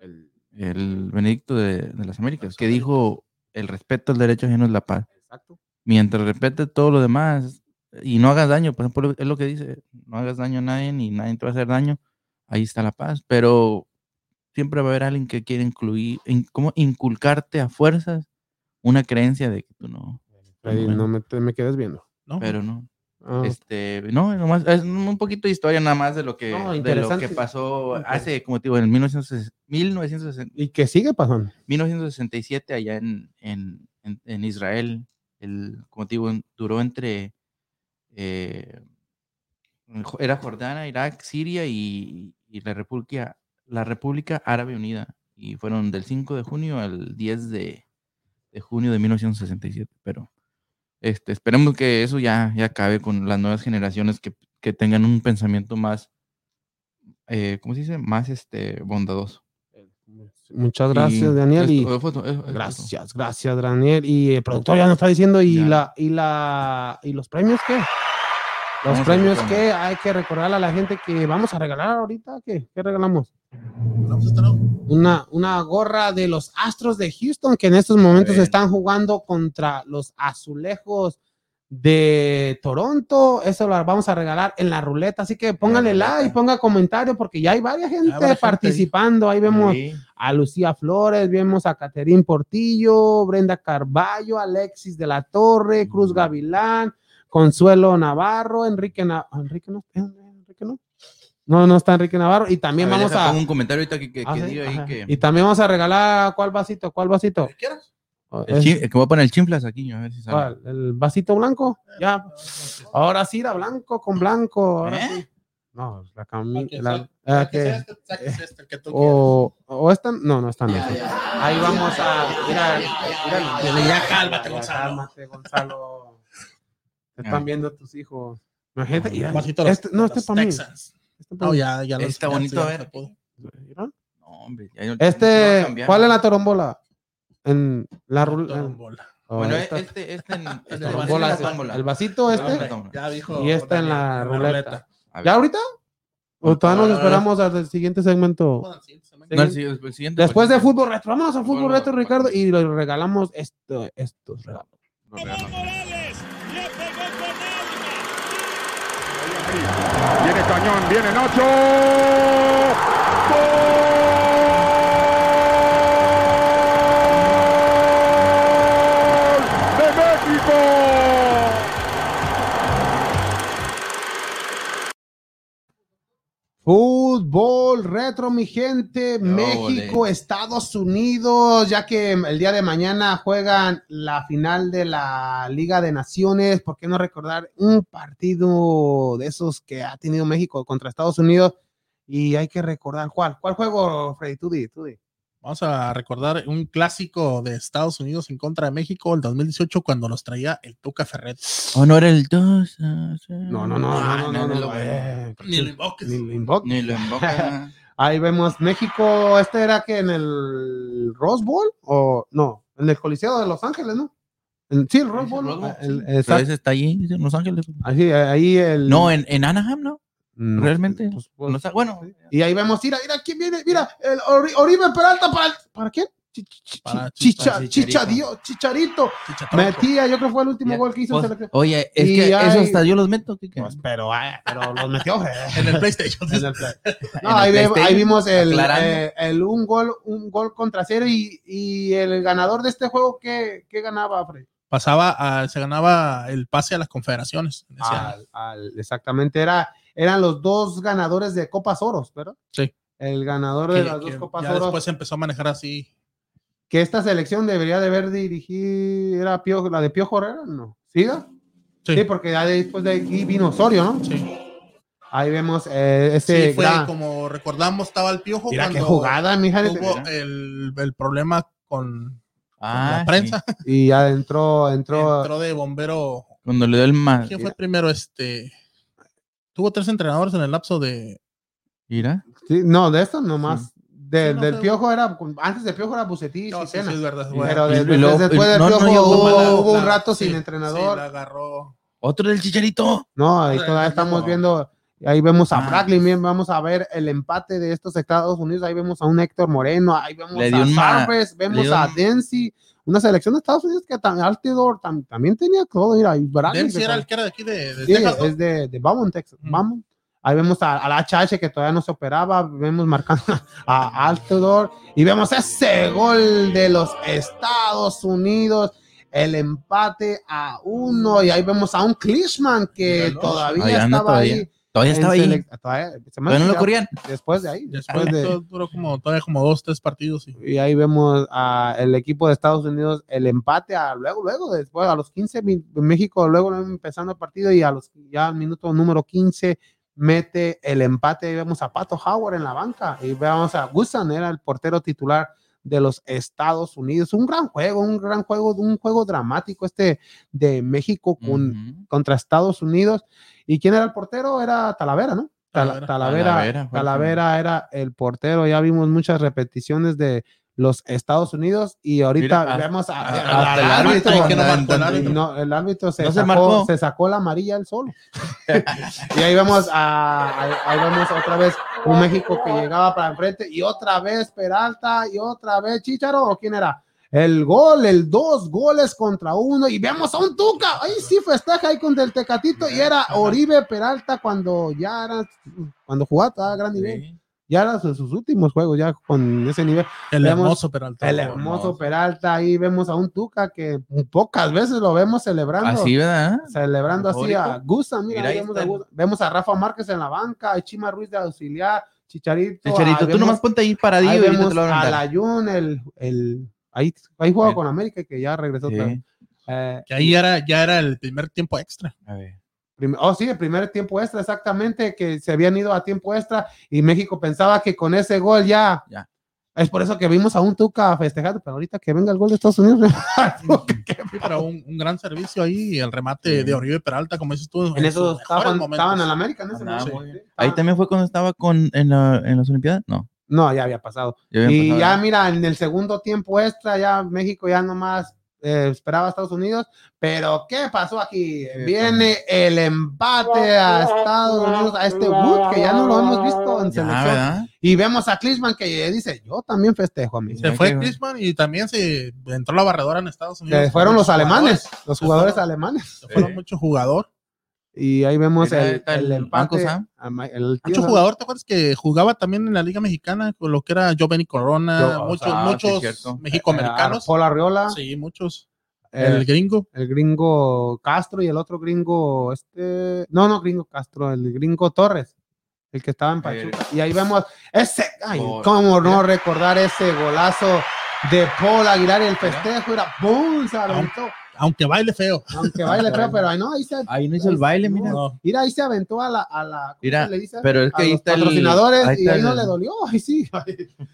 S1: El-
S3: el Benedicto de, de las Américas,
S1: Las
S3: que
S1: Américas.
S3: dijo, el respeto al derecho ajeno es la paz.
S1: Exacto.
S3: mientras respete todo lo demás y no hagas daño, por ejemplo, es lo que dice, no hagas daño a nadie ni nadie te va a hacer daño, ahí está la paz, pero siempre va a haber alguien que quiere incluir, in- como inculcarte a fuerzas una creencia de que tú no,
S1: Freddy,
S3: Bueno.
S1: no me, te- me quedes viendo.
S2: ¿no?
S3: pero no,
S1: Ah,
S3: este, no, nomás, es un poquito de historia nada más de lo que,
S1: No,
S3: de lo
S1: interesante.
S3: que pasó
S1: Interesante.
S3: hace, como te digo, en 1960 1960
S1: y que sigue pasando.
S3: 1967 allá en, en, en- en Israel, el, como te digo, en- duró entre, eh, jo- era Jordania, Irak, Siria y, y la, República, la República Árabe Unida. Y fueron del 5 de junio al 10 de, de junio de 1967. Pero este, esperemos que eso ya, ya acabe con las nuevas generaciones que, que tengan un pensamiento más, eh, ¿cómo se dice? Más este, bondadoso.
S1: Muchas gracias,
S3: Y
S1: Daniel.
S3: es
S1: Y
S3: todo, fue todo, es- es todo.
S1: gracias, gracias, Daniel. Y el productor ya nos está diciendo, ¿y,
S3: Ya.
S1: la, y, la, y los premios qué? Los
S3: Vamos a
S1: premios
S3: regalar.
S1: que hay que recordarle a la gente que vamos a regalar ahorita. ¿Qué, ¿Qué regalamos?
S2: Vamos a estar-
S1: Una, una gorra de los Astros de Houston que en estos momentos
S3: Bien.
S1: están jugando contra los Azulejos de Toronto. Eso lo vamos a regalar en la ruleta. Así que póngale
S3: ruleta.
S1: like, ponga comentario porque ya hay varias gente
S2: varias gente
S1: participando. Ahí vemos
S3: Sí.
S1: a Lucía Flores, vemos a Caterín Portillo, Brenda Carballo, Alexis de la Torre, Cruz
S3: Mm.
S1: Gavilán, Consuelo Navarro, Enrique Na- Enrique no, ¿eh? Enrique no. No, no está Enrique Navarro. Y también
S3: ver,
S1: vamos
S3: deja,
S1: a.
S3: pongo un comentario ahorita que, que- que
S1: ah, sí,
S3: diga ahí
S1: ajá.
S3: que.
S1: Y también vamos a regalar cuál vasito, cuál vasito.
S2: ¿Qué quieras?
S3: El chin- que voy a poner el chinflas aquí, a ver si sale.
S1: ¿Cuál? ¿El vasito blanco? Ya. Ahora sí era blanco con blanco. ahora
S3: ¿Eh?
S1: sí. No, la
S2: Ah, que
S1: camisa.
S2: sea- Ah, que sea
S1: que
S2: este, sea que sea este, el que tú
S1: O, o esta, no, no esta no. esta. Ahí vamos a. Mira,
S2: Ya, ya, cálmate, Gonzalo.
S1: Cálmate, Gonzalo. Te
S3: Ah.
S1: están viendo tus hijos. Imagínate, mira,
S2: quieras. Vasito de los-
S1: este- no,
S2: de
S1: este
S2: los
S1: para mí.
S2: Texans.
S1: este pa'
S2: No,
S1: mí.
S2: ya, ya lo
S3: Está
S2: enseñaste,
S3: bonito,
S2: ya
S3: a
S2: se
S3: ver.
S2: pudo.
S1: ¿Mira?
S3: No, hombre, ya no- no va a
S1: Este,
S3: cambiar.
S1: ¿cuál es la torombola? En la ruleta.
S2: Torombola.
S3: Bueno, este, este en, este en
S2: Torombola,
S3: la
S2: sí,
S3: tómbola.
S1: El vasito este.
S3: la tómbola.
S2: Ya dijo.
S1: Y esta en la
S2: Daniel,
S1: ruleta.
S3: A ver.
S1: ¿Ya ahorita?
S3: Pues
S1: ¿O todavía nos
S2: Ahora, ahora.
S1: esperamos al siguiente segmento?
S2: Jodan, sí, se me-
S3: No, el siguiente- el siguiente,
S1: Después de
S3: pues,
S1: fútbol retro, vamos a fútbol
S3: Bueno,
S1: retro,
S3: bueno.
S1: Ricardo, y le regalamos esto, estos regalos.
S3: lo regalamos.
S6: Viene Cañón, viene Nacho. ¡Gol de México!
S1: Fútbol retro, mi gente.
S3: No,
S1: México,
S3: ole.
S1: Estados Unidos, ya que el día de mañana juegan la final de la Liga de Naciones. ¿Por qué no recordar un partido de esos que ha tenido México contra Estados Unidos? Y hay que recordar cuál. ¿Cuál juego, Freddy? Tú di, tú di.
S2: Vamos a recordar un clásico de Estados Unidos en contra de México, el 2018, cuando nos traía el Tuca Ferret.
S3: Oh, no era el 2.
S1: No,
S3: Mm.
S1: no, no, no, no, no, no, eh,
S2: Ni lo invoques.
S1: ni lo invoques.
S3: Ni lo invoca.
S1: Ahí vemos México. Este era que en el Rose Bowl o no, en el Coliseo de Los Ángeles, ¿no? En- sí, el Rose Bowl. eh,
S3: Rose Bowl,
S1: el-
S3: sí.
S1: exacto.
S3: Pero ese está allí en Los Ángeles.
S1: Así, eh, ahí el.
S3: No, eh, en, en Anaheim, ¿no?
S1: No,
S3: realmente,
S1: pues, pues,
S3: No está- bueno,
S1: Y ahí vemos, mira, mira quién viene, mira, el Ori- Oribe Peralta para. ¿Para quién? chi- chi-
S2: Para
S1: chicha-
S7: Chicharito.
S1: chichadio- Chicharito. Metía, yo creo que fue el último
S7: Ya,
S1: gol que hizo en
S7: pues,
S1: selección.
S7: Oye, es
S1: Y
S7: que eso
S1: hay-
S7: hasta yo los meto, Kike.
S1: Pues, pero, eh, pero los metió. eh.
S2: En el PlayStation.
S1: En el play. No,
S7: En el
S1: ahí, ve-
S7: PlayStation,
S1: ahí vimos el,
S7: aclarando.
S1: eh, el un gol, un gol contra cero y, y el ganador de este juego, ¿qué, qué ganaba, Fred?
S2: Pasaba a- se ganaba el pase a las confederaciones. decía.
S3: Ah,
S1: Al- al- exactamente, era, eran los dos ganadores de Copas Oros, ¿verdad?
S2: Sí.
S1: El ganador
S2: Que-
S1: de las
S2: que
S1: dos Copas
S2: ya
S1: Oros.
S2: después se empezó a manejar así.
S1: Que esta selección debería de haber dirigido, era Piojo- la de Piojo Herrera, ¿no? ¿Siga? Sí,
S2: Sí,
S1: porque ya después de aquí vino Osorio, ¿no?
S2: sí.
S1: Ahí vemos eh, ese
S2: Sí, fue
S1: gran-
S2: como recordamos, estaba el piojo
S1: Mira qué
S2: cuando
S1: jugada, mija. de-
S2: tuvo el, el problema con
S3: Ah,
S2: la prensa.
S1: Y ya entró, entró,
S2: Entró de bombero.
S3: sí. Cuando le dio el más.
S2: ¿Quién fue primero? Este tuvo tres entrenadores en el lapso de
S3: Mira.
S1: Sí, no, de estos nomás. De-
S2: Sí, no
S1: del
S2: fue-
S1: piojo era, pues, antes del piojo era Bucetich
S2: No,
S1: y
S2: sí,
S1: Cena.
S2: sí, pues, es verdad, es verdad.
S1: pero
S3: Y-
S1: de-
S3: y
S1: de-
S3: luego-
S1: después del
S3: no, no,
S1: piojo
S3: yo-
S1: hubo,
S2: Mala-
S1: hubo un
S2: la-
S1: rato sin
S2: sí,
S1: entrenador.
S2: sí, la agarró.
S3: Otro del chicharito.
S1: No, ahí
S2: Ah,
S1: todavía
S2: no. pues.
S1: estamos viendo, ahí vemos a
S3: Ah.
S1: Franklin, bien, vamos a ver el empate de estos Estados Unidos, ahí vemos a un Héctor Moreno, ahí vemos
S3: Le dio
S1: a
S3: un ma-
S1: Sarves,
S3: le
S1: vemos
S3: dio
S1: a
S3: un-
S1: Densi, una selección de Estados Unidos que tam- Altidor tam- también tenía todo, mira, y Bradley,
S2: Dempsey
S1: que
S2: era
S1: tam-
S2: el que era de aquí de, de
S1: Sí,
S2: Texas, ¿no?
S1: es de, de Beaumont, Texas.
S2: Ujú.
S1: Beaumont. Ahí vemos a, a la HH que todavía no se operaba, vemos marcando a Altidor y vemos ese gol de los Estados Unidos, el empate a uno y ahí vemos a un Klishman que
S2: Míralo.
S1: todavía
S3: Ahí anda
S1: estaba
S3: todavía.
S1: ahí.
S3: Todavía
S1: en
S3: estaba ahí.
S1: selec- todavía- se me
S3: Todavía no
S1: hace
S3: lo
S1: que
S3: corrían.
S1: Después de ahí, después de,
S2: Eso duró como todavía como dos, tres partidos. y-
S1: y ahí vemos al equipo de Estados Unidos el empate a luego, luego, después a los 15, mi- México luego luego empezando el partido y a los ya al minuto número 15 mete el empate y vemos a Pato Howard en la banca y vemos a Gusan, era el portero titular de los Estados Unidos. Un gran juego, un gran juego, un juego dramático este de México con,
S3: Ujú.
S1: contra Estados Unidos. ¿Y quién era el portero? Era Talavera, ¿no? Tala-
S2: Talavera.
S1: Talavera,
S3: Talavera
S1: Talavera,
S3: fue el
S1: era el portero. Ya vimos muchas repeticiones de los Estados Unidos y ahorita
S3: Mira, a-
S1: vemos a- a-
S3: a- hasta
S1: al
S3: el
S1: árbitro.
S3: árbitro,
S2: y que no marcó el
S1: No,
S2: árbitro.
S1: no, el árbitro se,
S3: No se
S1: sacó,
S3: marcó.
S1: se sacó la amarilla él solo. y ahí vemos a, ahí- ahí vemos otra vez un México que llegaba para enfrente y otra vez Peralta y otra vez Chicharo. ¿O quién era? El gol, el dos goles contra uno, y vemos a un Tuca, ahí sí festeja ahí con el Tecatito, y era Oribe Peralta cuando ya era, cuando jugaba a gran nivel,
S3: Sí.
S1: ya eran sus, sus últimos juegos, ya con ese nivel.
S2: El
S1: Vemos
S2: hermoso Peralta.
S1: El
S2: hermoso.
S1: hermoso Peralta, ahí vemos a un Tuca que pocas veces lo vemos celebrando.
S3: Así, ¿verdad?
S1: Celebrando así a
S3: Eufórico.
S1: Gusan, mira,
S3: Mira,
S1: ahí
S3: ahí
S1: vemos,
S3: está.
S1: a Gusan. Vemos a Rafa Márquez en la banca, a Chima Ruiz de auxiliar, Chicharito.
S3: Chicharito,
S1: ah,
S3: tú
S1: vemos-
S3: nomás ponte ahí paradillo
S1: Ahí
S3: y ahorita
S1: vemos
S3: te lo van a
S1: a
S3: mandar.
S1: Layun, el, el, ahí, ahí jugaba
S3: El-
S1: con América que ya regresó otra vez.
S3: Sí.
S1: Eh,
S2: Que ahí era, ya era el primer tiempo extra.
S3: A ver.
S1: prim- oh, sí, el primer tiempo extra, exactamente, que se habían ido a tiempo extra y México pensaba que con ese gol ya.
S3: Ya.
S1: Es por eso que vimos a un Tuca festejando, pero ahorita que venga el gol de Estados Unidos.
S2: Sí, pero un, un gran servicio ahí, y el remate
S3: Sí.
S2: de Oribe Peralta, como dices tú.
S1: en eso
S2: sus mejores
S1: estaban,
S2: momentos.
S1: estaban en América en ese
S3: Andaba
S1: momento.
S3: muy bien.
S1: Sí,
S3: Ahí
S1: estaban-
S3: también fue cuando estaba con, en, la, en las Olimpiadas. No.
S1: No, ya había pasado.
S3: ya habían
S1: Y
S3: pasado.
S1: ya, mira, en el segundo tiempo extra, ya México ya nomás eh, esperaba a Estados Unidos. Pero, ¿qué pasó aquí? Viene el empate a Estados Unidos, a este Wood, que ya no lo hemos visto en
S3: Ya,
S1: selección.
S3: ¿verdad?
S1: Y vemos a Klinsmann que dice, yo también festejo a mí.
S2: Se fue Crisman y también se entró la barredora en Estados Unidos.
S1: Que Eh, fueron los
S2: Muchos
S1: alemanes,
S2: jugadores,
S1: los jugadores
S2: Se fueron-
S1: alemanes.
S2: se fueron muchos jugadores.
S1: Y ahí vemos
S3: Mira,
S1: el,
S3: está el
S1: el
S3: Banco
S1: empate.
S3: Sam.
S1: a Ma- el tío
S2: Mucho
S1: Sam.
S2: jugador, ¿te acuerdas que jugaba también en la Liga Mexicana? Con lo que era Giovanni Corona,
S1: Yo-
S2: muchos,
S3: ah, sí,
S2: muchos
S3: cierto.
S1: Eh,
S2: mexicoamericanos.
S1: Paul Arriola,
S2: Sí, muchos.
S1: eh,
S2: el gringo.
S1: el gringo Castro y el otro gringo, este, no, no, gringo Castro, el gringo Torres, el que estaba en Pachuca. Y ahí vemos ese, ay,
S3: Gol.
S1: cómo no
S3: Mira.
S1: recordar ese golazo de Paul Aguilar y el festejo, era ¡pum! Se aventó,
S2: Aunque baile feo.
S1: aunque baile feo, pero ahí no, ahí se,
S3: Ahí no hizo el baile, mira.
S2: No,
S1: mira, ahí se aventó a la, a la ¿cómo
S3: Mira,
S1: se le dice?
S3: Pero es
S1: A
S3: que ahí
S1: los
S3: está el.
S1: patrocinadores
S3: ahí
S1: y
S3: está
S1: ahí no
S3: el-
S1: le dolió, ay sí,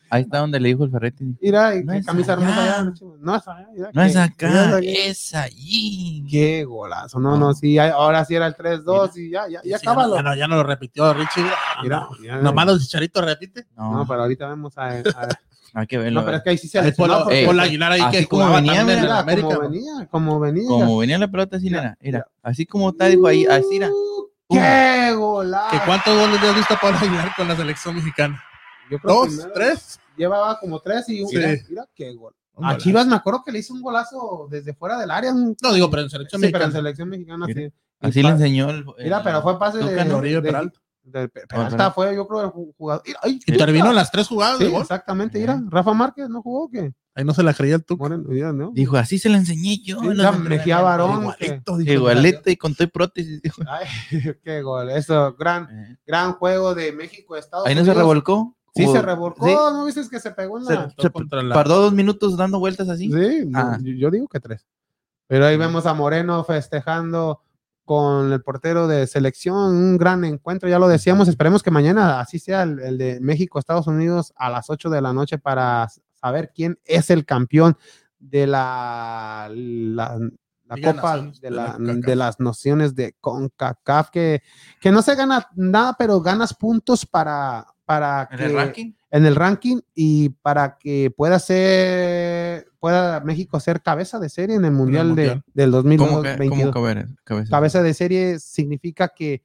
S3: Ahí está donde le dijo el Ferretti.
S1: mira, y
S3: No
S1: qué
S3: es
S1: camisa
S3: allá.
S1: hermosa, ya, no, chico, no es allá, mira,
S3: No es
S1: que-
S3: acá,
S1: mira,
S3: es allí.
S1: Qué golazo, no,
S2: Ah.
S1: no, sí, ya- ahora sí era el 3-2 y ya, ya,
S2: Sí,
S1: ya
S2: ya,
S1: acábalo.
S2: no- ya no, ya no lo repitió Richie.
S1: Mira, ya-
S2: Nomás los chicharitos repite.
S3: No,
S1: No, pero ahorita vemos a. a-
S3: hay que
S1: no,
S3: verlo.
S1: pero es que ahí sí se
S2: Ahí fue
S1: lesionó,
S2: la-
S1: porque-
S3: Ey,
S2: fue la Aguilar ahí
S3: así
S2: que
S3: como
S2: jugaba
S3: venía,
S2: también en
S1: mira,
S2: la América.
S1: como venía, como venía.
S3: como venía la pelota, así
S1: Mira,
S3: era.
S1: mira.
S3: Era. Así como está, dijo ahí, así era.
S1: Uh, ¡Qué golazo! Ah.
S2: ¿Que ¿Cuántos goles le has visto a Paul Aguilar con la selección mexicana?
S1: Yo creo que
S2: ¿Dos?
S1: nada.
S2: ¿Tres?
S1: llevaba como tres y un.
S2: Sí.
S1: Mira, mira qué gol.
S2: Un
S1: A
S2: golazo.
S1: Chivas me acuerdo que le hizo un golazo desde fuera del área. un-
S2: No, digo, pero en selección
S1: sí, pero en
S2: mexicana.
S1: selección mexicana
S3: Mira.
S1: sí. Y
S3: Así
S1: pa-
S3: le enseñó el.
S1: Mira, pero fue pase de,
S3: Tuca
S1: de,
S2: Noriega Peralta.
S1: de- Peralta
S3: Peralta.
S1: fue, yo creo, el ju- jugador. Mira, ay,
S2: Y
S1: mira.
S2: terminó las tres jugadas
S1: Sí,
S2: de gol.
S1: exactamente,
S3: Ajá.
S1: mira, Rafa Márquez no jugó, o ¿qué?
S2: Ahí no se la creía el Tuca.
S1: Moreno, mira, ¿no?
S3: Dijo, así se la enseñé yo.
S1: Sí,
S3: en
S1: la
S3: los
S1: Mejía
S3: entrenamientos".
S1: Barón,
S2: Igualito, dijo.
S3: Igualito y con todo y prótesis. dijo.
S1: Ay, qué gol, eso, gran,
S3: Eh,
S1: gran juego de México, Estados
S3: Ahí no
S1: Unidos.
S3: se revolcó.
S1: Sí,
S3: Hubo-
S1: se revolcó,
S3: Sí,
S1: ¿no viste que se pegó en
S3: se-
S1: la...
S2: Aventó
S3: se
S2: contra la-
S3: Tardó dos minutos dando vueltas así.
S1: Sí, no,
S3: Ah.
S1: yo, yo digo que tres. Pero ahí vemos a Moreno festejando con el portero de selección, un gran encuentro, ya lo decíamos, esperemos que mañana así sea el, el de México, Estados Unidos a las 8 de la noche para saber quién es el campeón de la, la, la
S2: Liga de
S1: Copa
S2: Naciones,
S1: de,
S2: de
S1: la-
S2: la CONCACAF.
S1: de las Naciones de CONCACAF, que, que no se gana nada, pero ganas puntos para, para
S3: En
S1: que
S3: el ranking.
S1: en el ranking y para que pueda ser pueda México ser cabeza de serie en el mundial,
S2: Mundial.
S1: De, del
S3: ¿Cómo, ca-
S1: 2022.
S3: cómo caber- cabeza?
S1: cabeza de serie significa que,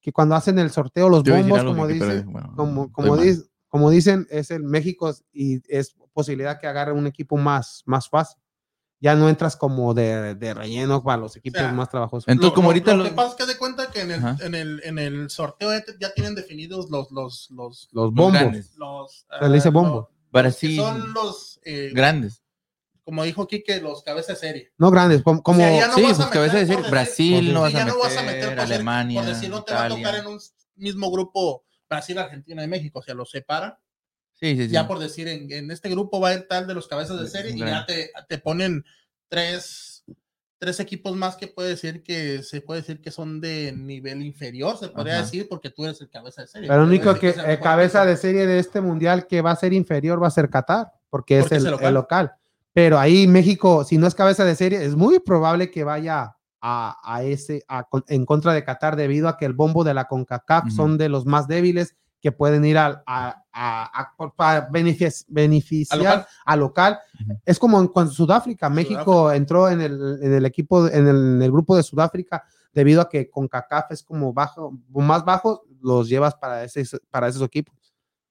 S1: que cuando hacen el sorteo los
S3: Te iba a decir
S1: bombos
S3: algo
S1: como
S3: que- pero
S1: dicen
S3: dije, bueno,
S1: como,
S3: estoy
S1: como,
S3: mal.
S1: dice- como dicen es el México y es posibilidad que agarre un equipo más más fácil ya no entras como de, de relleno para los equipos
S2: sea,
S1: más trabajosos
S3: Entonces,
S2: Lo-
S3: como
S2: lo-
S3: ahorita
S2: lo
S3: los-
S2: que pasa es que haz de cuenta que en el,
S3: Ajá.
S2: en el, en el sorteo ya te- ya tienen definidos los, los, los,
S1: los
S3: los
S1: bombos
S3: grandes.
S2: los
S1: Se le dice
S2: ah,
S1: bombo.
S2: los que
S3: Brasil,
S2: son los, eh,
S3: grandes.
S2: como dijo Quique, los cabezas de serie.
S1: no grandes como, como-
S2: O sea, ya no
S3: sí,
S2: vas a
S3: pues cabeza de
S2: meter,
S3: decir
S2: por
S3: Brasil, no
S2: Sí,
S3: vas
S2: ya
S3: a
S2: no vas a meter
S3: meter
S2: por decir-
S3: Alemania,
S2: Por decir, no te va a tocar
S3: Italia.
S2: en un mismo grupo Brasil, Argentina y México. O sea, los separa.
S3: Sí, sí, sí.
S2: Ya por decir, en, en este grupo va a ir tal de los cabezas de
S3: Sí,
S2: serie y
S3: claro.
S2: ya te, te ponen tres, tres equipos más que puede decir que se puede decir que son de nivel inferior, se podría
S3: Ajá.
S2: decir, porque tú eres el cabeza de serie.
S1: Pero el
S2: Tú
S1: único
S2: eres
S1: que
S2: el
S1: eh,
S2: mejor
S1: cabeza
S2: equipo.
S1: de serie de este mundial que va a ser inferior va a ser Qatar, porque,
S2: Porque
S1: es
S2: es
S1: el el
S2: el
S1: local.
S2: local.
S1: Pero ahí México, si no es cabeza de serie, es muy probable que vaya a, a ese a con- en contra de Qatar debido a que el bombo de la CONCACAF
S3: Ujú.
S1: son de los más débiles que pueden ir al- a, a- a- por- para benefici- beneficiar
S2: Al local.
S1: al local.
S3: Ujú.
S1: Es como en, con Sudáfrica. México entró en el, en el equipo, en el, en el grupo de Sudáfrica debido a que con CACAF es como bajo, más bajo, los llevas para, ese, para esos equipos.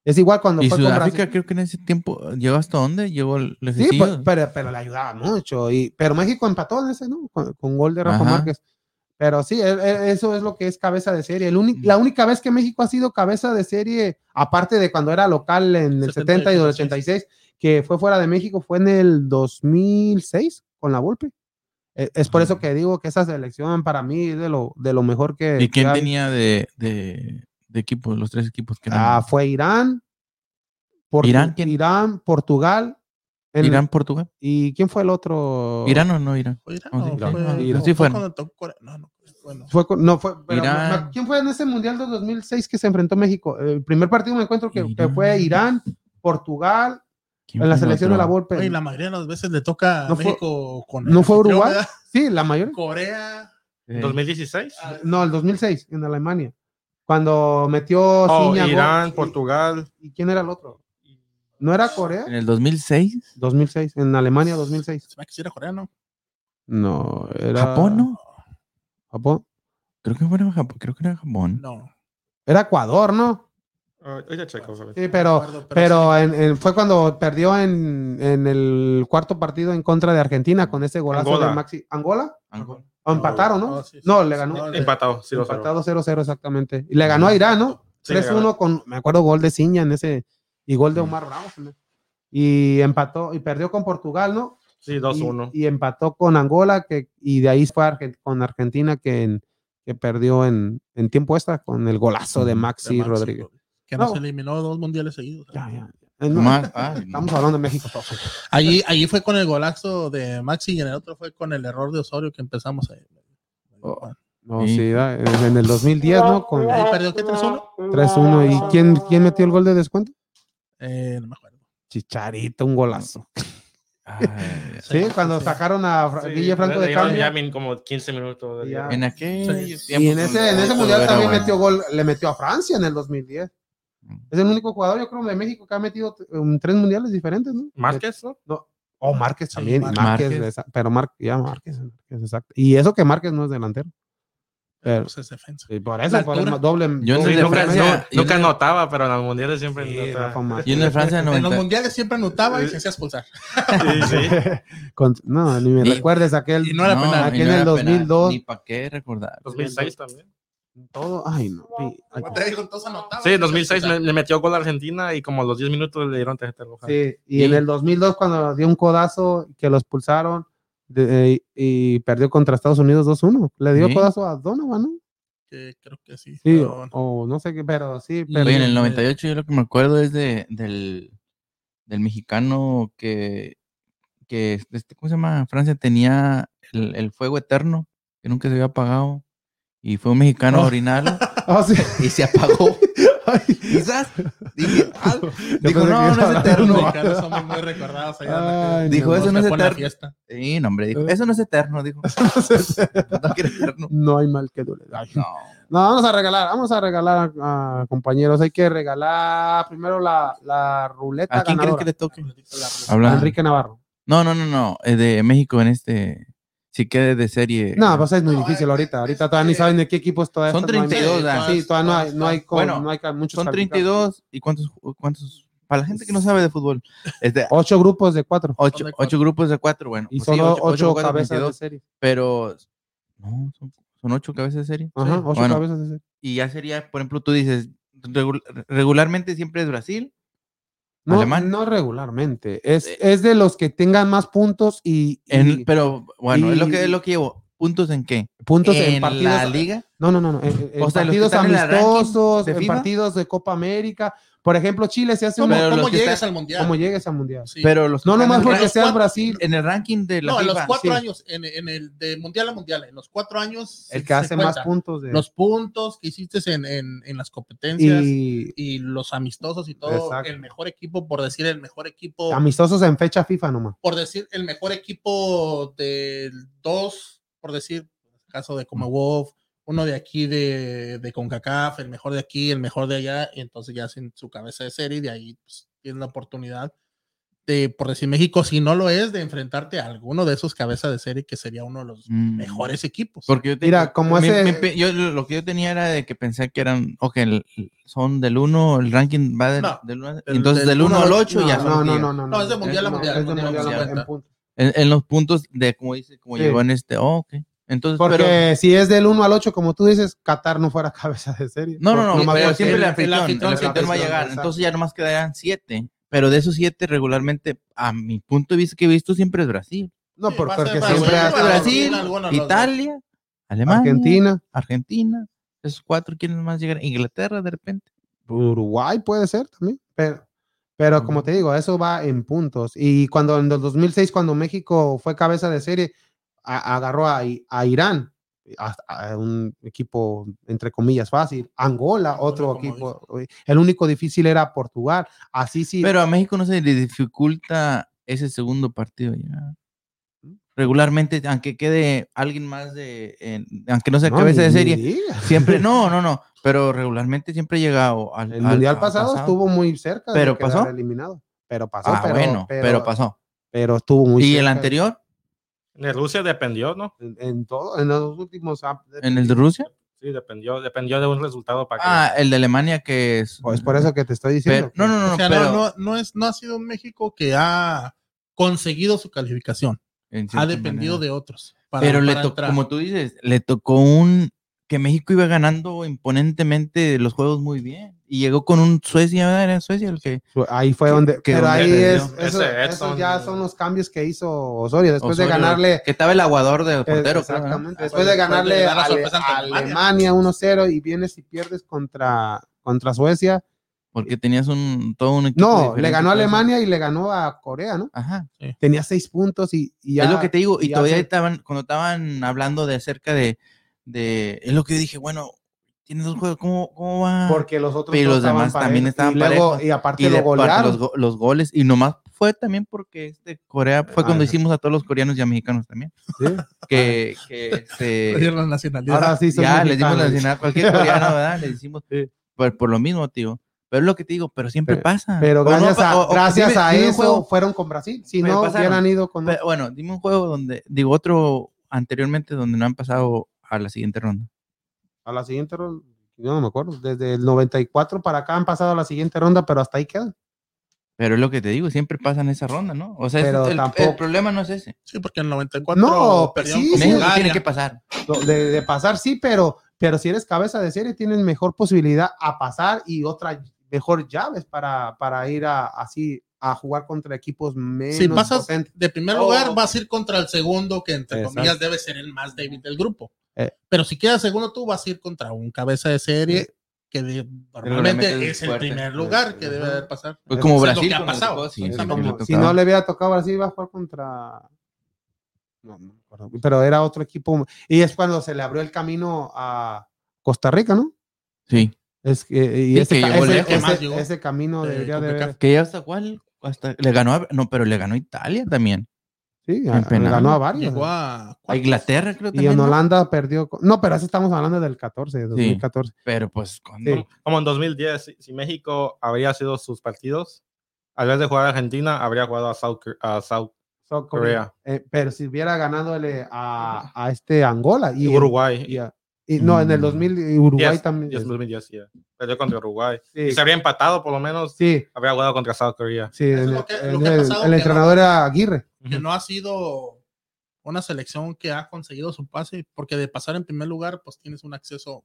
S1: Es igual cuando
S3: Y
S1: fue con
S3: Sudáfrica
S1: Brasil.
S3: creo que en ese tiempo llegó hasta dónde, llegó el los
S1: Sí,
S3: sencillos.
S1: pues, pero, pero le ayudaba mucho. Y, pero México empató en ese, ¿no? Con, con gol de Rafa
S3: Ajá.
S1: Márquez. Pero sí, e- e- eso es lo que es cabeza de serie. El uni-
S3: Mm.
S1: la única vez que México ha sido cabeza de serie, aparte de cuando era local en el 70 y el 86, que fue fuera de México, fue en el 2006 con la Volpe. E- Es por eso
S3: Ujú.
S1: que digo que esa selección para mí es de lo, de lo mejor que.
S3: ¿Y
S1: que
S3: quién
S1: ha-
S3: tenía de, de, de equipo, los tres equipos que
S1: Ah,
S3: eran?
S1: fue Irán, Portu-
S3: ¿Irán quién?
S1: Irán, Portugal. en-
S3: Irán, Portugal.
S1: ¿Y quién fue el otro?
S3: Irán o no Irán.
S2: Fue Irán,
S3: No, sí,
S2: no,
S3: Irán.
S2: fue-
S3: Ah,
S2: no,
S3: sí
S2: fue
S3: fueron.
S2: cuando tocó Corea. No, no, bueno.
S1: Fue con- no, fue, pero
S3: Irán.
S1: me- me- ¿Quién fue en ese Mundial de 2006 que se enfrentó México? El primer partido me encuentro que, que fue Irán, Portugal,
S3: ¿Quién
S1: en la
S3: fue el
S1: selección de la
S3: otro?
S1: Volpe.
S2: Oye, la mayoría de las veces le toca a
S1: No fue-
S2: México con
S1: ¿No fue
S2: anfitrión,
S1: Uruguay?
S2: ¿verdad?
S1: Sí, la mayor.
S2: Corea.
S1: eh,
S3: Sí.
S4: 2016.
S2: ah,
S1: No, el 2006, en Alemania. Cuando metió
S4: Oh,
S1: Ciña gol.
S4: Irán,
S1: ¿Y-
S4: Portugal.
S1: ¿Y quién era el otro? ¿No era Corea?
S3: En el 2006,
S1: 2006, en Alemania 2006.
S2: Se me quisiera coreano.
S1: No, era
S3: Japón, ¿no?
S1: Japón.
S3: Creo que, fuera Japón, creo que era Japón.
S2: No.
S1: Era Ecuador, ¿no?
S4: Ah, ahorita checo, a ver.
S1: Sí, pero
S2: Eduardo,
S1: Pero en- en- fue cuando perdió en, en el cuarto partitido en contra de Argentina con ese golazo
S4: Angola.
S1: de Maxi. ¿Angola?
S3: Angola.
S1: ¿O empataron, no?
S2: No, sí, sí.
S1: No, le ganó.
S2: No, le-
S4: Empatado, sí, dos a cero.
S1: empatado 0-0 exactamente. Y le ganó a Irán, ¿no?
S4: Sí,
S1: 3-1 con, me acuerdo, gol de Ciña en ese, y gol de
S3: Mm.
S1: Omar Bravo. ¿no? Y empató, y perdió con Portugal, ¿no?
S4: Sí,
S1: Y-
S4: 2-1.
S1: Y, empató con Angola, que, y de ahí fue a Argen- con Argentina que, en- que perdió en, en tiempo extra con el golazo de
S3: Mm, de
S1: Maxi,
S2: Maxi pues.
S1: Rodríguez.
S2: Que no,
S1: No.
S2: se eliminó dos mundiales seguidos.
S1: Ya, ya. Eh, no,
S3: Más fácil.
S1: Estamos hablando de México.
S2: Allí, allí fue con el golazo de Maxi y en el otro fue con el error de Osorio que empezamos ahí.
S3: Oh.
S1: No,
S3: Sí.
S1: sí, da- en el 2010, ¿no? Con
S2: Ahí perdió que 3-1.
S1: 3-1. ¿Y quién, quién metió el gol de descuento?
S2: Eh, no me acuerdo.
S1: Chicharito, un golazo.
S3: Ay,
S1: Sí, cuando sacaron a Fra-
S4: Sí,
S1: Guille Franco
S4: le
S1: de
S4: dieron
S1: cambio.
S4: ya min- como 15 minutos. de-
S1: Ya.
S3: en aquel
S2: Sí.
S1: Y en ese, en ese mundial también metió gol, le metió a Francia en el 2010.
S3: Mm.
S1: Es el único jugador, yo creo, de México que ha metido en tres mundiales diferentes, ¿no?
S4: Márquez, ¿no?
S1: O Márquez también. y
S2: Márquez.
S1: Márquez, esa- pero Márquez, ya Márquez, Márquez, exacto. Y eso que Márquez no es delantero. Pero-
S2: pues es defensa.
S1: Y por
S2: La
S1: eso fueron
S2: altura.
S1: más doble.
S3: Yo no
S1: doble doble
S3: sé de
S4: nunca,
S1: media.
S3: Francia.
S4: no- nunca anotaba, pero en los mundiales siempre
S1: Sí, Rafa
S4: anotaba.
S1: Márquez.
S3: Y en el Francia
S2: En los
S3: 90.
S2: mundiales siempre anotaba y se hacía expulsar.
S4: Sí, sí.
S1: Con- no, ni me
S3: Y-
S1: recuerdes aquel.
S2: y no era
S3: No,
S2: penal.
S1: Aquí
S3: y
S1: en
S3: no
S1: el
S3: era penal,
S1: 2002.
S3: Ni para qué recordar.
S4: 2006 también.
S1: todo, ay, no. sí, ay,
S2: Como te digo, entonces
S1: Ah,
S2: anotaba.
S4: Sí, en 2006
S2: Expulsar.
S4: le, le metió gol a Argentina y como a los 10 minutos le dieron tarjeta roja.
S1: sí, y en el 2002 cuando dio un codazo que lo expulsaron de- eh, y perdió contra Estados Unidos 2-1. Le dio
S3: Sí.
S1: codazo a Donovan, ¿no?
S2: Que creo que sí.
S1: Sí,
S2: pero
S1: o,
S2: bueno.
S1: o no sé qué, pero sí,
S2: Y-
S1: pero
S3: Oye, en el
S2: Eh,
S3: 98 yo lo que me acuerdo es de, del, del mexicano que, que este, ¿cómo se llama? Francia tenía el, el fuego eterno que nunca se había apagado y fue un mexicano a
S1: Oh.
S3: orinarlo
S1: Ah, sí.
S3: y se apagó. Quizás dije, "Ah", dijo,
S1: pensé que
S3: no, no es
S1: estaba
S2: Los
S3: eterno.
S2: mexicanos somos muy recordados allá.
S1: Ay,
S3: Dijo
S1: no,
S3: eso, no es
S2: Fue la
S3: eterno.
S2: fiesta.
S3: Sí, no, hombre, dijo, eso no es eterno, dijo. No quiero eterno.
S1: No hay mal que duele. Ay,
S3: No.
S1: No, vamos a regalar, vamos a regalar a, compañeros. Hay que regalar primero la, la ruleta
S3: ¿A quién crees
S1: ganadora.
S3: que le toque?
S1: A
S3: Hablando.
S1: Enrique Navarro.
S3: No, no, no, no. Es de México en este. Si quede de serie. Ah,
S1: No, pues es muy
S2: No,
S1: difícil
S2: es-
S1: ahorita.
S2: es-
S1: Ahorita todavía ni
S2: es-
S1: saben de qué equipo es todavía.
S3: Son
S1: esto no hay-
S3: 32, ah.
S1: Sí, todavía no hay, no hay, con-
S3: Bueno,
S1: no hay ca- muchos.
S3: Son
S1: calificados.
S3: 32 y cuántos, cuántos para la gente que no sabe de fútbol, es de
S1: Ocho grupos de cuatro.
S3: ocho,
S2: de cuatro.
S3: ocho grupos de cuatro, bueno,
S1: Y
S3: pues sí,
S1: solo
S3: ocho-
S1: ocho,
S3: ocho por cuatro,
S1: cabezas
S3: 22,
S1: de serie.
S3: pero no, son, son ocho cabezas de serie.
S1: Ajá,
S2: Sí.
S1: ocho
S3: Bueno.
S1: cabezas de serie.
S3: Y ya sería, por ejemplo, tú dices, regu- regularmente siempre es Brasil,
S1: No,
S3: Alemán.
S1: no regularmente. Es,
S3: Eh.
S1: es de los que tengan más puntos y, y
S3: en- pero bueno, es lo que
S1: y-
S3: es lo que llevo. ¿Puntos en qué?
S1: puntos en,
S3: en
S1: partidos.
S3: la liga.
S1: No, no, no, no. En, en
S3: O sea, los que
S1: partidos
S3: están en la ranking
S1: amistosos,
S3: de
S1: en
S3: FIFA.
S1: partidos de Copa América. Por ejemplo, Chile se hace
S2: ¿Cómo,
S1: un
S3: Pero
S2: cómo
S3: los que
S2: llegas
S3: están-
S2: al mundial?
S1: como llegues al mundial.
S2: Sí.
S3: Pero los que
S1: No
S3: están
S1: nomás
S3: en, el
S1: porque
S3: ran-
S1: sea el
S2: cuatro-
S1: Brasil,
S3: en el ranking de la
S2: no, en los
S3: FIFA,
S2: cuatro
S1: sí.
S2: años, en, en el de mundial a mundial, en los cuatro años.
S1: el
S2: se-
S1: que hace
S2: se
S1: más
S2: cuenta.
S1: puntos de
S2: Los puntos que hiciste en, en, en las competencias y,
S1: y
S2: los amistosos y todo.
S1: Exacto.
S2: El mejor equipo, por decir, el mejor equipo.
S1: amistosos en fecha FIFA nomás.
S2: por decir, el mejor equipo del 2, por decir, caso de Commonwealth, uno de aquí de, de CONCACAF, el mejor de aquí, el mejor de allá, y entonces ya hacen su cabeza de serie y de ahí pues, tienen la oportunidad de, por decir, México, si no lo es, de enfrentarte a alguno de esos cabezas de serie que sería uno de los
S3: Mm.
S2: mejores equipos.
S3: Porque yo te-
S1: Mira, como
S3: mi-
S1: ese-
S3: mi pe- yo, lo que yo tenía era de que pensé que eran, ok, el- son del 1 el ranking va del,
S2: No,
S3: del uno-
S2: del-
S3: entonces
S2: del
S3: del 1
S2: uno
S3: al
S2: al
S3: 8
S1: no,
S3: ya
S1: no,
S3: son
S1: no,
S3: diez.
S1: no, no,
S2: No, es de mundial a
S1: no,
S2: mundial,
S1: es de
S2: mundial a
S1: mundial a
S2: mundial.
S1: mundial, en puntos.
S3: En, en los puntos de como dice, como
S1: Sí.
S3: llegó en este, oh, ok. Entonces,
S1: Porque
S3: pero,
S1: si es del 1 al ocho como tú dices, Qatar no fuera cabeza de serie.
S3: no, no, no,
S1: más
S3: pero
S1: porque-
S3: siempre el,
S2: el
S3: anfitrión, el anfitrión
S2: anfitrión,
S1: el
S3: va a
S1: anfitrión,
S3: llegar,
S1: exacto.
S3: entonces ya nomás quedarían 7, pero de esos 7 regularmente, a mi punto de vista que he visto, siempre es Brasil.
S1: No,
S2: Sí,
S1: por-
S2: va a ser
S1: porque
S2: Brasil,
S1: siempre
S2: va a ser
S1: ha-
S3: Brasil,
S2: alguno de los dos.
S3: Italia, Alemania, Argentina,
S1: Argentina,
S3: esos cuatro, ¿quiénes más llegan? Inglaterra de repente.
S1: Uruguay puede ser también, pero pero como te digo, eso va en puntos. Y cuando en el 2006, cuando México fue cabeza de serie, a- agarró a, I- a Irán, a, a un equipo entre comillas fácil, Angola,
S2: Angola,
S1: otro
S2: como
S1: equipo. eh, El único difícil era Portugal. Así sí,
S3: Pero a México no se le dificulta ese segundo partido ya.
S1: Mm.
S3: Regularmente, aunque quede alguien más de, en- aunque no sea
S1: no,
S3: cabeza
S1: ni-
S3: de
S1: ni
S3: serie,
S1: digas.
S3: siempre, no, no, no, pero regularmente siempre he llegado al,
S1: El
S3: al-
S1: mundial
S3: al
S1: pasado, estuvo muy cerca
S3: Pero
S1: de quedar
S3: pasó.
S1: eliminado. Pero pasó,
S3: Ah,
S1: pero,
S3: bueno, pero,
S1: pero,
S3: pasó.
S1: pero estuvo muy
S3: Y el
S1: cerca.
S3: anterior,
S4: En Rusia dependió, ¿no?
S1: En, en todo, en los últimos. ah,
S3: en el de Rusia.
S4: Sí, dependió, dependió de un resultado para que.
S3: Ah, el de Alemania que es.
S1: Pues por eso que te estoy diciendo.
S3: pero- no, no, no,
S2: O sea,
S3: pero
S2: no, no, no es, no ha sido un México que ha conseguido su calificación,
S3: en
S2: ha
S3: cierta
S2: dependido
S3: manera.
S2: de otros. para-
S3: pero le
S2: para
S3: tocó,
S2: entrar.
S3: como tú dices, le tocó un que México iba ganando imponentemente los juegos muy bien y llegó con un Suecia, ¿verdad? Era Suecia el que
S1: Su- Ahí fue
S3: Que-
S1: donde.
S3: que
S1: pero
S3: donde
S1: ahí
S3: perdió.
S1: es. Eso,
S4: Ese
S1: esos
S4: Edson-
S1: ya son los cambios que hizo Osorio. Después de
S3: Osorio,
S1: ganarle.
S3: que estaba el aguador del
S1: eh,
S3: portero, creo, ¿verdad?
S1: exactamente. Después de
S2: Después de
S1: ganarle
S2: dar la
S1: a Ale-
S2: sorpresa ante
S1: a
S2: Alemania.
S1: Alemania 1-0 y vienes y pierdes contra, contra Suecia.
S3: porque tenías un todo un equipo
S1: No,
S3: diferente,
S1: le ganó a
S3: todo eso.
S1: Alemania y le ganó a Corea, ¿no?
S3: Ajá.
S1: Tenía seis puntos y, y ya.
S3: es lo que te digo y
S1: ya
S3: todavía
S1: se-
S3: estaban cuando estaban hablando de acerca de de es lo que yo dije, bueno, tienes dos juegos, ¿cómo cómo va?
S1: Porque los otros.
S3: Y
S1: dos
S3: los demás
S1: estaban
S3: también
S1: parejos.
S3: estaban
S1: y luego-
S3: parejos.
S1: Y aparte
S3: y de
S1: lo
S3: parte
S1: golearon.
S3: los, go- los goles y nomás fue también porque este Corea fue cuando
S1: Ah.
S3: hicimos a todos los coreanos y a mexicanos también
S1: Sí.
S3: que, que este,
S2: Le dieron la nacionalidad.
S1: Ahora sí son
S3: ya les dimos la
S1: mexicanos.
S3: nacional cualquier coreano verdad les hicimos
S1: Sí.
S3: por, por lo mismo tío pero es lo que te digo pero siempre
S1: Pero-
S3: pasa
S1: Pero
S3: O no
S1: gracias
S3: pa-
S1: a,
S3: o- o
S1: gracias
S3: dime-
S1: a
S3: dime un
S1: eso
S3: juego,
S1: fueron con Brasil. Si
S3: Me
S1: no,
S3: pasaron.
S1: hubieran ido con.
S3: pe- bueno dime un juego donde digo otro anteriormente donde no han pasado a la siguiente ronda
S1: A la siguiente ronda, yo no me acuerdo, desde el 94 para acá han pasado a la siguiente ronda, pero hasta ahí quedan.
S3: Pero es lo que te digo, siempre pasan esa ronda, ¿no? O sea, ese
S1: Pero
S3: es el, el
S1: tampoco-
S3: problema no es ese.
S2: Sí, porque en el 94
S1: No,
S2: perdieron
S1: sí,
S2: con
S1: sí.
S3: México
S2: Bulgaria.
S3: pues tiene que pasar.
S1: Lo- De, de pasar sí, pero, pero si eres cabeza de serie tienes mejor posibilidad a pasar y otra mejor llaves para, para ir a, así a jugar contra equipos menos
S2: Si pasas
S1: potentes.
S2: de primer
S1: Oh.
S2: lugar, vas a ir contra el segundo, que entre
S1: Exacto.
S2: comillas debe ser el más débil del grupo.
S1: Eh.
S2: Pero si quedas segundo, tú vas a ir contra un cabeza de serie
S3: Eh.
S2: que de- normalmente
S3: es
S2: es el
S3: fuerte. eh,
S2: primer lugar que
S1: Ajá.
S2: debe haber pasar.
S3: Pues como
S2: Es lo
S3: Brasil
S2: que ha
S3: con el
S2: pasado,
S3: Cosi, sí,
S1: Es
S2: exactamente.
S3: que le
S1: como-
S3: tocaba.
S1: si no le hubiera tocado así iba a jugar contra no, no me acuerdo, pero era otro equipo y es cuando se le abrió el camino a Costa Rica, ¿no?
S3: Sí.
S1: Es que, y
S3: Sí,
S1: ese,
S3: que
S1: ca-
S3: llegó
S1: ese-
S3: lejos,
S1: ese-
S2: más llegó.
S1: ese camino
S2: Eh,
S1: debería de
S2: CONCACAF.
S3: Que ya hasta cuál, hasta le ganó a, no, pero le ganó a Italia también.
S1: sí, a-
S3: penal.
S1: ganó a varios.
S2: Llegó a
S3: A
S2: cuartos.
S3: Inglaterra creo
S1: Y
S3: también.
S1: en
S3: ¿no?
S1: Holanda perdió. con- No, pero así estamos hablando del 14, de 2014.
S3: Pero pues cuando
S1: Sí.
S4: Como en 2010, si- si México habría sido sus partidos, al vez de jugar a Argentina, habría jugado a South, Cor- a South
S1: So, como-
S4: Corea
S1: eh, pero si hubiera ganadole a, a este Angola y
S4: y Uruguay.
S1: y a- y no, en el
S3: Mm.
S1: 2000 y Uruguay
S4: Yes,
S1: también.
S4: yes, 2010, yeah. Perdió contra Uruguay.
S1: Sí,
S4: Si se habría empatado, por lo menos
S1: sí,
S4: habría jugado contra South Korea.
S1: sí, en
S2: lo
S1: el-
S2: que-
S1: en
S2: lo que ha
S1: el-
S2: pasado
S1: el
S2: que-
S1: entrenador era Aguirre.
S2: que no ha sido una selección que ha conseguido su pase, porque de pasar en primer lugar, pues tienes un acceso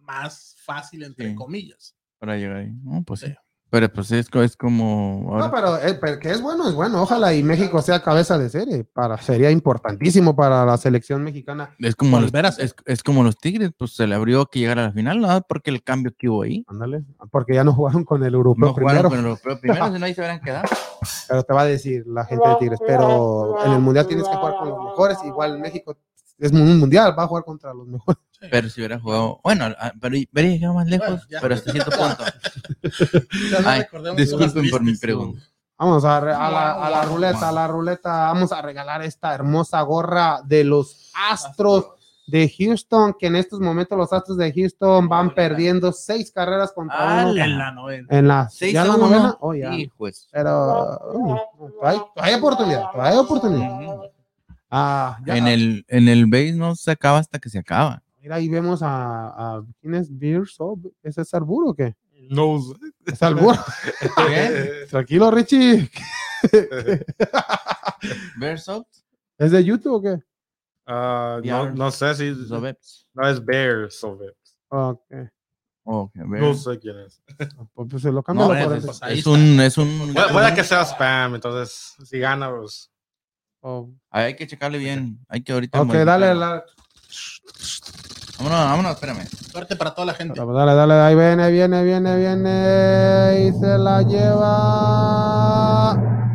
S2: más fácil, entre
S3: Sí.
S2: comillas.
S3: para llegar ahí. No, pues sí.
S2: Sí.
S3: Pero pues es, co- es como ahora
S1: No, pero, eh, pero que es bueno, es bueno. Ojalá y México sea cabeza de serie. Para, sería importantísimo para la selección mexicana.
S3: es como los,
S2: Volver a-
S3: es, es como los Tigres, pues se le abrió que llegara a la final, nada porque el cambio que hubo ahí.
S1: Ándale, porque ya no jugaron con el europeo
S3: No
S1: primero.
S3: jugaron con el europeo primero, si no ahí se habrán quedado.
S1: pero te va a decir la gente de Tigres, pero en el mundial tienes que jugar con los mejores, igual México es un mundial, va a jugar contra los mejores.
S2: Sí.
S3: Pero si hubiera jugado, bueno, a- pero hubiera llegado más lejos,
S2: Bueno, ya.
S3: pero hasta cierto punto.
S2: Ya no
S3: Ay,
S2: recordemos
S3: Disculpen
S2: cosas
S3: por mi
S2: tristes.
S3: pregunta.
S1: Vamos a, re- a la, a la ruleta, a la ruleta, vamos a regalar esta hermosa gorra de los Astros de Houston, que en estos momentos los Astros de Houston van perdiendo seis carreras contra uno.
S2: En la novena.
S1: En la,
S3: Ah, Seis
S1: ¿ya
S3: a
S1: la
S3: uno.
S1: novena? Oh, ya.
S3: Hijo de su-
S1: Pero uy, hay, hay oportunidad, hay oportunidad. Ah, ya-
S3: En el, en el base no se acaba hasta que se acaba.
S1: Mira, ahí vemos a, a ¿quién es Beer Soap? ¿Es César Buro o qué?
S4: No.
S1: Es Alburo. Tranquilo, Richie.
S3: Verso
S1: ¿Es de YouTube o qué?
S4: Ah, no, no sé si
S3: Zobebs.
S4: no es Bear Soviet.
S1: Ok.
S3: Ok, Bears.
S4: No sé quién es.
S1: Pues, pues, se lo cambio
S3: No,
S1: por
S2: bueno,
S1: ese.
S2: pues, ahí
S3: es
S2: está.
S3: un, es un
S4: Puede, puede que sea spam, entonces si gana, pues,
S1: Oh,
S3: Ay, hay que checarle bien. Hay que ahorita.
S1: Ok,
S3: modificarlo.
S1: dale, la-
S3: Vámonos, vámonos, espérame.
S2: Suerte para toda la gente.
S1: dale, dale, ahí viene, viene, viene, viene y se la lleva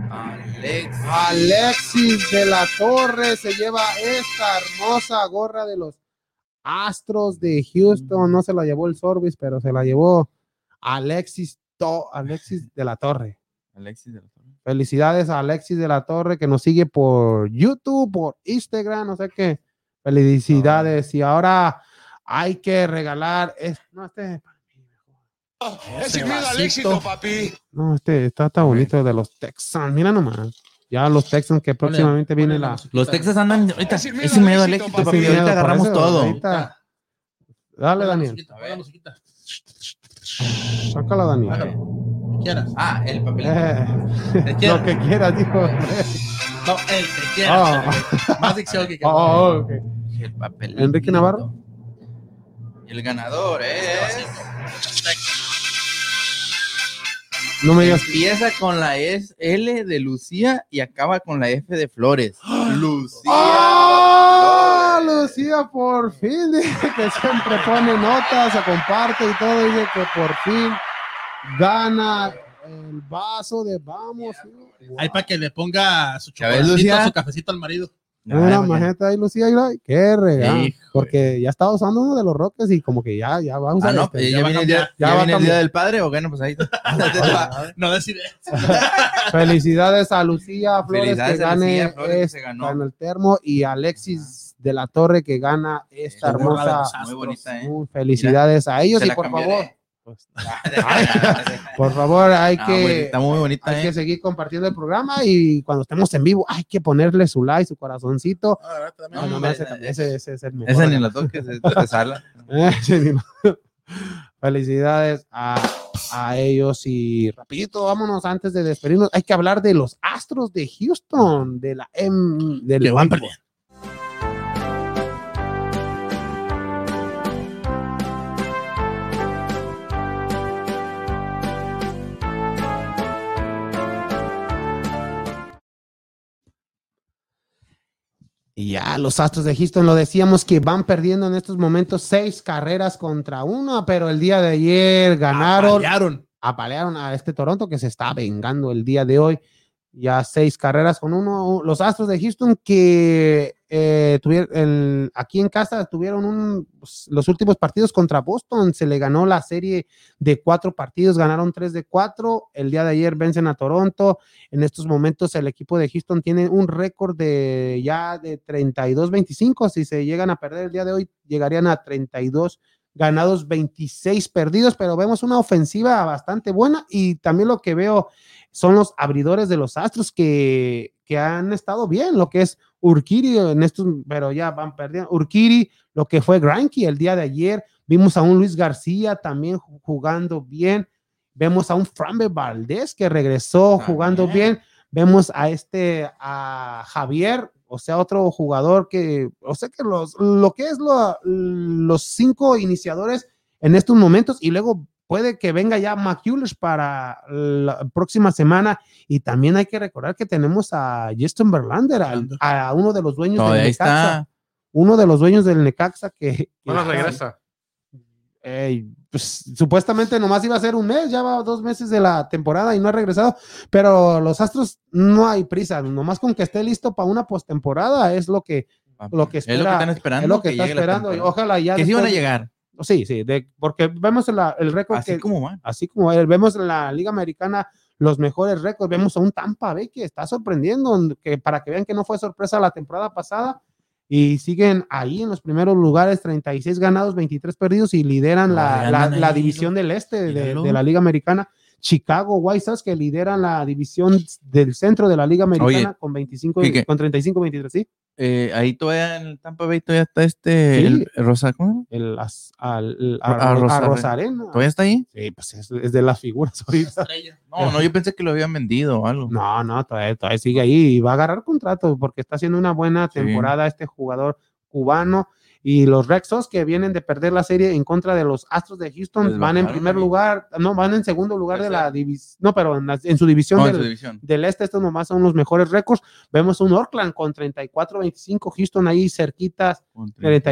S3: Alex.
S1: Alexis de la Torre, se lleva esta hermosa gorra de los Astros de Houston, no se la llevó el Sorbis, pero se la llevó Alexis, To- Alexis de la Torre.
S3: Alexis de la Torre.
S1: Felicidades a Alexis de la Torre que nos sigue por YouTube, por Instagram, no sé qué. Felicidades. Y ahora hay que regalar. es- no, este,
S2: Ese vasito.
S1: no, este está tan bonito de los Texans. Mira nomás. Ya los Texans que próximamente
S2: Ponle
S1: viene
S2: la
S1: la.
S2: musiquita.
S3: Los Texas andan ahorita.
S7: Sin miedo
S3: Ese
S7: al
S3: miedo al
S7: éxito,
S3: éxito, papi.
S7: papi.
S1: Sin miedo,
S3: Ahorita
S1: por
S3: agarramos
S1: eso,
S3: todo.
S1: ahorita. Dale,
S2: Ponle la
S1: Daniel.
S2: musiquita, ponle la musiquita.
S1: Sácala, Daniel.
S2: Hágalo, lo que quieras.
S3: Ah, el papelito.
S1: Eh,
S2: Te
S1: lo
S2: quiero.
S1: que quieras, dijo.
S2: No, el te quiero. Más dicción que
S1: Oh, Ah. oh, ok.
S3: El papelito.
S1: Enrique Navarro.
S3: Y el ganador es.
S1: No me digas.
S3: Empieza con la S L de Lucía y acaba con la F de Flores.
S1: ¡Ah!
S3: Lucía.
S1: ¡Oh! Lucía por fin dice que siempre pone notas, se comparte y todo. Dice que por fin gana el vaso de vamos.
S2: Ahí para que le ponga su
S3: Ya ves,
S2: chocolatito,
S3: Lucía.
S2: su cafecito al marido.
S1: Una majeta ahí, Lucía. mira, Qué regalo.
S3: Hijo.
S1: Porque ya estaba usando uno de los roques y como que ya, ya vamos
S3: Ah,
S1: a
S3: no,
S1: este,
S3: pues, ya,
S1: ya
S3: viene,
S1: va a
S3: el día,
S1: cambiar, ya
S3: ya
S1: va a
S3: viene el
S1: cambiar.
S3: día del padre, o bueno, pues ahí.
S2: No decide.
S1: Felicidades a Lucía Flores que
S3: Felicidades a
S1: gane este
S3: Lucía Flores que se
S1: esta
S3: ganó.
S1: en el termo y Alexis de la Torre que gana esta
S3: Esta gorra de
S1: hermosa.
S3: los Astros. Muy bonita, ¿eh?
S1: Muy Felicidades a ellos
S3: Se
S1: y
S3: la
S1: por
S3: cambiaré.
S1: favor.
S2: pues.
S1: Ay, por favor, hay
S3: Ah,
S1: que...
S3: güey, está muy bonita,
S1: Hay
S3: eh.
S1: que seguir compartiendo el programa y cuando estemos en vivo hay que ponerle su like, su corazoncito.
S3: No,
S1: Ah,
S3: no,
S1: no,
S3: me-
S1: ese, también, ese- ese es el mejor.
S3: Esa ni la toques, es de sala.
S1: Este Ese ni lo- Felicidades a, a ellos y rapidito, vámonos antes de despedirnos. Hay que hablar de los Astros de Houston, de la M, del
S2: Que van perdiendo.
S1: Y ya los Astros de Houston lo decíamos que van perdiendo en estos momentos seis carreras contra una, pero el día de ayer
S2: Ah,
S1: ganaron
S2: Apalearon.
S1: apalearon a este Toronto que se está vengando el día de hoy. Ya seis carreras con uno. Los Astros de Houston que eh, tuvieron el- aquí en casa tuvieron un- pues, los últimos partidos contra Boston. Se le ganó la serie de cuatro partidos, ganaron tres de cuatro. El día de ayer vencen a Toronto. En estos momentos el equipo de Houston tiene un récord de ya de 32-25. Si se llegan a perder el día de hoy, llegarían a 32 ganados 26 perdidos, pero vemos una ofensiva bastante buena y también lo que veo son los abridores de los Astros que, que han estado bien, lo que es Urquiri en estos, pero ya van perdiendo. Urquiri, lo que fue Granky el día de ayer, vimos a un Luis García también ju- jugando bien, vemos a un Frambe Valdés que regresó
S3: También.
S1: jugando bien, vemos a este, a Javier, o sea, otro jugador que, o sea, que los, lo que es lo- los cinco iniciadores en estos momentos y luego puede que venga ya McCullers para la próxima semana y también hay que recordar que tenemos a Justin Verlander, al-
S2: Verlander.
S1: a uno de los dueños
S3: Todavía
S1: del
S3: ahí
S1: Necaxa,
S3: está.
S1: uno de los dueños del Necaxa que, que
S4: Bueno,
S1: está-
S4: regresa.
S1: eh, pues, supuestamente nomás iba a ser un mes, ya va dos meses de la temporada y no ha regresado, pero los Astros no hay prisa, nomás con que esté listo para una postemporada es lo que lo que espera,
S3: es lo que están esperando.
S1: es lo que, está
S3: llegue la
S1: esperando y
S3: temporada.
S1: ojalá ya
S3: Que sí van a
S1: después-
S3: llegar.
S1: Sí, sí, de- porque vemos la- el récord
S3: Así
S1: que-
S3: como van.
S1: así como el- vemos en la Liga Americana los mejores récords, vemos a un Tampa Bay que está sorprendiendo, que para que vean que no fue sorpresa la temporada pasada y siguen ahí en los primeros lugares, 36 ganados, 23 perdidos y lideran la,
S3: Ahí
S1: la-
S3: andan
S1: la
S3: ahí,
S1: división del este de,
S3: míralo.
S1: de la Liga Americana. Chicago White Sox que lideran la división del centro de la Liga Americana con 25
S3: Quique.
S1: con 35 23, sí.
S3: Eh, ahí todavía en el Tampa Bay todavía está este
S1: Sí.
S3: el, el Rosa- ¿cómo?
S1: El, as- al-
S3: A
S1: a, a
S3: Rosarena.
S1: Rosarena.
S3: ¿Todavía está ahí?
S1: Sí, pues es, es de las figuras ahorita.
S3: No, no, yo pensé que lo habían vendido o algo.
S1: No, no, todavía, todavía sigue ahí y va a agarrar contrato porque está haciendo una buena
S3: Sí.
S1: temporada este jugador cubano. Y los Rexos que vienen de perder la serie en contra de los Astros de Houston
S3: Les
S1: van en
S3: bajaron
S1: primer
S3: ahí.
S1: lugar, no, van en segundo lugar de
S3: Tercero.
S1: la división, no, pero en, la- en su división
S3: No, en
S1: del,
S3: su división.
S1: del este, estos nomás son los mejores récords. Vemos un Oakland con 34-25, Houston ahí cerquitas,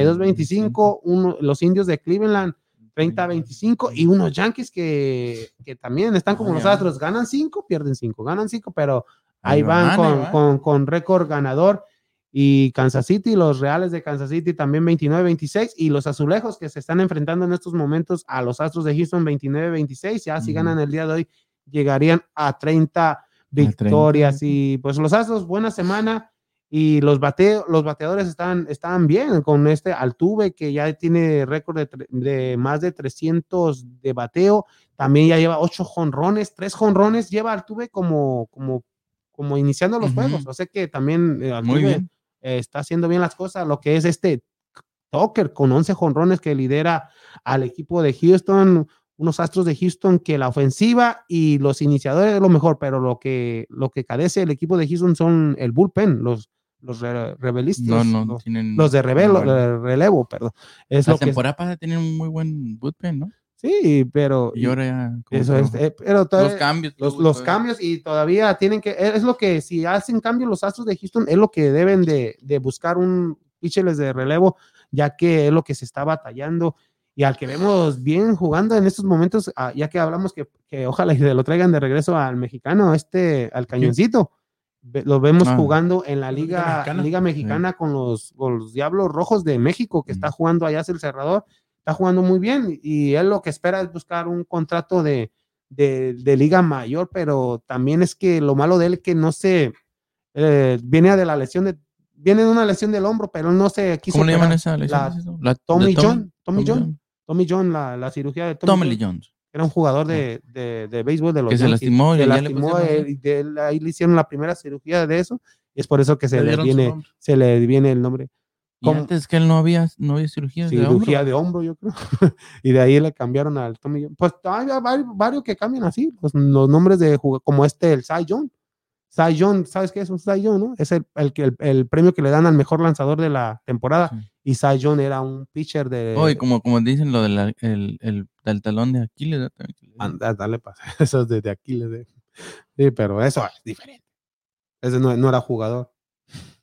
S1: 32-25, uno- los indios de Cleveland 30-25 y unos Yankees que, que también están como
S3: Ah,
S1: los
S3: ya.
S1: Astros, ganan 5, pierden 5, ganan 5, pero ahí van
S3: ahí
S1: con,
S3: van.
S1: con, con récord ganador. Y Kansas City, los Reales de Kansas City también 29-26 y los Azulejos que se están enfrentando en estos momentos a los Astros de Houston 29-26, ya si
S3: Ujú.
S1: ganan el día de hoy llegarían a 30 victorias y pues los Astros buena semana y los bateo, los bateadores están, están bien con este Altuve que ya tiene récord de, tre- de más de 300 de bateo, también ya lleva 8 jonrones, 3 jonrones lleva Altuve como como como iniciando los
S3: Ujú.
S1: juegos, o sea que también eh,
S3: Muy
S1: Altuve,
S3: bien.
S1: eh, está haciendo bien las cosas, lo que es este Tucker con 11 jonrones que lidera al equipo de Houston, unos astros de Houston que la ofensiva y los iniciadores es lo mejor, pero lo que, lo que carece el equipo de Houston son el bullpen, los, los re- rebelistas,
S3: No, no,
S1: los,
S3: tienen.
S1: los de revelo,
S3: Bueno,
S1: de relevo, perdón. Es
S3: La
S1: lo que,
S3: temporada pasada tenían un muy buen bullpen, ¿no?
S1: sí, pero
S3: Y ahora ya. como
S1: eso
S3: que
S1: es,
S3: no.
S1: eh, pero
S3: Los
S1: todavía-
S3: cambios. que
S1: los,
S3: hubo y
S1: los
S3: todo.
S1: cambios y todavía tienen que, es lo que si hacen cambios los Astros de Houston, es lo que deben de, de buscar un pitcher de relevo, ya que es lo que se está batallando y al que vemos bien jugando en estos momentos, ah, ya que hablamos que, que ojalá y se lo traigan de regreso al mexicano, este, al cañoncito. Ve- Lo vemos
S3: Ah.
S1: jugando en la
S2: La Liga
S1: Liga Mexicana,
S2: Mexicana.
S1: Liga Mexicana con, los, con los Diablos Rojos de México, que está
S3: Ujú.
S1: jugando allá hacia el cerrador, está jugando muy bien y él lo que espera es buscar un contrato de, de, de liga mayor, pero también es que lo malo de él es que no se eh, viene de la lesión de viene de una lesión del hombro, pero él no se quiso.
S3: ¿Cómo le llaman
S1: operar.
S3: esa lesión?
S1: La-
S3: ¿Es eso? La- de
S1: Tommy
S3: Tommy-
S1: John, Tommy
S3: Tommy
S1: John,
S3: John.
S1: Tommy John, la, la cirugía de Tommy,
S3: Tommy
S1: John.
S3: Lee Jones. Ah.
S1: Era un jugador de, de, de béisbol de los
S3: Que se
S1: Yankees.
S3: lastimó y
S1: Se
S3: ya le
S1: lastimó,
S3: pusieron-
S1: él- de él- ahí le hicieron la primera cirugía de eso. y es por eso que se le,
S2: dieron su
S1: viene,
S2: nombre.
S1: se le viene el nombre.
S3: Y
S1: ¿Cómo?
S3: antes que él no había, no había cirugía. de hombro.
S1: cirugía de hombro, yo creo. y de ahí le cambiaron al Tommy John. Pues hay varios, varios que cambian así, pues, los nombres de jugadores, como este, el Cy Young. Cy Young, ¿sabes qué es un Cy Young, no? Es el, el, que- el, el premio que le dan al mejor lanzador de la temporada.
S3: Sí.
S1: Y Cy Young era un pitcher de...
S3: Oh, y como, como dicen lo del el, el, del talón de Aquiles. ¿no? También que le dicen.
S1: Anda, dale pase. Eso es desde aquí. Sí, pero eso es diferente. Ese no, no era jugador.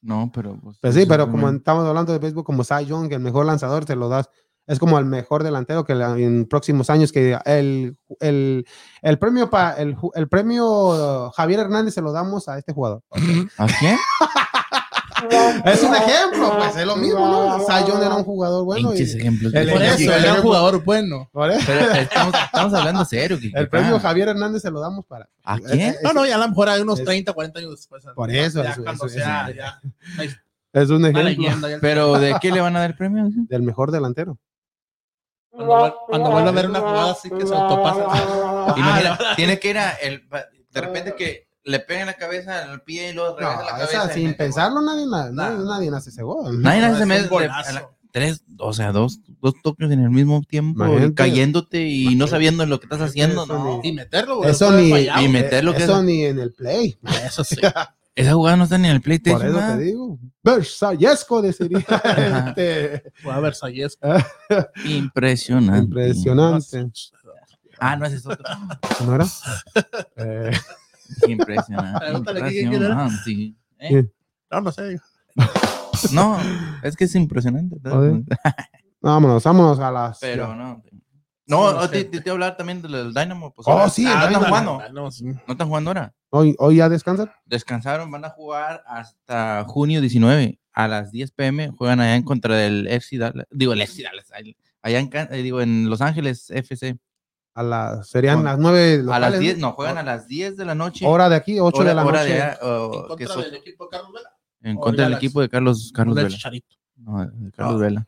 S3: No, pero. Pues,
S1: Pues sí,
S3: eso
S1: pero
S3: es
S1: como
S3: bueno.
S1: estamos hablando de béisbol, como Cy Young, el mejor lanzador, te lo das. Es como el mejor delantero que la- en próximos años que el, el, el premio pa, el, ju- el premio Javier Hernández se lo damos a este jugador.
S3: ¿A quién?
S1: Es un ejemplo, pues es lo mismo, ¿no? Cy Young era un jugador bueno. y-
S3: Pinches ejemplos.
S1: el-
S2: Por
S1: el-
S2: eso,
S1: el-
S2: él era
S1: el-
S2: un jugador pues, bueno.
S1: por eso,
S3: Pero estamos, estamos hablando serio. que-
S1: el
S3: que-
S1: premio
S3: ah,
S1: Javier Hernández se lo damos para.
S3: ¿A quién?
S1: eh,
S2: No, no, ya a lo mejor hay unos
S1: Es-
S2: 30, 40 años después.
S1: Por eso,
S2: Ya
S1: eso-
S2: cuando
S1: eso-
S2: sea,
S1: eso.
S2: ya.
S1: Es un
S2: Una
S1: ejemplo
S2: leyenda. ya-
S3: Pero ¿de qué le van a dar el premio?
S1: del mejor delantero.
S2: Cuando, vuel- cuando vuelva a ver una jugada así que se autopasa.
S3: Imagina,
S2: Ah, la-
S3: tiene que ir a. El, de repente que le peguen la cabeza al pie y luego
S1: No,
S3: regresa la
S1: esa,
S3: cabeza. y
S1: sin
S3: mete gol.
S1: pensarlo, nadie, na-
S3: Nah.
S1: nadie, nadie nace ese gol.
S3: Nadie
S2: No, eh,
S3: hace
S2: es
S3: mes
S2: un
S3: de-
S2: golazo.
S3: a la- tres, o sea, dos, dos toques en el mismo tiempo, y
S1: Imagínate.
S3: cayéndote y no sabiendo lo que estás haciendo.
S1: Eso
S3: No.
S2: Y meterlo, güey.
S1: Eso
S2: puede
S1: ni,
S2: fallar,
S3: Y
S2: güey.
S3: meter lo que
S1: eso
S3: es-
S1: ni en el play.
S2: Eso sí.
S3: Esa jugada no está ni en el PlayStation.
S1: Por eso
S3: ¿verdad?
S1: te digo. Versallesco deciría.
S3: Ajá.
S1: este,
S2: Voy a ver, Sayes.
S3: Impresionante.
S1: impresionante.
S3: Ah, no, ese es otro.
S1: ¿No era? Eh,
S3: Impresionante.
S2: Pregúntale qué- qué- quién era.
S3: impresionante. ¿Eh?
S1: ¿Quién?
S2: No, no sé.
S3: No, es que es impresionante.
S1: Joder. vámonos, vámonos a las.
S3: Pero no.
S2: Sí,
S3: No,
S2: no
S3: oh,
S2: sé.
S3: te, te, te voy a hablar también del- del Dynamo. Pues,
S1: Oh,
S3: ahora-
S1: sí,
S3: ah,
S1: el
S3: no están
S1: Dynamo.
S3: jugando.
S2: No, sí.
S3: No están jugando ahora.
S1: Hoy, hoy ya descansan.
S3: Descansaron, van a jugar hasta junio 19 a las 10 pm. Juegan allá en contra del FC Dallas. Digo, el FC Dallas. ahí- Allá en, Can- eh, digo, en Los Ángeles FC.
S1: A las, serían
S3: Con-
S1: las nueve.
S3: A las
S1: locales,
S3: 10, no, juegan a las 10 de la noche.
S1: Hora de aquí, ocho
S3: Hora-
S1: de la
S3: hora
S1: noche.
S3: allá, oh,
S2: En
S3: que es
S2: contra
S3: ocho-
S2: del equipo Carlos Vela.
S3: en
S2: o
S3: contra del
S2: Dallas.
S3: equipo de Carlos, Carlos
S2: Del
S3: Vela.
S2: Chicharito.
S3: No, de Carlos
S2: Ah.
S3: Vela.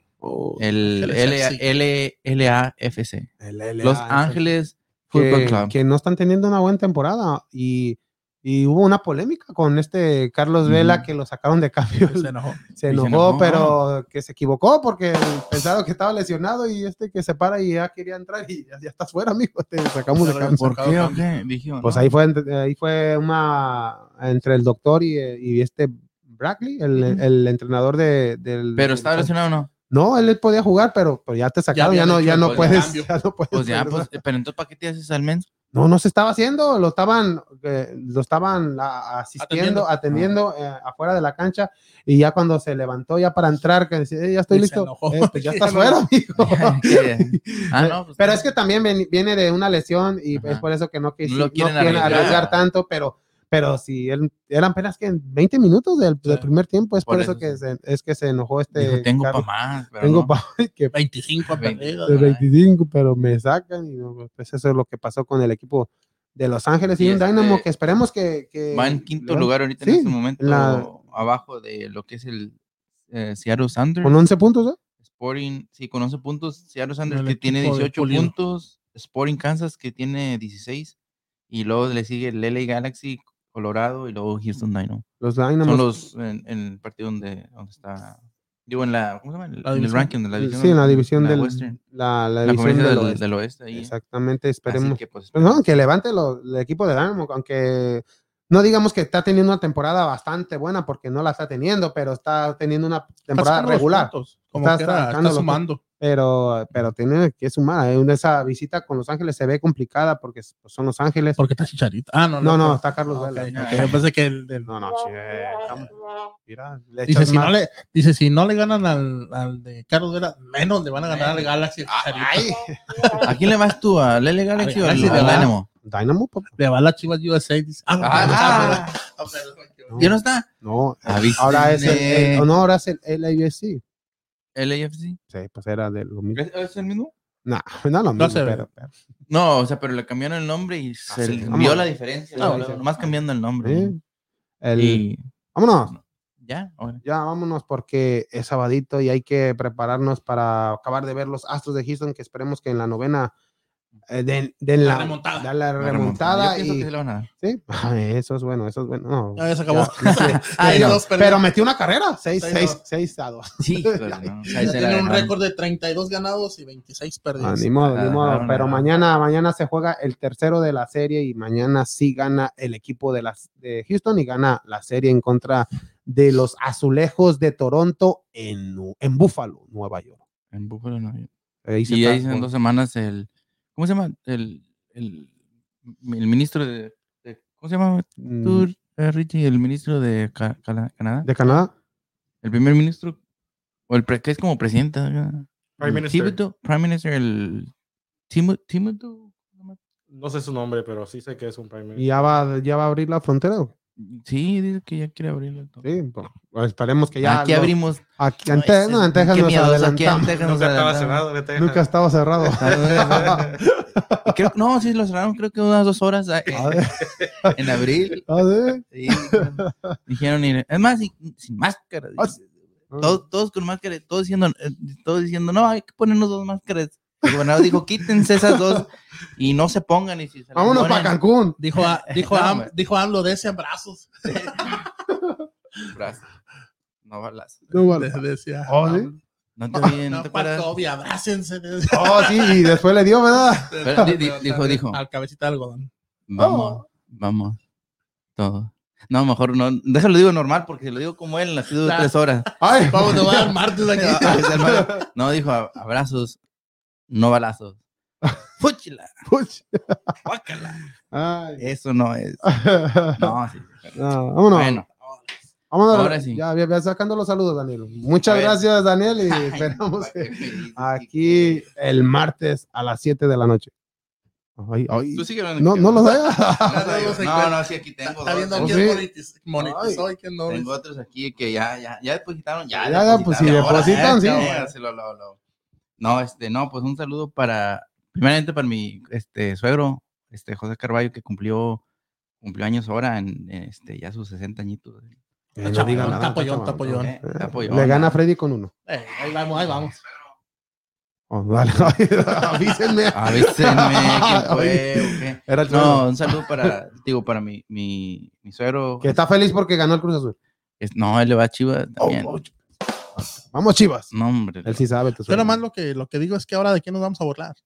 S3: El
S2: Ángeles
S3: L-
S2: FC.
S3: L- LAFC.
S1: El LA,
S3: Los
S1: ese-
S3: Ángeles Fútbol
S1: Que,
S3: Club.
S1: que no están teniendo una buena temporada. Y, y hubo una polémica con este Carlos Vela
S3: Ujú.
S1: que lo sacaron de cambio.
S2: Se enojó.
S1: se
S3: Y se
S1: enojó,
S3: enojó.
S1: pero que se equivocó porque pensaba que estaba lesionado y este que se para y ya quería entrar y ya, ya estás fuera, amigo. Te sacamos de
S2: Claro,
S1: campo.
S3: ¿Por
S2: sacado
S3: qué o
S2: cambio.
S3: qué? Dijeron,
S1: Pues
S3: ¿no?
S1: ahí fue, entre- ahí fue una entre el doctor y, y este Brackley, el,
S3: Ujú.
S1: el entrenador de, del.
S3: Pero estaba lesionado o no.
S1: No, él podía jugar, pero, pero ya te sacaron, ya,
S2: habían
S1: no,
S2: hecho
S1: ya
S2: el
S1: no
S2: gol de
S1: puedes,
S2: cambio.
S1: ya no puedes
S3: Pues ya,
S1: regresar.
S3: pues, eh, pero entonces, ¿para qué te haces al menso?
S1: No, no se estaba haciendo, lo estaban, eh, lo estaban ah, asistiendo, atendiendo, eh, afuera de la cancha y ya cuando se levantó ya para entrar, que decía, "Eh, ya estoy
S2: Y se
S1: listo,
S2: enojó.
S1: eh, pues ya estás
S2: Ya no.
S1: fuera, amigo.
S3: ah, no, pues,
S1: Eh, pero es que también ven- viene de una lesión y
S3: Ajá.
S1: es por eso que no, quisi-
S3: No lo
S1: no
S3: quieren
S1: quieren arriesgar,
S3: arriesgar.
S1: tanto, pero, pero si él, eran apenas que 20 minutos del, del
S2: Sí.
S1: primer tiempo, es por,
S3: Por
S1: eso,
S3: eso
S1: que
S3: sí.
S1: se, es que se enojó este.
S3: dijo, tengo para
S1: Carlos.
S3: más. Pero
S1: Tengo
S3: no.
S1: pa- que
S2: 25 a perdido.
S1: de
S3: Ay.
S1: 25, pero me sacan y no, pues eso es lo que pasó con el equipo de Los Ángeles y
S3: Y
S1: un
S3: este-
S1: Dynamo que esperemos que, que
S3: Va en quinto lugar ahorita
S1: Sí,
S3: en este momento,
S1: la-
S3: abajo de lo que es el eh, Seattle Sanders.
S1: con 11 puntos, ¿eh?
S3: Sporting, sí, con 11 puntos. Seattle Sanders
S2: El
S3: que tiene
S2: equipo de
S3: 18
S2: Pulido.
S3: puntos. Sporting Kansas que tiene 16. Y luego le sigue el LA Galaxy, Colorado y luego Houston Dynamo.
S1: los
S3: Son
S1: Dynamo.
S3: los en, en el partido donde, donde está. Digo, en la. ¿Cómo se llama? En el-
S2: La
S3: en el
S2: división.
S3: ranking de la división.
S1: sí, en la división
S3: la
S1: del
S3: Western,
S1: la, la
S3: la
S1: división
S3: conferencia
S1: del
S3: del,
S1: oeste.
S3: del oeste. ahí.
S1: Exactamente,
S3: Así
S1: esperemos.
S3: que, pues,
S1: Pero no, que levante lo- el equipo de Dynamo, aunque no digamos que está teniendo una temporada bastante buena porque no la está teniendo, pero está teniendo una temporada
S2: Sacando los
S1: regular.
S2: puntos, Como
S1: Está
S2: que era,
S1: sacando
S2: está
S1: los
S2: sumando.
S1: Pero, pero tiene que sumar. ¿eh? Esa visita con Los Ángeles se ve complicada porque pues, son Los Ángeles.
S2: Porque está Chicharito. Ah, no,
S1: No, no, está Carlos
S2: Ah, ok,
S1: Vela.
S2: ok, Yo pensé que el, el-
S1: No, no, sí, eh, estamos- mira, le
S2: Dice,
S1: echas
S2: si
S1: más-
S2: no le, dice, si no le ganan al, al de Carlos Vela, menos Ah, le van a ganar al Galaxy. al Chicharito.
S1: Ay,
S3: ¿A quién le vas tú? ¿Al LA Galaxy o al,
S2: Galaxy de
S3: al
S2: la-
S3: Dynamo?
S1: Dynamo, papá.
S2: Le va a la Chivas USA. y Dice, ah, no,
S3: Ah,
S2: no, no, no, no, no. Ah, eh.
S3: ¿Ya no está?
S1: No,
S3: Avísenme.
S1: ahora es el, el- no, ahora es el LAFC.
S3: ¿LAFC?
S1: Sí, pues era de lo mismo.
S3: ¿Es, es el mismo?
S1: No, no lo
S2: No
S1: mismo,
S2: se ve.
S1: pero, pero-
S3: No, o sea, pero le cambiaron el nombre y se
S1: sí,
S3: vio
S1: vámonos.
S3: la diferencia.
S1: No,
S3: luego,
S1: sí.
S3: nomás cambiando el nombre.
S1: ¿eh?
S3: ¿no?
S1: El-
S3: Y
S1: Vámonos,
S3: ya, ahora.
S1: ya vámonos porque es sabadito y hay que prepararnos para acabar de ver los Astros de Houston que esperemos que en la novena eh, den, den
S2: La
S1: la,
S2: remontada.
S1: dar la
S3: La
S1: remontada
S3: Yo pienso que
S1: y
S3: sí la van a dar.
S1: sí. Ay, eso es bueno, eso es bueno. No,
S2: Ya, ya se acabó.
S1: Ya, sí.
S2: Ahí
S1: pero,
S2: dos peleas.
S1: pero metió una carrera, 6
S2: Seis, dos.
S1: a 2.
S3: Sí, híjole, no,
S2: Ya
S3: ahí se la
S2: tiene
S3: dejaron.
S2: un récord de 32 ganados y 26
S1: Ah,
S2: perdidos.
S1: ni modo, ni
S3: Ah,
S1: modo.
S3: ah, ah,
S1: Pero
S3: ah.
S1: mañana, mañana se juega el tercero de la serie y mañana sí gana el equipo de, las, de Houston y gana la serie en contra de los azulejos de Toronto en, Nu- en Buffalo, Nueva York.
S3: En Buffalo no.
S1: Ahí se
S3: Y
S1: está-
S3: ahí en dos semanas el. ¿Cómo se llama? El, el, el ministro de, de- ¿Cómo se llama?
S1: Mm,
S3: Tú, eh, Richie, el ministro de Ca- Cala- Canadá.
S1: de Canadá.
S3: El primer ministro. O el pre- que es como presidente. acá.
S4: Prime
S3: El
S4: Minister.
S3: Thibodeau, Prime Minister, el. Timo- Thibodeau,
S4: No sé su nombre, pero sí sé que es un Prime
S1: Y
S4: Minister.
S1: ya va, ya va a abrir la frontera. güey.
S3: Sí, dice que ya quiere abrirlo. todo.
S1: Sí, pues, esperemos que ya.
S3: aquí
S1: lo-
S3: abrimos.
S1: Aquí, en Te- no, en Texas
S3: Qué
S1: nos
S3: miedoso, aquí en
S1: adelantamos.
S3: Texas nos
S4: Nunca estaba
S3: adelantamos.
S4: cerrado de Texas.
S1: Nunca estaba cerrado.
S3: Ah, y creo- no, sí, lo cerraron creo que unas dos horas ah,
S1: A ver,
S3: en abril.
S1: a ver.
S3: Sí, dijeron, ir- es más, sin, sin máscara.
S1: Ah,
S3: dice. todos, todos con máscara, todos diciendo, eh, todos diciendo, no, hay que ponernos dos máscaras. El gobernador dijo, quítense esas dos y no se pongan. Y si se las
S1: Ah, Vámonos
S3: ponen,
S1: para Cancún.
S2: Dijo, a- dijo, a-
S3: No, güey.
S2: dijo AMLO, dese abrazos.
S3: brazo. pues, No balas.
S1: No, vale.
S2: Le decía.
S1: Oh, ¿sí?
S2: AMLO,
S3: No te olvides, no
S2: No,
S3: te
S2: para
S3: acuerdas.
S2: COVID, abrácense.
S1: Oh, sí, y después le dio, ¿verdad?
S3: Pero di- di- dijo, dijo.
S2: Al cabecita de algodón.
S3: Vamos,
S1: Oh.
S3: vamos. Todo. No, mejor no. Déjalo digo normal porque si lo digo como él, en las de
S2: Nah.
S3: tres horas.
S1: Ay,
S2: Vamos, te voy a dar martes aquí.
S3: Ah, es el malo. No, dijo "Ab- abrazos, no balazos. Fúchila,
S1: puch.
S3: guácala.
S1: Ay.
S3: Eso no es. No, sí.
S1: No, vámonos.
S3: Bueno,
S1: vámonos.
S3: ahora sí.
S1: Ya, ya, ya sacando los saludos, Daniel.
S3: A
S1: Muchas
S3: ver.
S1: gracias, Daniel, y esperamos que aquí el martes a las 7 de la noche. Ay, ay.
S3: Tú sigue hablando.
S1: No, no lo sé.
S3: Ah, No, no, sí, aquí tengo.
S2: Está
S3: dos.
S2: viendo
S1: Oh,
S2: aquí
S1: sí.
S2: es monetizó y que no.
S3: Tengo otros aquí que ya, ya, ya depositaron. Ya,
S1: Ya, ya, pues, si
S3: ahora,
S1: depositan,
S3: eh,
S1: sí.
S3: ahora sí, lo- lo- lo. No, este, no, pues un saludo para, primeramente para mi este, suegro, este, José Carballo, que cumplió, cumplió años ahora, en, en, este, ya sus 60 añitos.
S1: Eh,
S2: Está
S1: diga
S2: chavalón,
S1: nada,
S2: está pollón,
S1: está
S2: está
S1: chavalón.
S2: pollón.
S3: Eh, está pollón.
S1: Le gana Freddy con uno.
S2: Eh, ahí vamos, ahí vamos.
S1: Oh, dale, avísenme.
S3: Avísenme quién fue o qué.
S1: Era el
S3: No,
S1: suegro.
S3: un saludo para, digo, para mi, mi, mi suegro.
S1: Que está feliz porque ganó el Cruz Azul.
S3: Es- no, él le va a Chivas
S1: Oh,
S3: también.
S1: oh, ch- Vamos, Chivas.
S3: No, hombre.
S1: Él sí sabe. tu
S2: Yo
S1: suegro.
S2: nomás lo que, lo que digo es que ahora de quién nos vamos a burlar.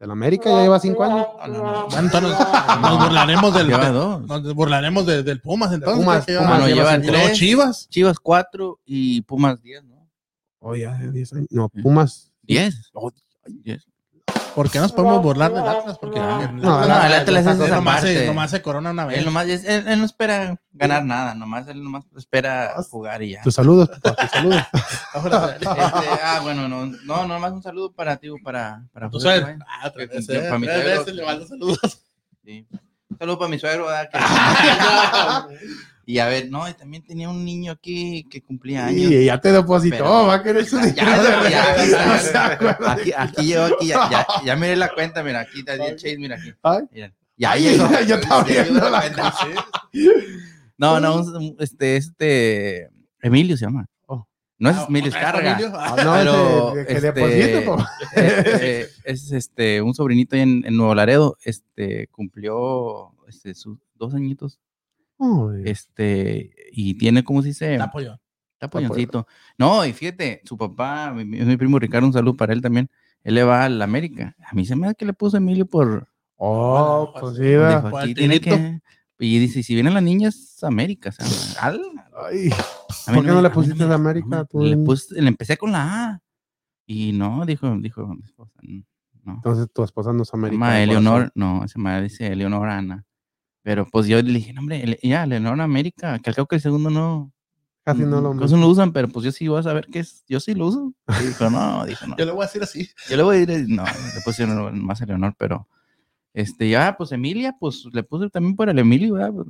S1: El América ya lleva cinco años.
S3: No, no, no.
S2: Bueno, entonces nos, nos burlaremos del
S3: Lleva dos.
S2: nos burlaremos de- del Pumas entonces.
S1: Pumas,
S2: que ya-
S1: Pumas
S3: Ah, no,
S1: lleva
S3: llevan
S1: cinco.
S2: Y luego
S3: tres.
S2: Chivas.
S3: Chivas 4 y Pumas 10, ¿no?
S1: Oh, ya, diez años. No, Pumas.
S3: 10.
S1: Oh,
S2: ¿Por qué nos podemos burlar del Atlas? Porque el
S1: No,
S2: Atlas-
S1: no, el
S3: Atlas es
S2: nomás
S3: esa
S2: se-
S3: parte.
S2: nomás se corona una vez.
S3: Él, nomás, es- él, él no espera ganar nada, nomás él nomás espera jugar y ya.
S1: Tus saludos, papá, tus saludos.
S3: Este, ah, bueno, no, no, nomás un saludo para ti, para, para
S2: Tú
S3: José
S2: sabes.
S3: Carballo.
S2: Ah, otra
S3: Que
S2: vez,
S3: cumplió
S2: eh,
S3: pa' mi Pues
S2: tres
S3: suegro.
S2: veces le mando saludos.
S3: Sí. Un saludo para mi suegro, ¿verdad? Que- y a ver, no, y también tenía un niño aquí que cumplía años.
S1: Y ya te depositó,
S3: Pero-
S1: va a querer su
S3: Ya,
S1: dinero.
S3: ya,
S1: de
S3: ya,
S1: regreso.
S3: ya,
S1: No se acuerda.
S3: Aquí, aquí llegó, aquí ya, ya, ya miré la cuenta, mira, aquí está 10 Chase, mira aquí.
S1: Ay.
S3: Mira, ya
S1: Ay,
S3: llegó.
S1: ya, ya está
S3: Ya llegó
S1: abriendo la
S3: cuenta, sí. No, no, un- un- este, este, Emilio se llama.
S1: Oh.
S3: No es
S2: Ah,
S3: Emilio
S2: otra vez,
S3: Escarga.
S2: Emilio. Ah,
S1: Ah, no,
S3: Pero,
S1: ese- que
S3: este,
S1: deposite, papá.
S3: Este, es este, un sobrinito ahí en, en Nuevo Laredo, este, cumplió este, sus dos añitos,
S1: Uy,
S3: este, y tiene, ¿cómo se dice?
S2: Está pues, apoyado.
S3: Está polloncito. No, y fíjate, su papá, mi, mi- mi primo Ricardo, un saludo para él también. Él le va al América. A mí se me da que le puso Emilio por.
S1: Oh,
S2: Bueno,
S1: pues
S2: sí.
S1: sí, va.
S3: dijo,
S2: Por
S3: aquí
S2: el
S3: tiene
S2: tirito.
S3: que. Y dice, si vienen las niñas, América. o sea, al-
S1: Ay,
S3: a mí
S1: ¿Por qué no
S3: me-
S1: le
S3: a mí
S1: pusiste
S3: me-
S1: de
S3: a mí-
S1: América, tú?
S3: Le, puse- le empecé con la A. Y no, dijo, dijo mi esposa. No.
S1: Entonces tu esposa no es
S3: Se
S1: americana.
S3: llama Eleonor, no, se llama dice Eleonor Ana. Pero pues yo le dije, no, hombre, Ele- ya, Eleonor América, que al cabo que el segundo no. mm,
S1: Casi no lo
S3: Casi lo usan, pero pues yo sí voy a saber que es, yo sí lo uso. Y dijo, no, dijo, no.
S2: Yo le voy a decir así.
S3: Yo le voy a ir, eh, no, le pusieron más a Leonor, pero este, ya, pues Emilia, pues le puse también por el Emilio, ¿verdad? Pues,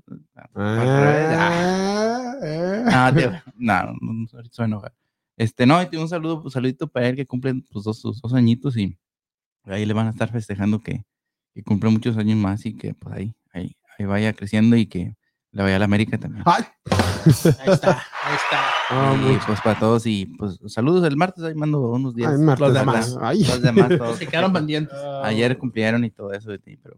S1: Ah, eh.
S3: No, tío, no, no, no, ahorita se va a enojar. Este, no, y tío, un saludo, un saludito para él que cumple pues, dos, sus dos añitos y ahí le van a estar festejando que, que cumple muchos años más y que pues ahí, ahí, ahí vaya creciendo y que le vaya a la América también.
S1: Ay,
S2: Ahí está, ahí está.
S1: Ah,
S3: y pues para todos y pues saludos el martes, ahí mando unos días.
S1: Ay, Marta,
S2: los
S1: es
S2: demás.
S1: mala. Ay,
S3: Los demás todos.
S2: Se quedaron pendientes.
S3: Ayer cumplieron y todo eso de ti, pero...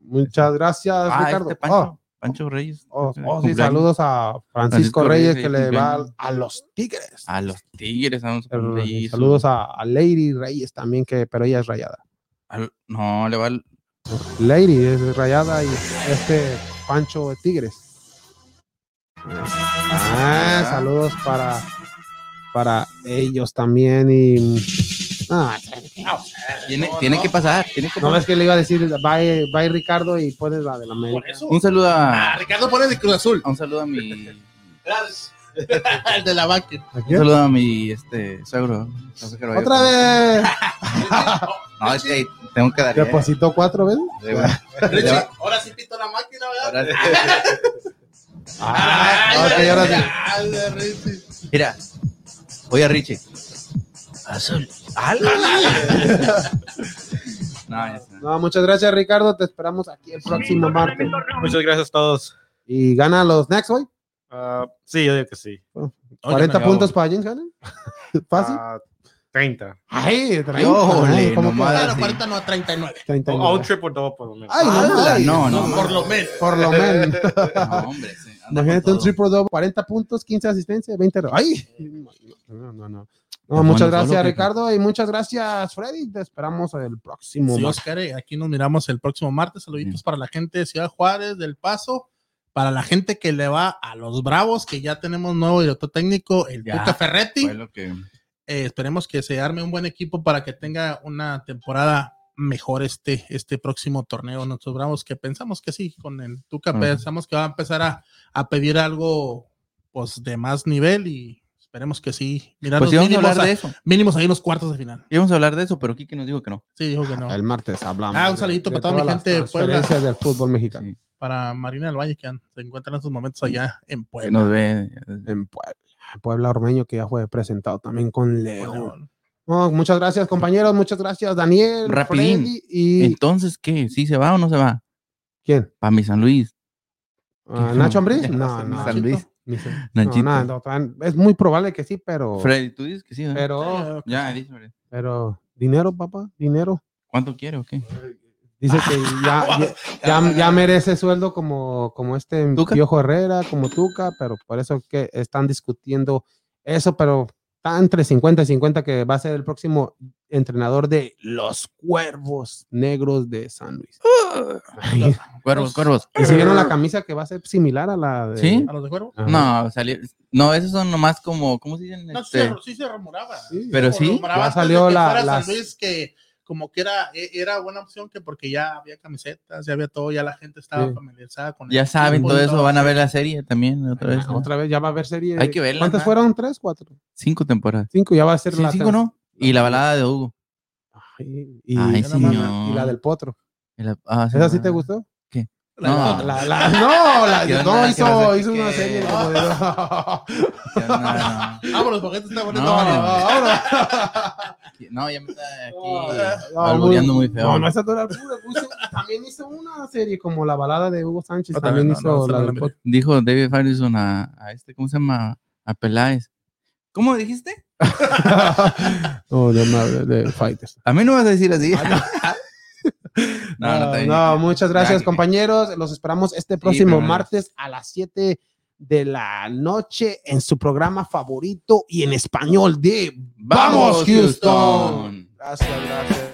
S1: muchas gracias,
S3: Ah,
S1: Ricardo.
S3: este
S1: Oh,
S3: Pancho, Pancho Reyes.
S1: oh, oh, sí,
S3: Este, Cumpleaños.
S1: saludos a Francisco,
S3: Francisco
S1: Reyes,
S3: Reyes,
S1: que
S3: sí,
S1: le va
S3: cumpleaños. Ah,
S1: a los Tigres.
S3: A los Tigres, a los
S1: El-
S3: Reyes.
S1: saludos a, a Lady Reyes también, que pero ella es rayada.
S3: Al- no, le va al-
S1: Lady es rayada y este Pancho de Tigres. Ah, saludos para, para ellos también y ah,
S3: Tiene, tiene que pasar, tiene que
S1: no
S3: pasar.
S1: ves que le iba a decir bye, bye Ricardo y pones la de la
S2: Por
S1: América.
S2: eso.
S3: Un saludo
S2: Ah,
S3: a...
S2: Ricardo pone de Cruz Azul.
S3: Un saludo a mi...
S2: Gracias. El de la vaca.
S1: ¿A
S3: Un
S1: quién?
S3: saludo a mi este suegro. José Carballo.
S1: Otra vez
S3: No, es que tengo que dar. eh.
S1: depositó cuatro veces.
S3: Sí, güey.
S2: Richie, ahora sí pito la máquina, ¿verdad?
S3: Ahora sí.
S1: Ah, ok, ahora sí.
S2: Dale, Richie.
S3: Mira, voy a Richie. Azul. ¡Ala! No, ya está.
S1: No, muchas gracias Ricardo, te esperamos aquí el próximo martes
S4: Ah, Muchas gracias a todos.
S1: y gana los next hoy.
S4: Ah, sí, yo digo que sí.
S2: Oye,
S1: 40
S2: me
S1: puntos para James Harden. Fácil.
S4: Ah, 30.
S1: Ay, treinta,
S3: Yole,
S1: ay, ¿cómo que
S3: nomás.
S2: acabo.
S3: sí.
S2: Claro, 40 no, 39.
S4: O,
S1: 39?
S4: o un triple double por lo menos.
S1: Ay,
S2: Ah,
S1: no,
S3: Ala,
S1: ay,
S3: no, no,
S2: Por
S3: no,
S2: lo menos.
S1: Por lo menos.
S3: no, hombre. sí, anda con
S1: Imagínate un
S3: todo.
S1: triple double, 40 puntos, 15 asistencias, 20. ro- Ay, no, no, no. No,
S3: Te
S1: muchas
S3: pones solo,
S1: gracias,
S3: que-
S1: Ricardo, y muchas gracias, Freddy. Te esperamos el próximo.
S2: Sí,
S1: martes.
S2: Oscar, eh, aquí nos miramos el próximo martes. Saluditos para la gente de Ciudad Juárez, del Paso, para la gente que le va a los Bravos, que ya tenemos nuevo director técnico, el
S3: Ya,
S2: Tuca Ferretti.
S3: Fue lo que-
S2: Eh, esperemos que se arme un buen equipo para que tenga una temporada mejor este, este próximo torneo. Nuestros Bravos, que pensamos que sí, con el Tuca,
S3: Ajá.
S2: pensamos que va a empezar a, a pedir algo pues de más nivel y esperemos que sí. Mirar
S3: Pues
S2: los
S3: íbamos a
S2: mínimos,
S3: hablar de
S2: a-
S3: eso.
S2: mínimos ahí en los cuartos de final.
S3: Íbamos a hablar de eso, pero Kike nos dijo que no.
S2: Sí, dijo que no.
S1: El martes hablamos.
S2: Ah, un saludito para toda mi
S1: todas las
S2: gente de Puebla.
S1: transferencias del fútbol mexicano.
S3: Sí,
S2: para Marina del Valle, que an- se encuentran en estos momentos allá en
S3: que
S2: Puebla.
S3: nos ve.
S1: En Puebla. Puebla Ormeño, que ya fue presentado también con León.
S2: Bueno,
S1: No, muchas gracias, compañeros. Muchas gracias, Daniel.
S3: Rapidín.
S1: Freddy y
S3: Entonces, ¿qué? ¿Sí se va o no se va?
S1: ¿quién?
S3: Para mi San Luis.
S1: Ah, ¿Nacho Ambriz?
S3: Ya,
S1: No,
S3: San
S1: no.
S2: Nachito.
S3: Luis.
S1: Ni se-
S3: Nachito.
S1: No, no, no, es muy probable que sí, pero.
S3: Freddy, tú dices que sí. ¿verdad?
S1: Pero,
S2: eh,
S3: Ya, dice Freddy.
S1: pero, dinero, papá, dinero.
S3: ¿Cuánto quiere o qué?
S1: Dice que ya, ya, ya- ya merece sueldo como, como este
S3: ¿Tuca?
S1: Piojo Herrera, como Tuca, pero por eso que están discutiendo eso, pero está entre 50 y 50 que va a ser el próximo entrenador de los Cuervos Negros de San Luis.
S3: Ah.
S1: Ay,
S3: Cuervos, cuervos.
S1: ¿Y si vieron la camisa que va a ser similar a la de...
S3: ¿Sí?
S2: ¿A los de Cuervo?
S1: Ajá.
S3: No, salió. No, esos son nomás como. ¿Cómo se dicen?
S2: No, sí,
S3: Este,
S2: se- sí se rumoraba.
S1: Sí.
S3: Pero
S2: Se
S3: sí,
S2: rumoraba
S1: ya
S2: antes de
S1: salió
S2: que
S1: la-
S2: fuera
S1: las-
S2: San Luis que como que era, e- era buena opción que porque ya había camisetas, ya había todo, ya la gente estaba
S1: Sí.
S2: familiarizada con el
S3: ya saben
S2: equipo y
S3: todo eso. Van a ver la serie también otra vez.
S1: Ah, Otra vez ya va a haber serie.
S3: Hay que verla,
S1: ¿Cuántas
S3: ¿no?
S1: fueron? ¿Tres, cuatro?
S3: Cinco temporadas.
S1: Cinco, ya va a ser
S3: Sí,
S1: la
S3: cinco,
S1: ter-
S3: ¿no? Y la balada de Hugo.
S1: Ay, y,
S3: Ay,
S1: y
S3: señor.
S1: la del potro.
S3: Y la- ah,
S1: ¿Esa sí
S3: ah.
S1: te gustó?
S3: No.
S1: La, la- no, la-
S3: ¿Qué onda?
S1: no,
S3: ¿Qué vas
S1: hizo,
S3: a-
S1: hizo una
S3: qué?
S1: serie. como de- Vámonos.
S3: Ya, no, no.
S2: Vámonos, porque esto está bonito.
S3: No.
S2: vámonos.
S3: No, ya me está aquí.
S1: No,
S3: Balbuceando muy feo.
S1: No, no es adorar pura, hizo- También hizo una serie como la balada de Hugo Sánchez.
S2: No,
S1: también
S2: no,
S1: hizo
S2: no, no,
S1: la
S2: no,
S1: del
S2: no,
S1: potro.
S3: Dijo David Farrison a, a este, ¿cómo se llama? A Peláez. ¿Cómo dijiste?
S1: No, de, madre, de Fighters.
S3: A mí no vas a decir así. no, no, está bien.
S1: Ah, no, muchas gracias,
S3: Ya,
S1: compañeros. Los esperamos este
S3: pero
S1: próximo
S3: bueno.
S1: martes a las 7 de la noche en su programa favorito y en español de Vamos, Houston. Gracias, gracias.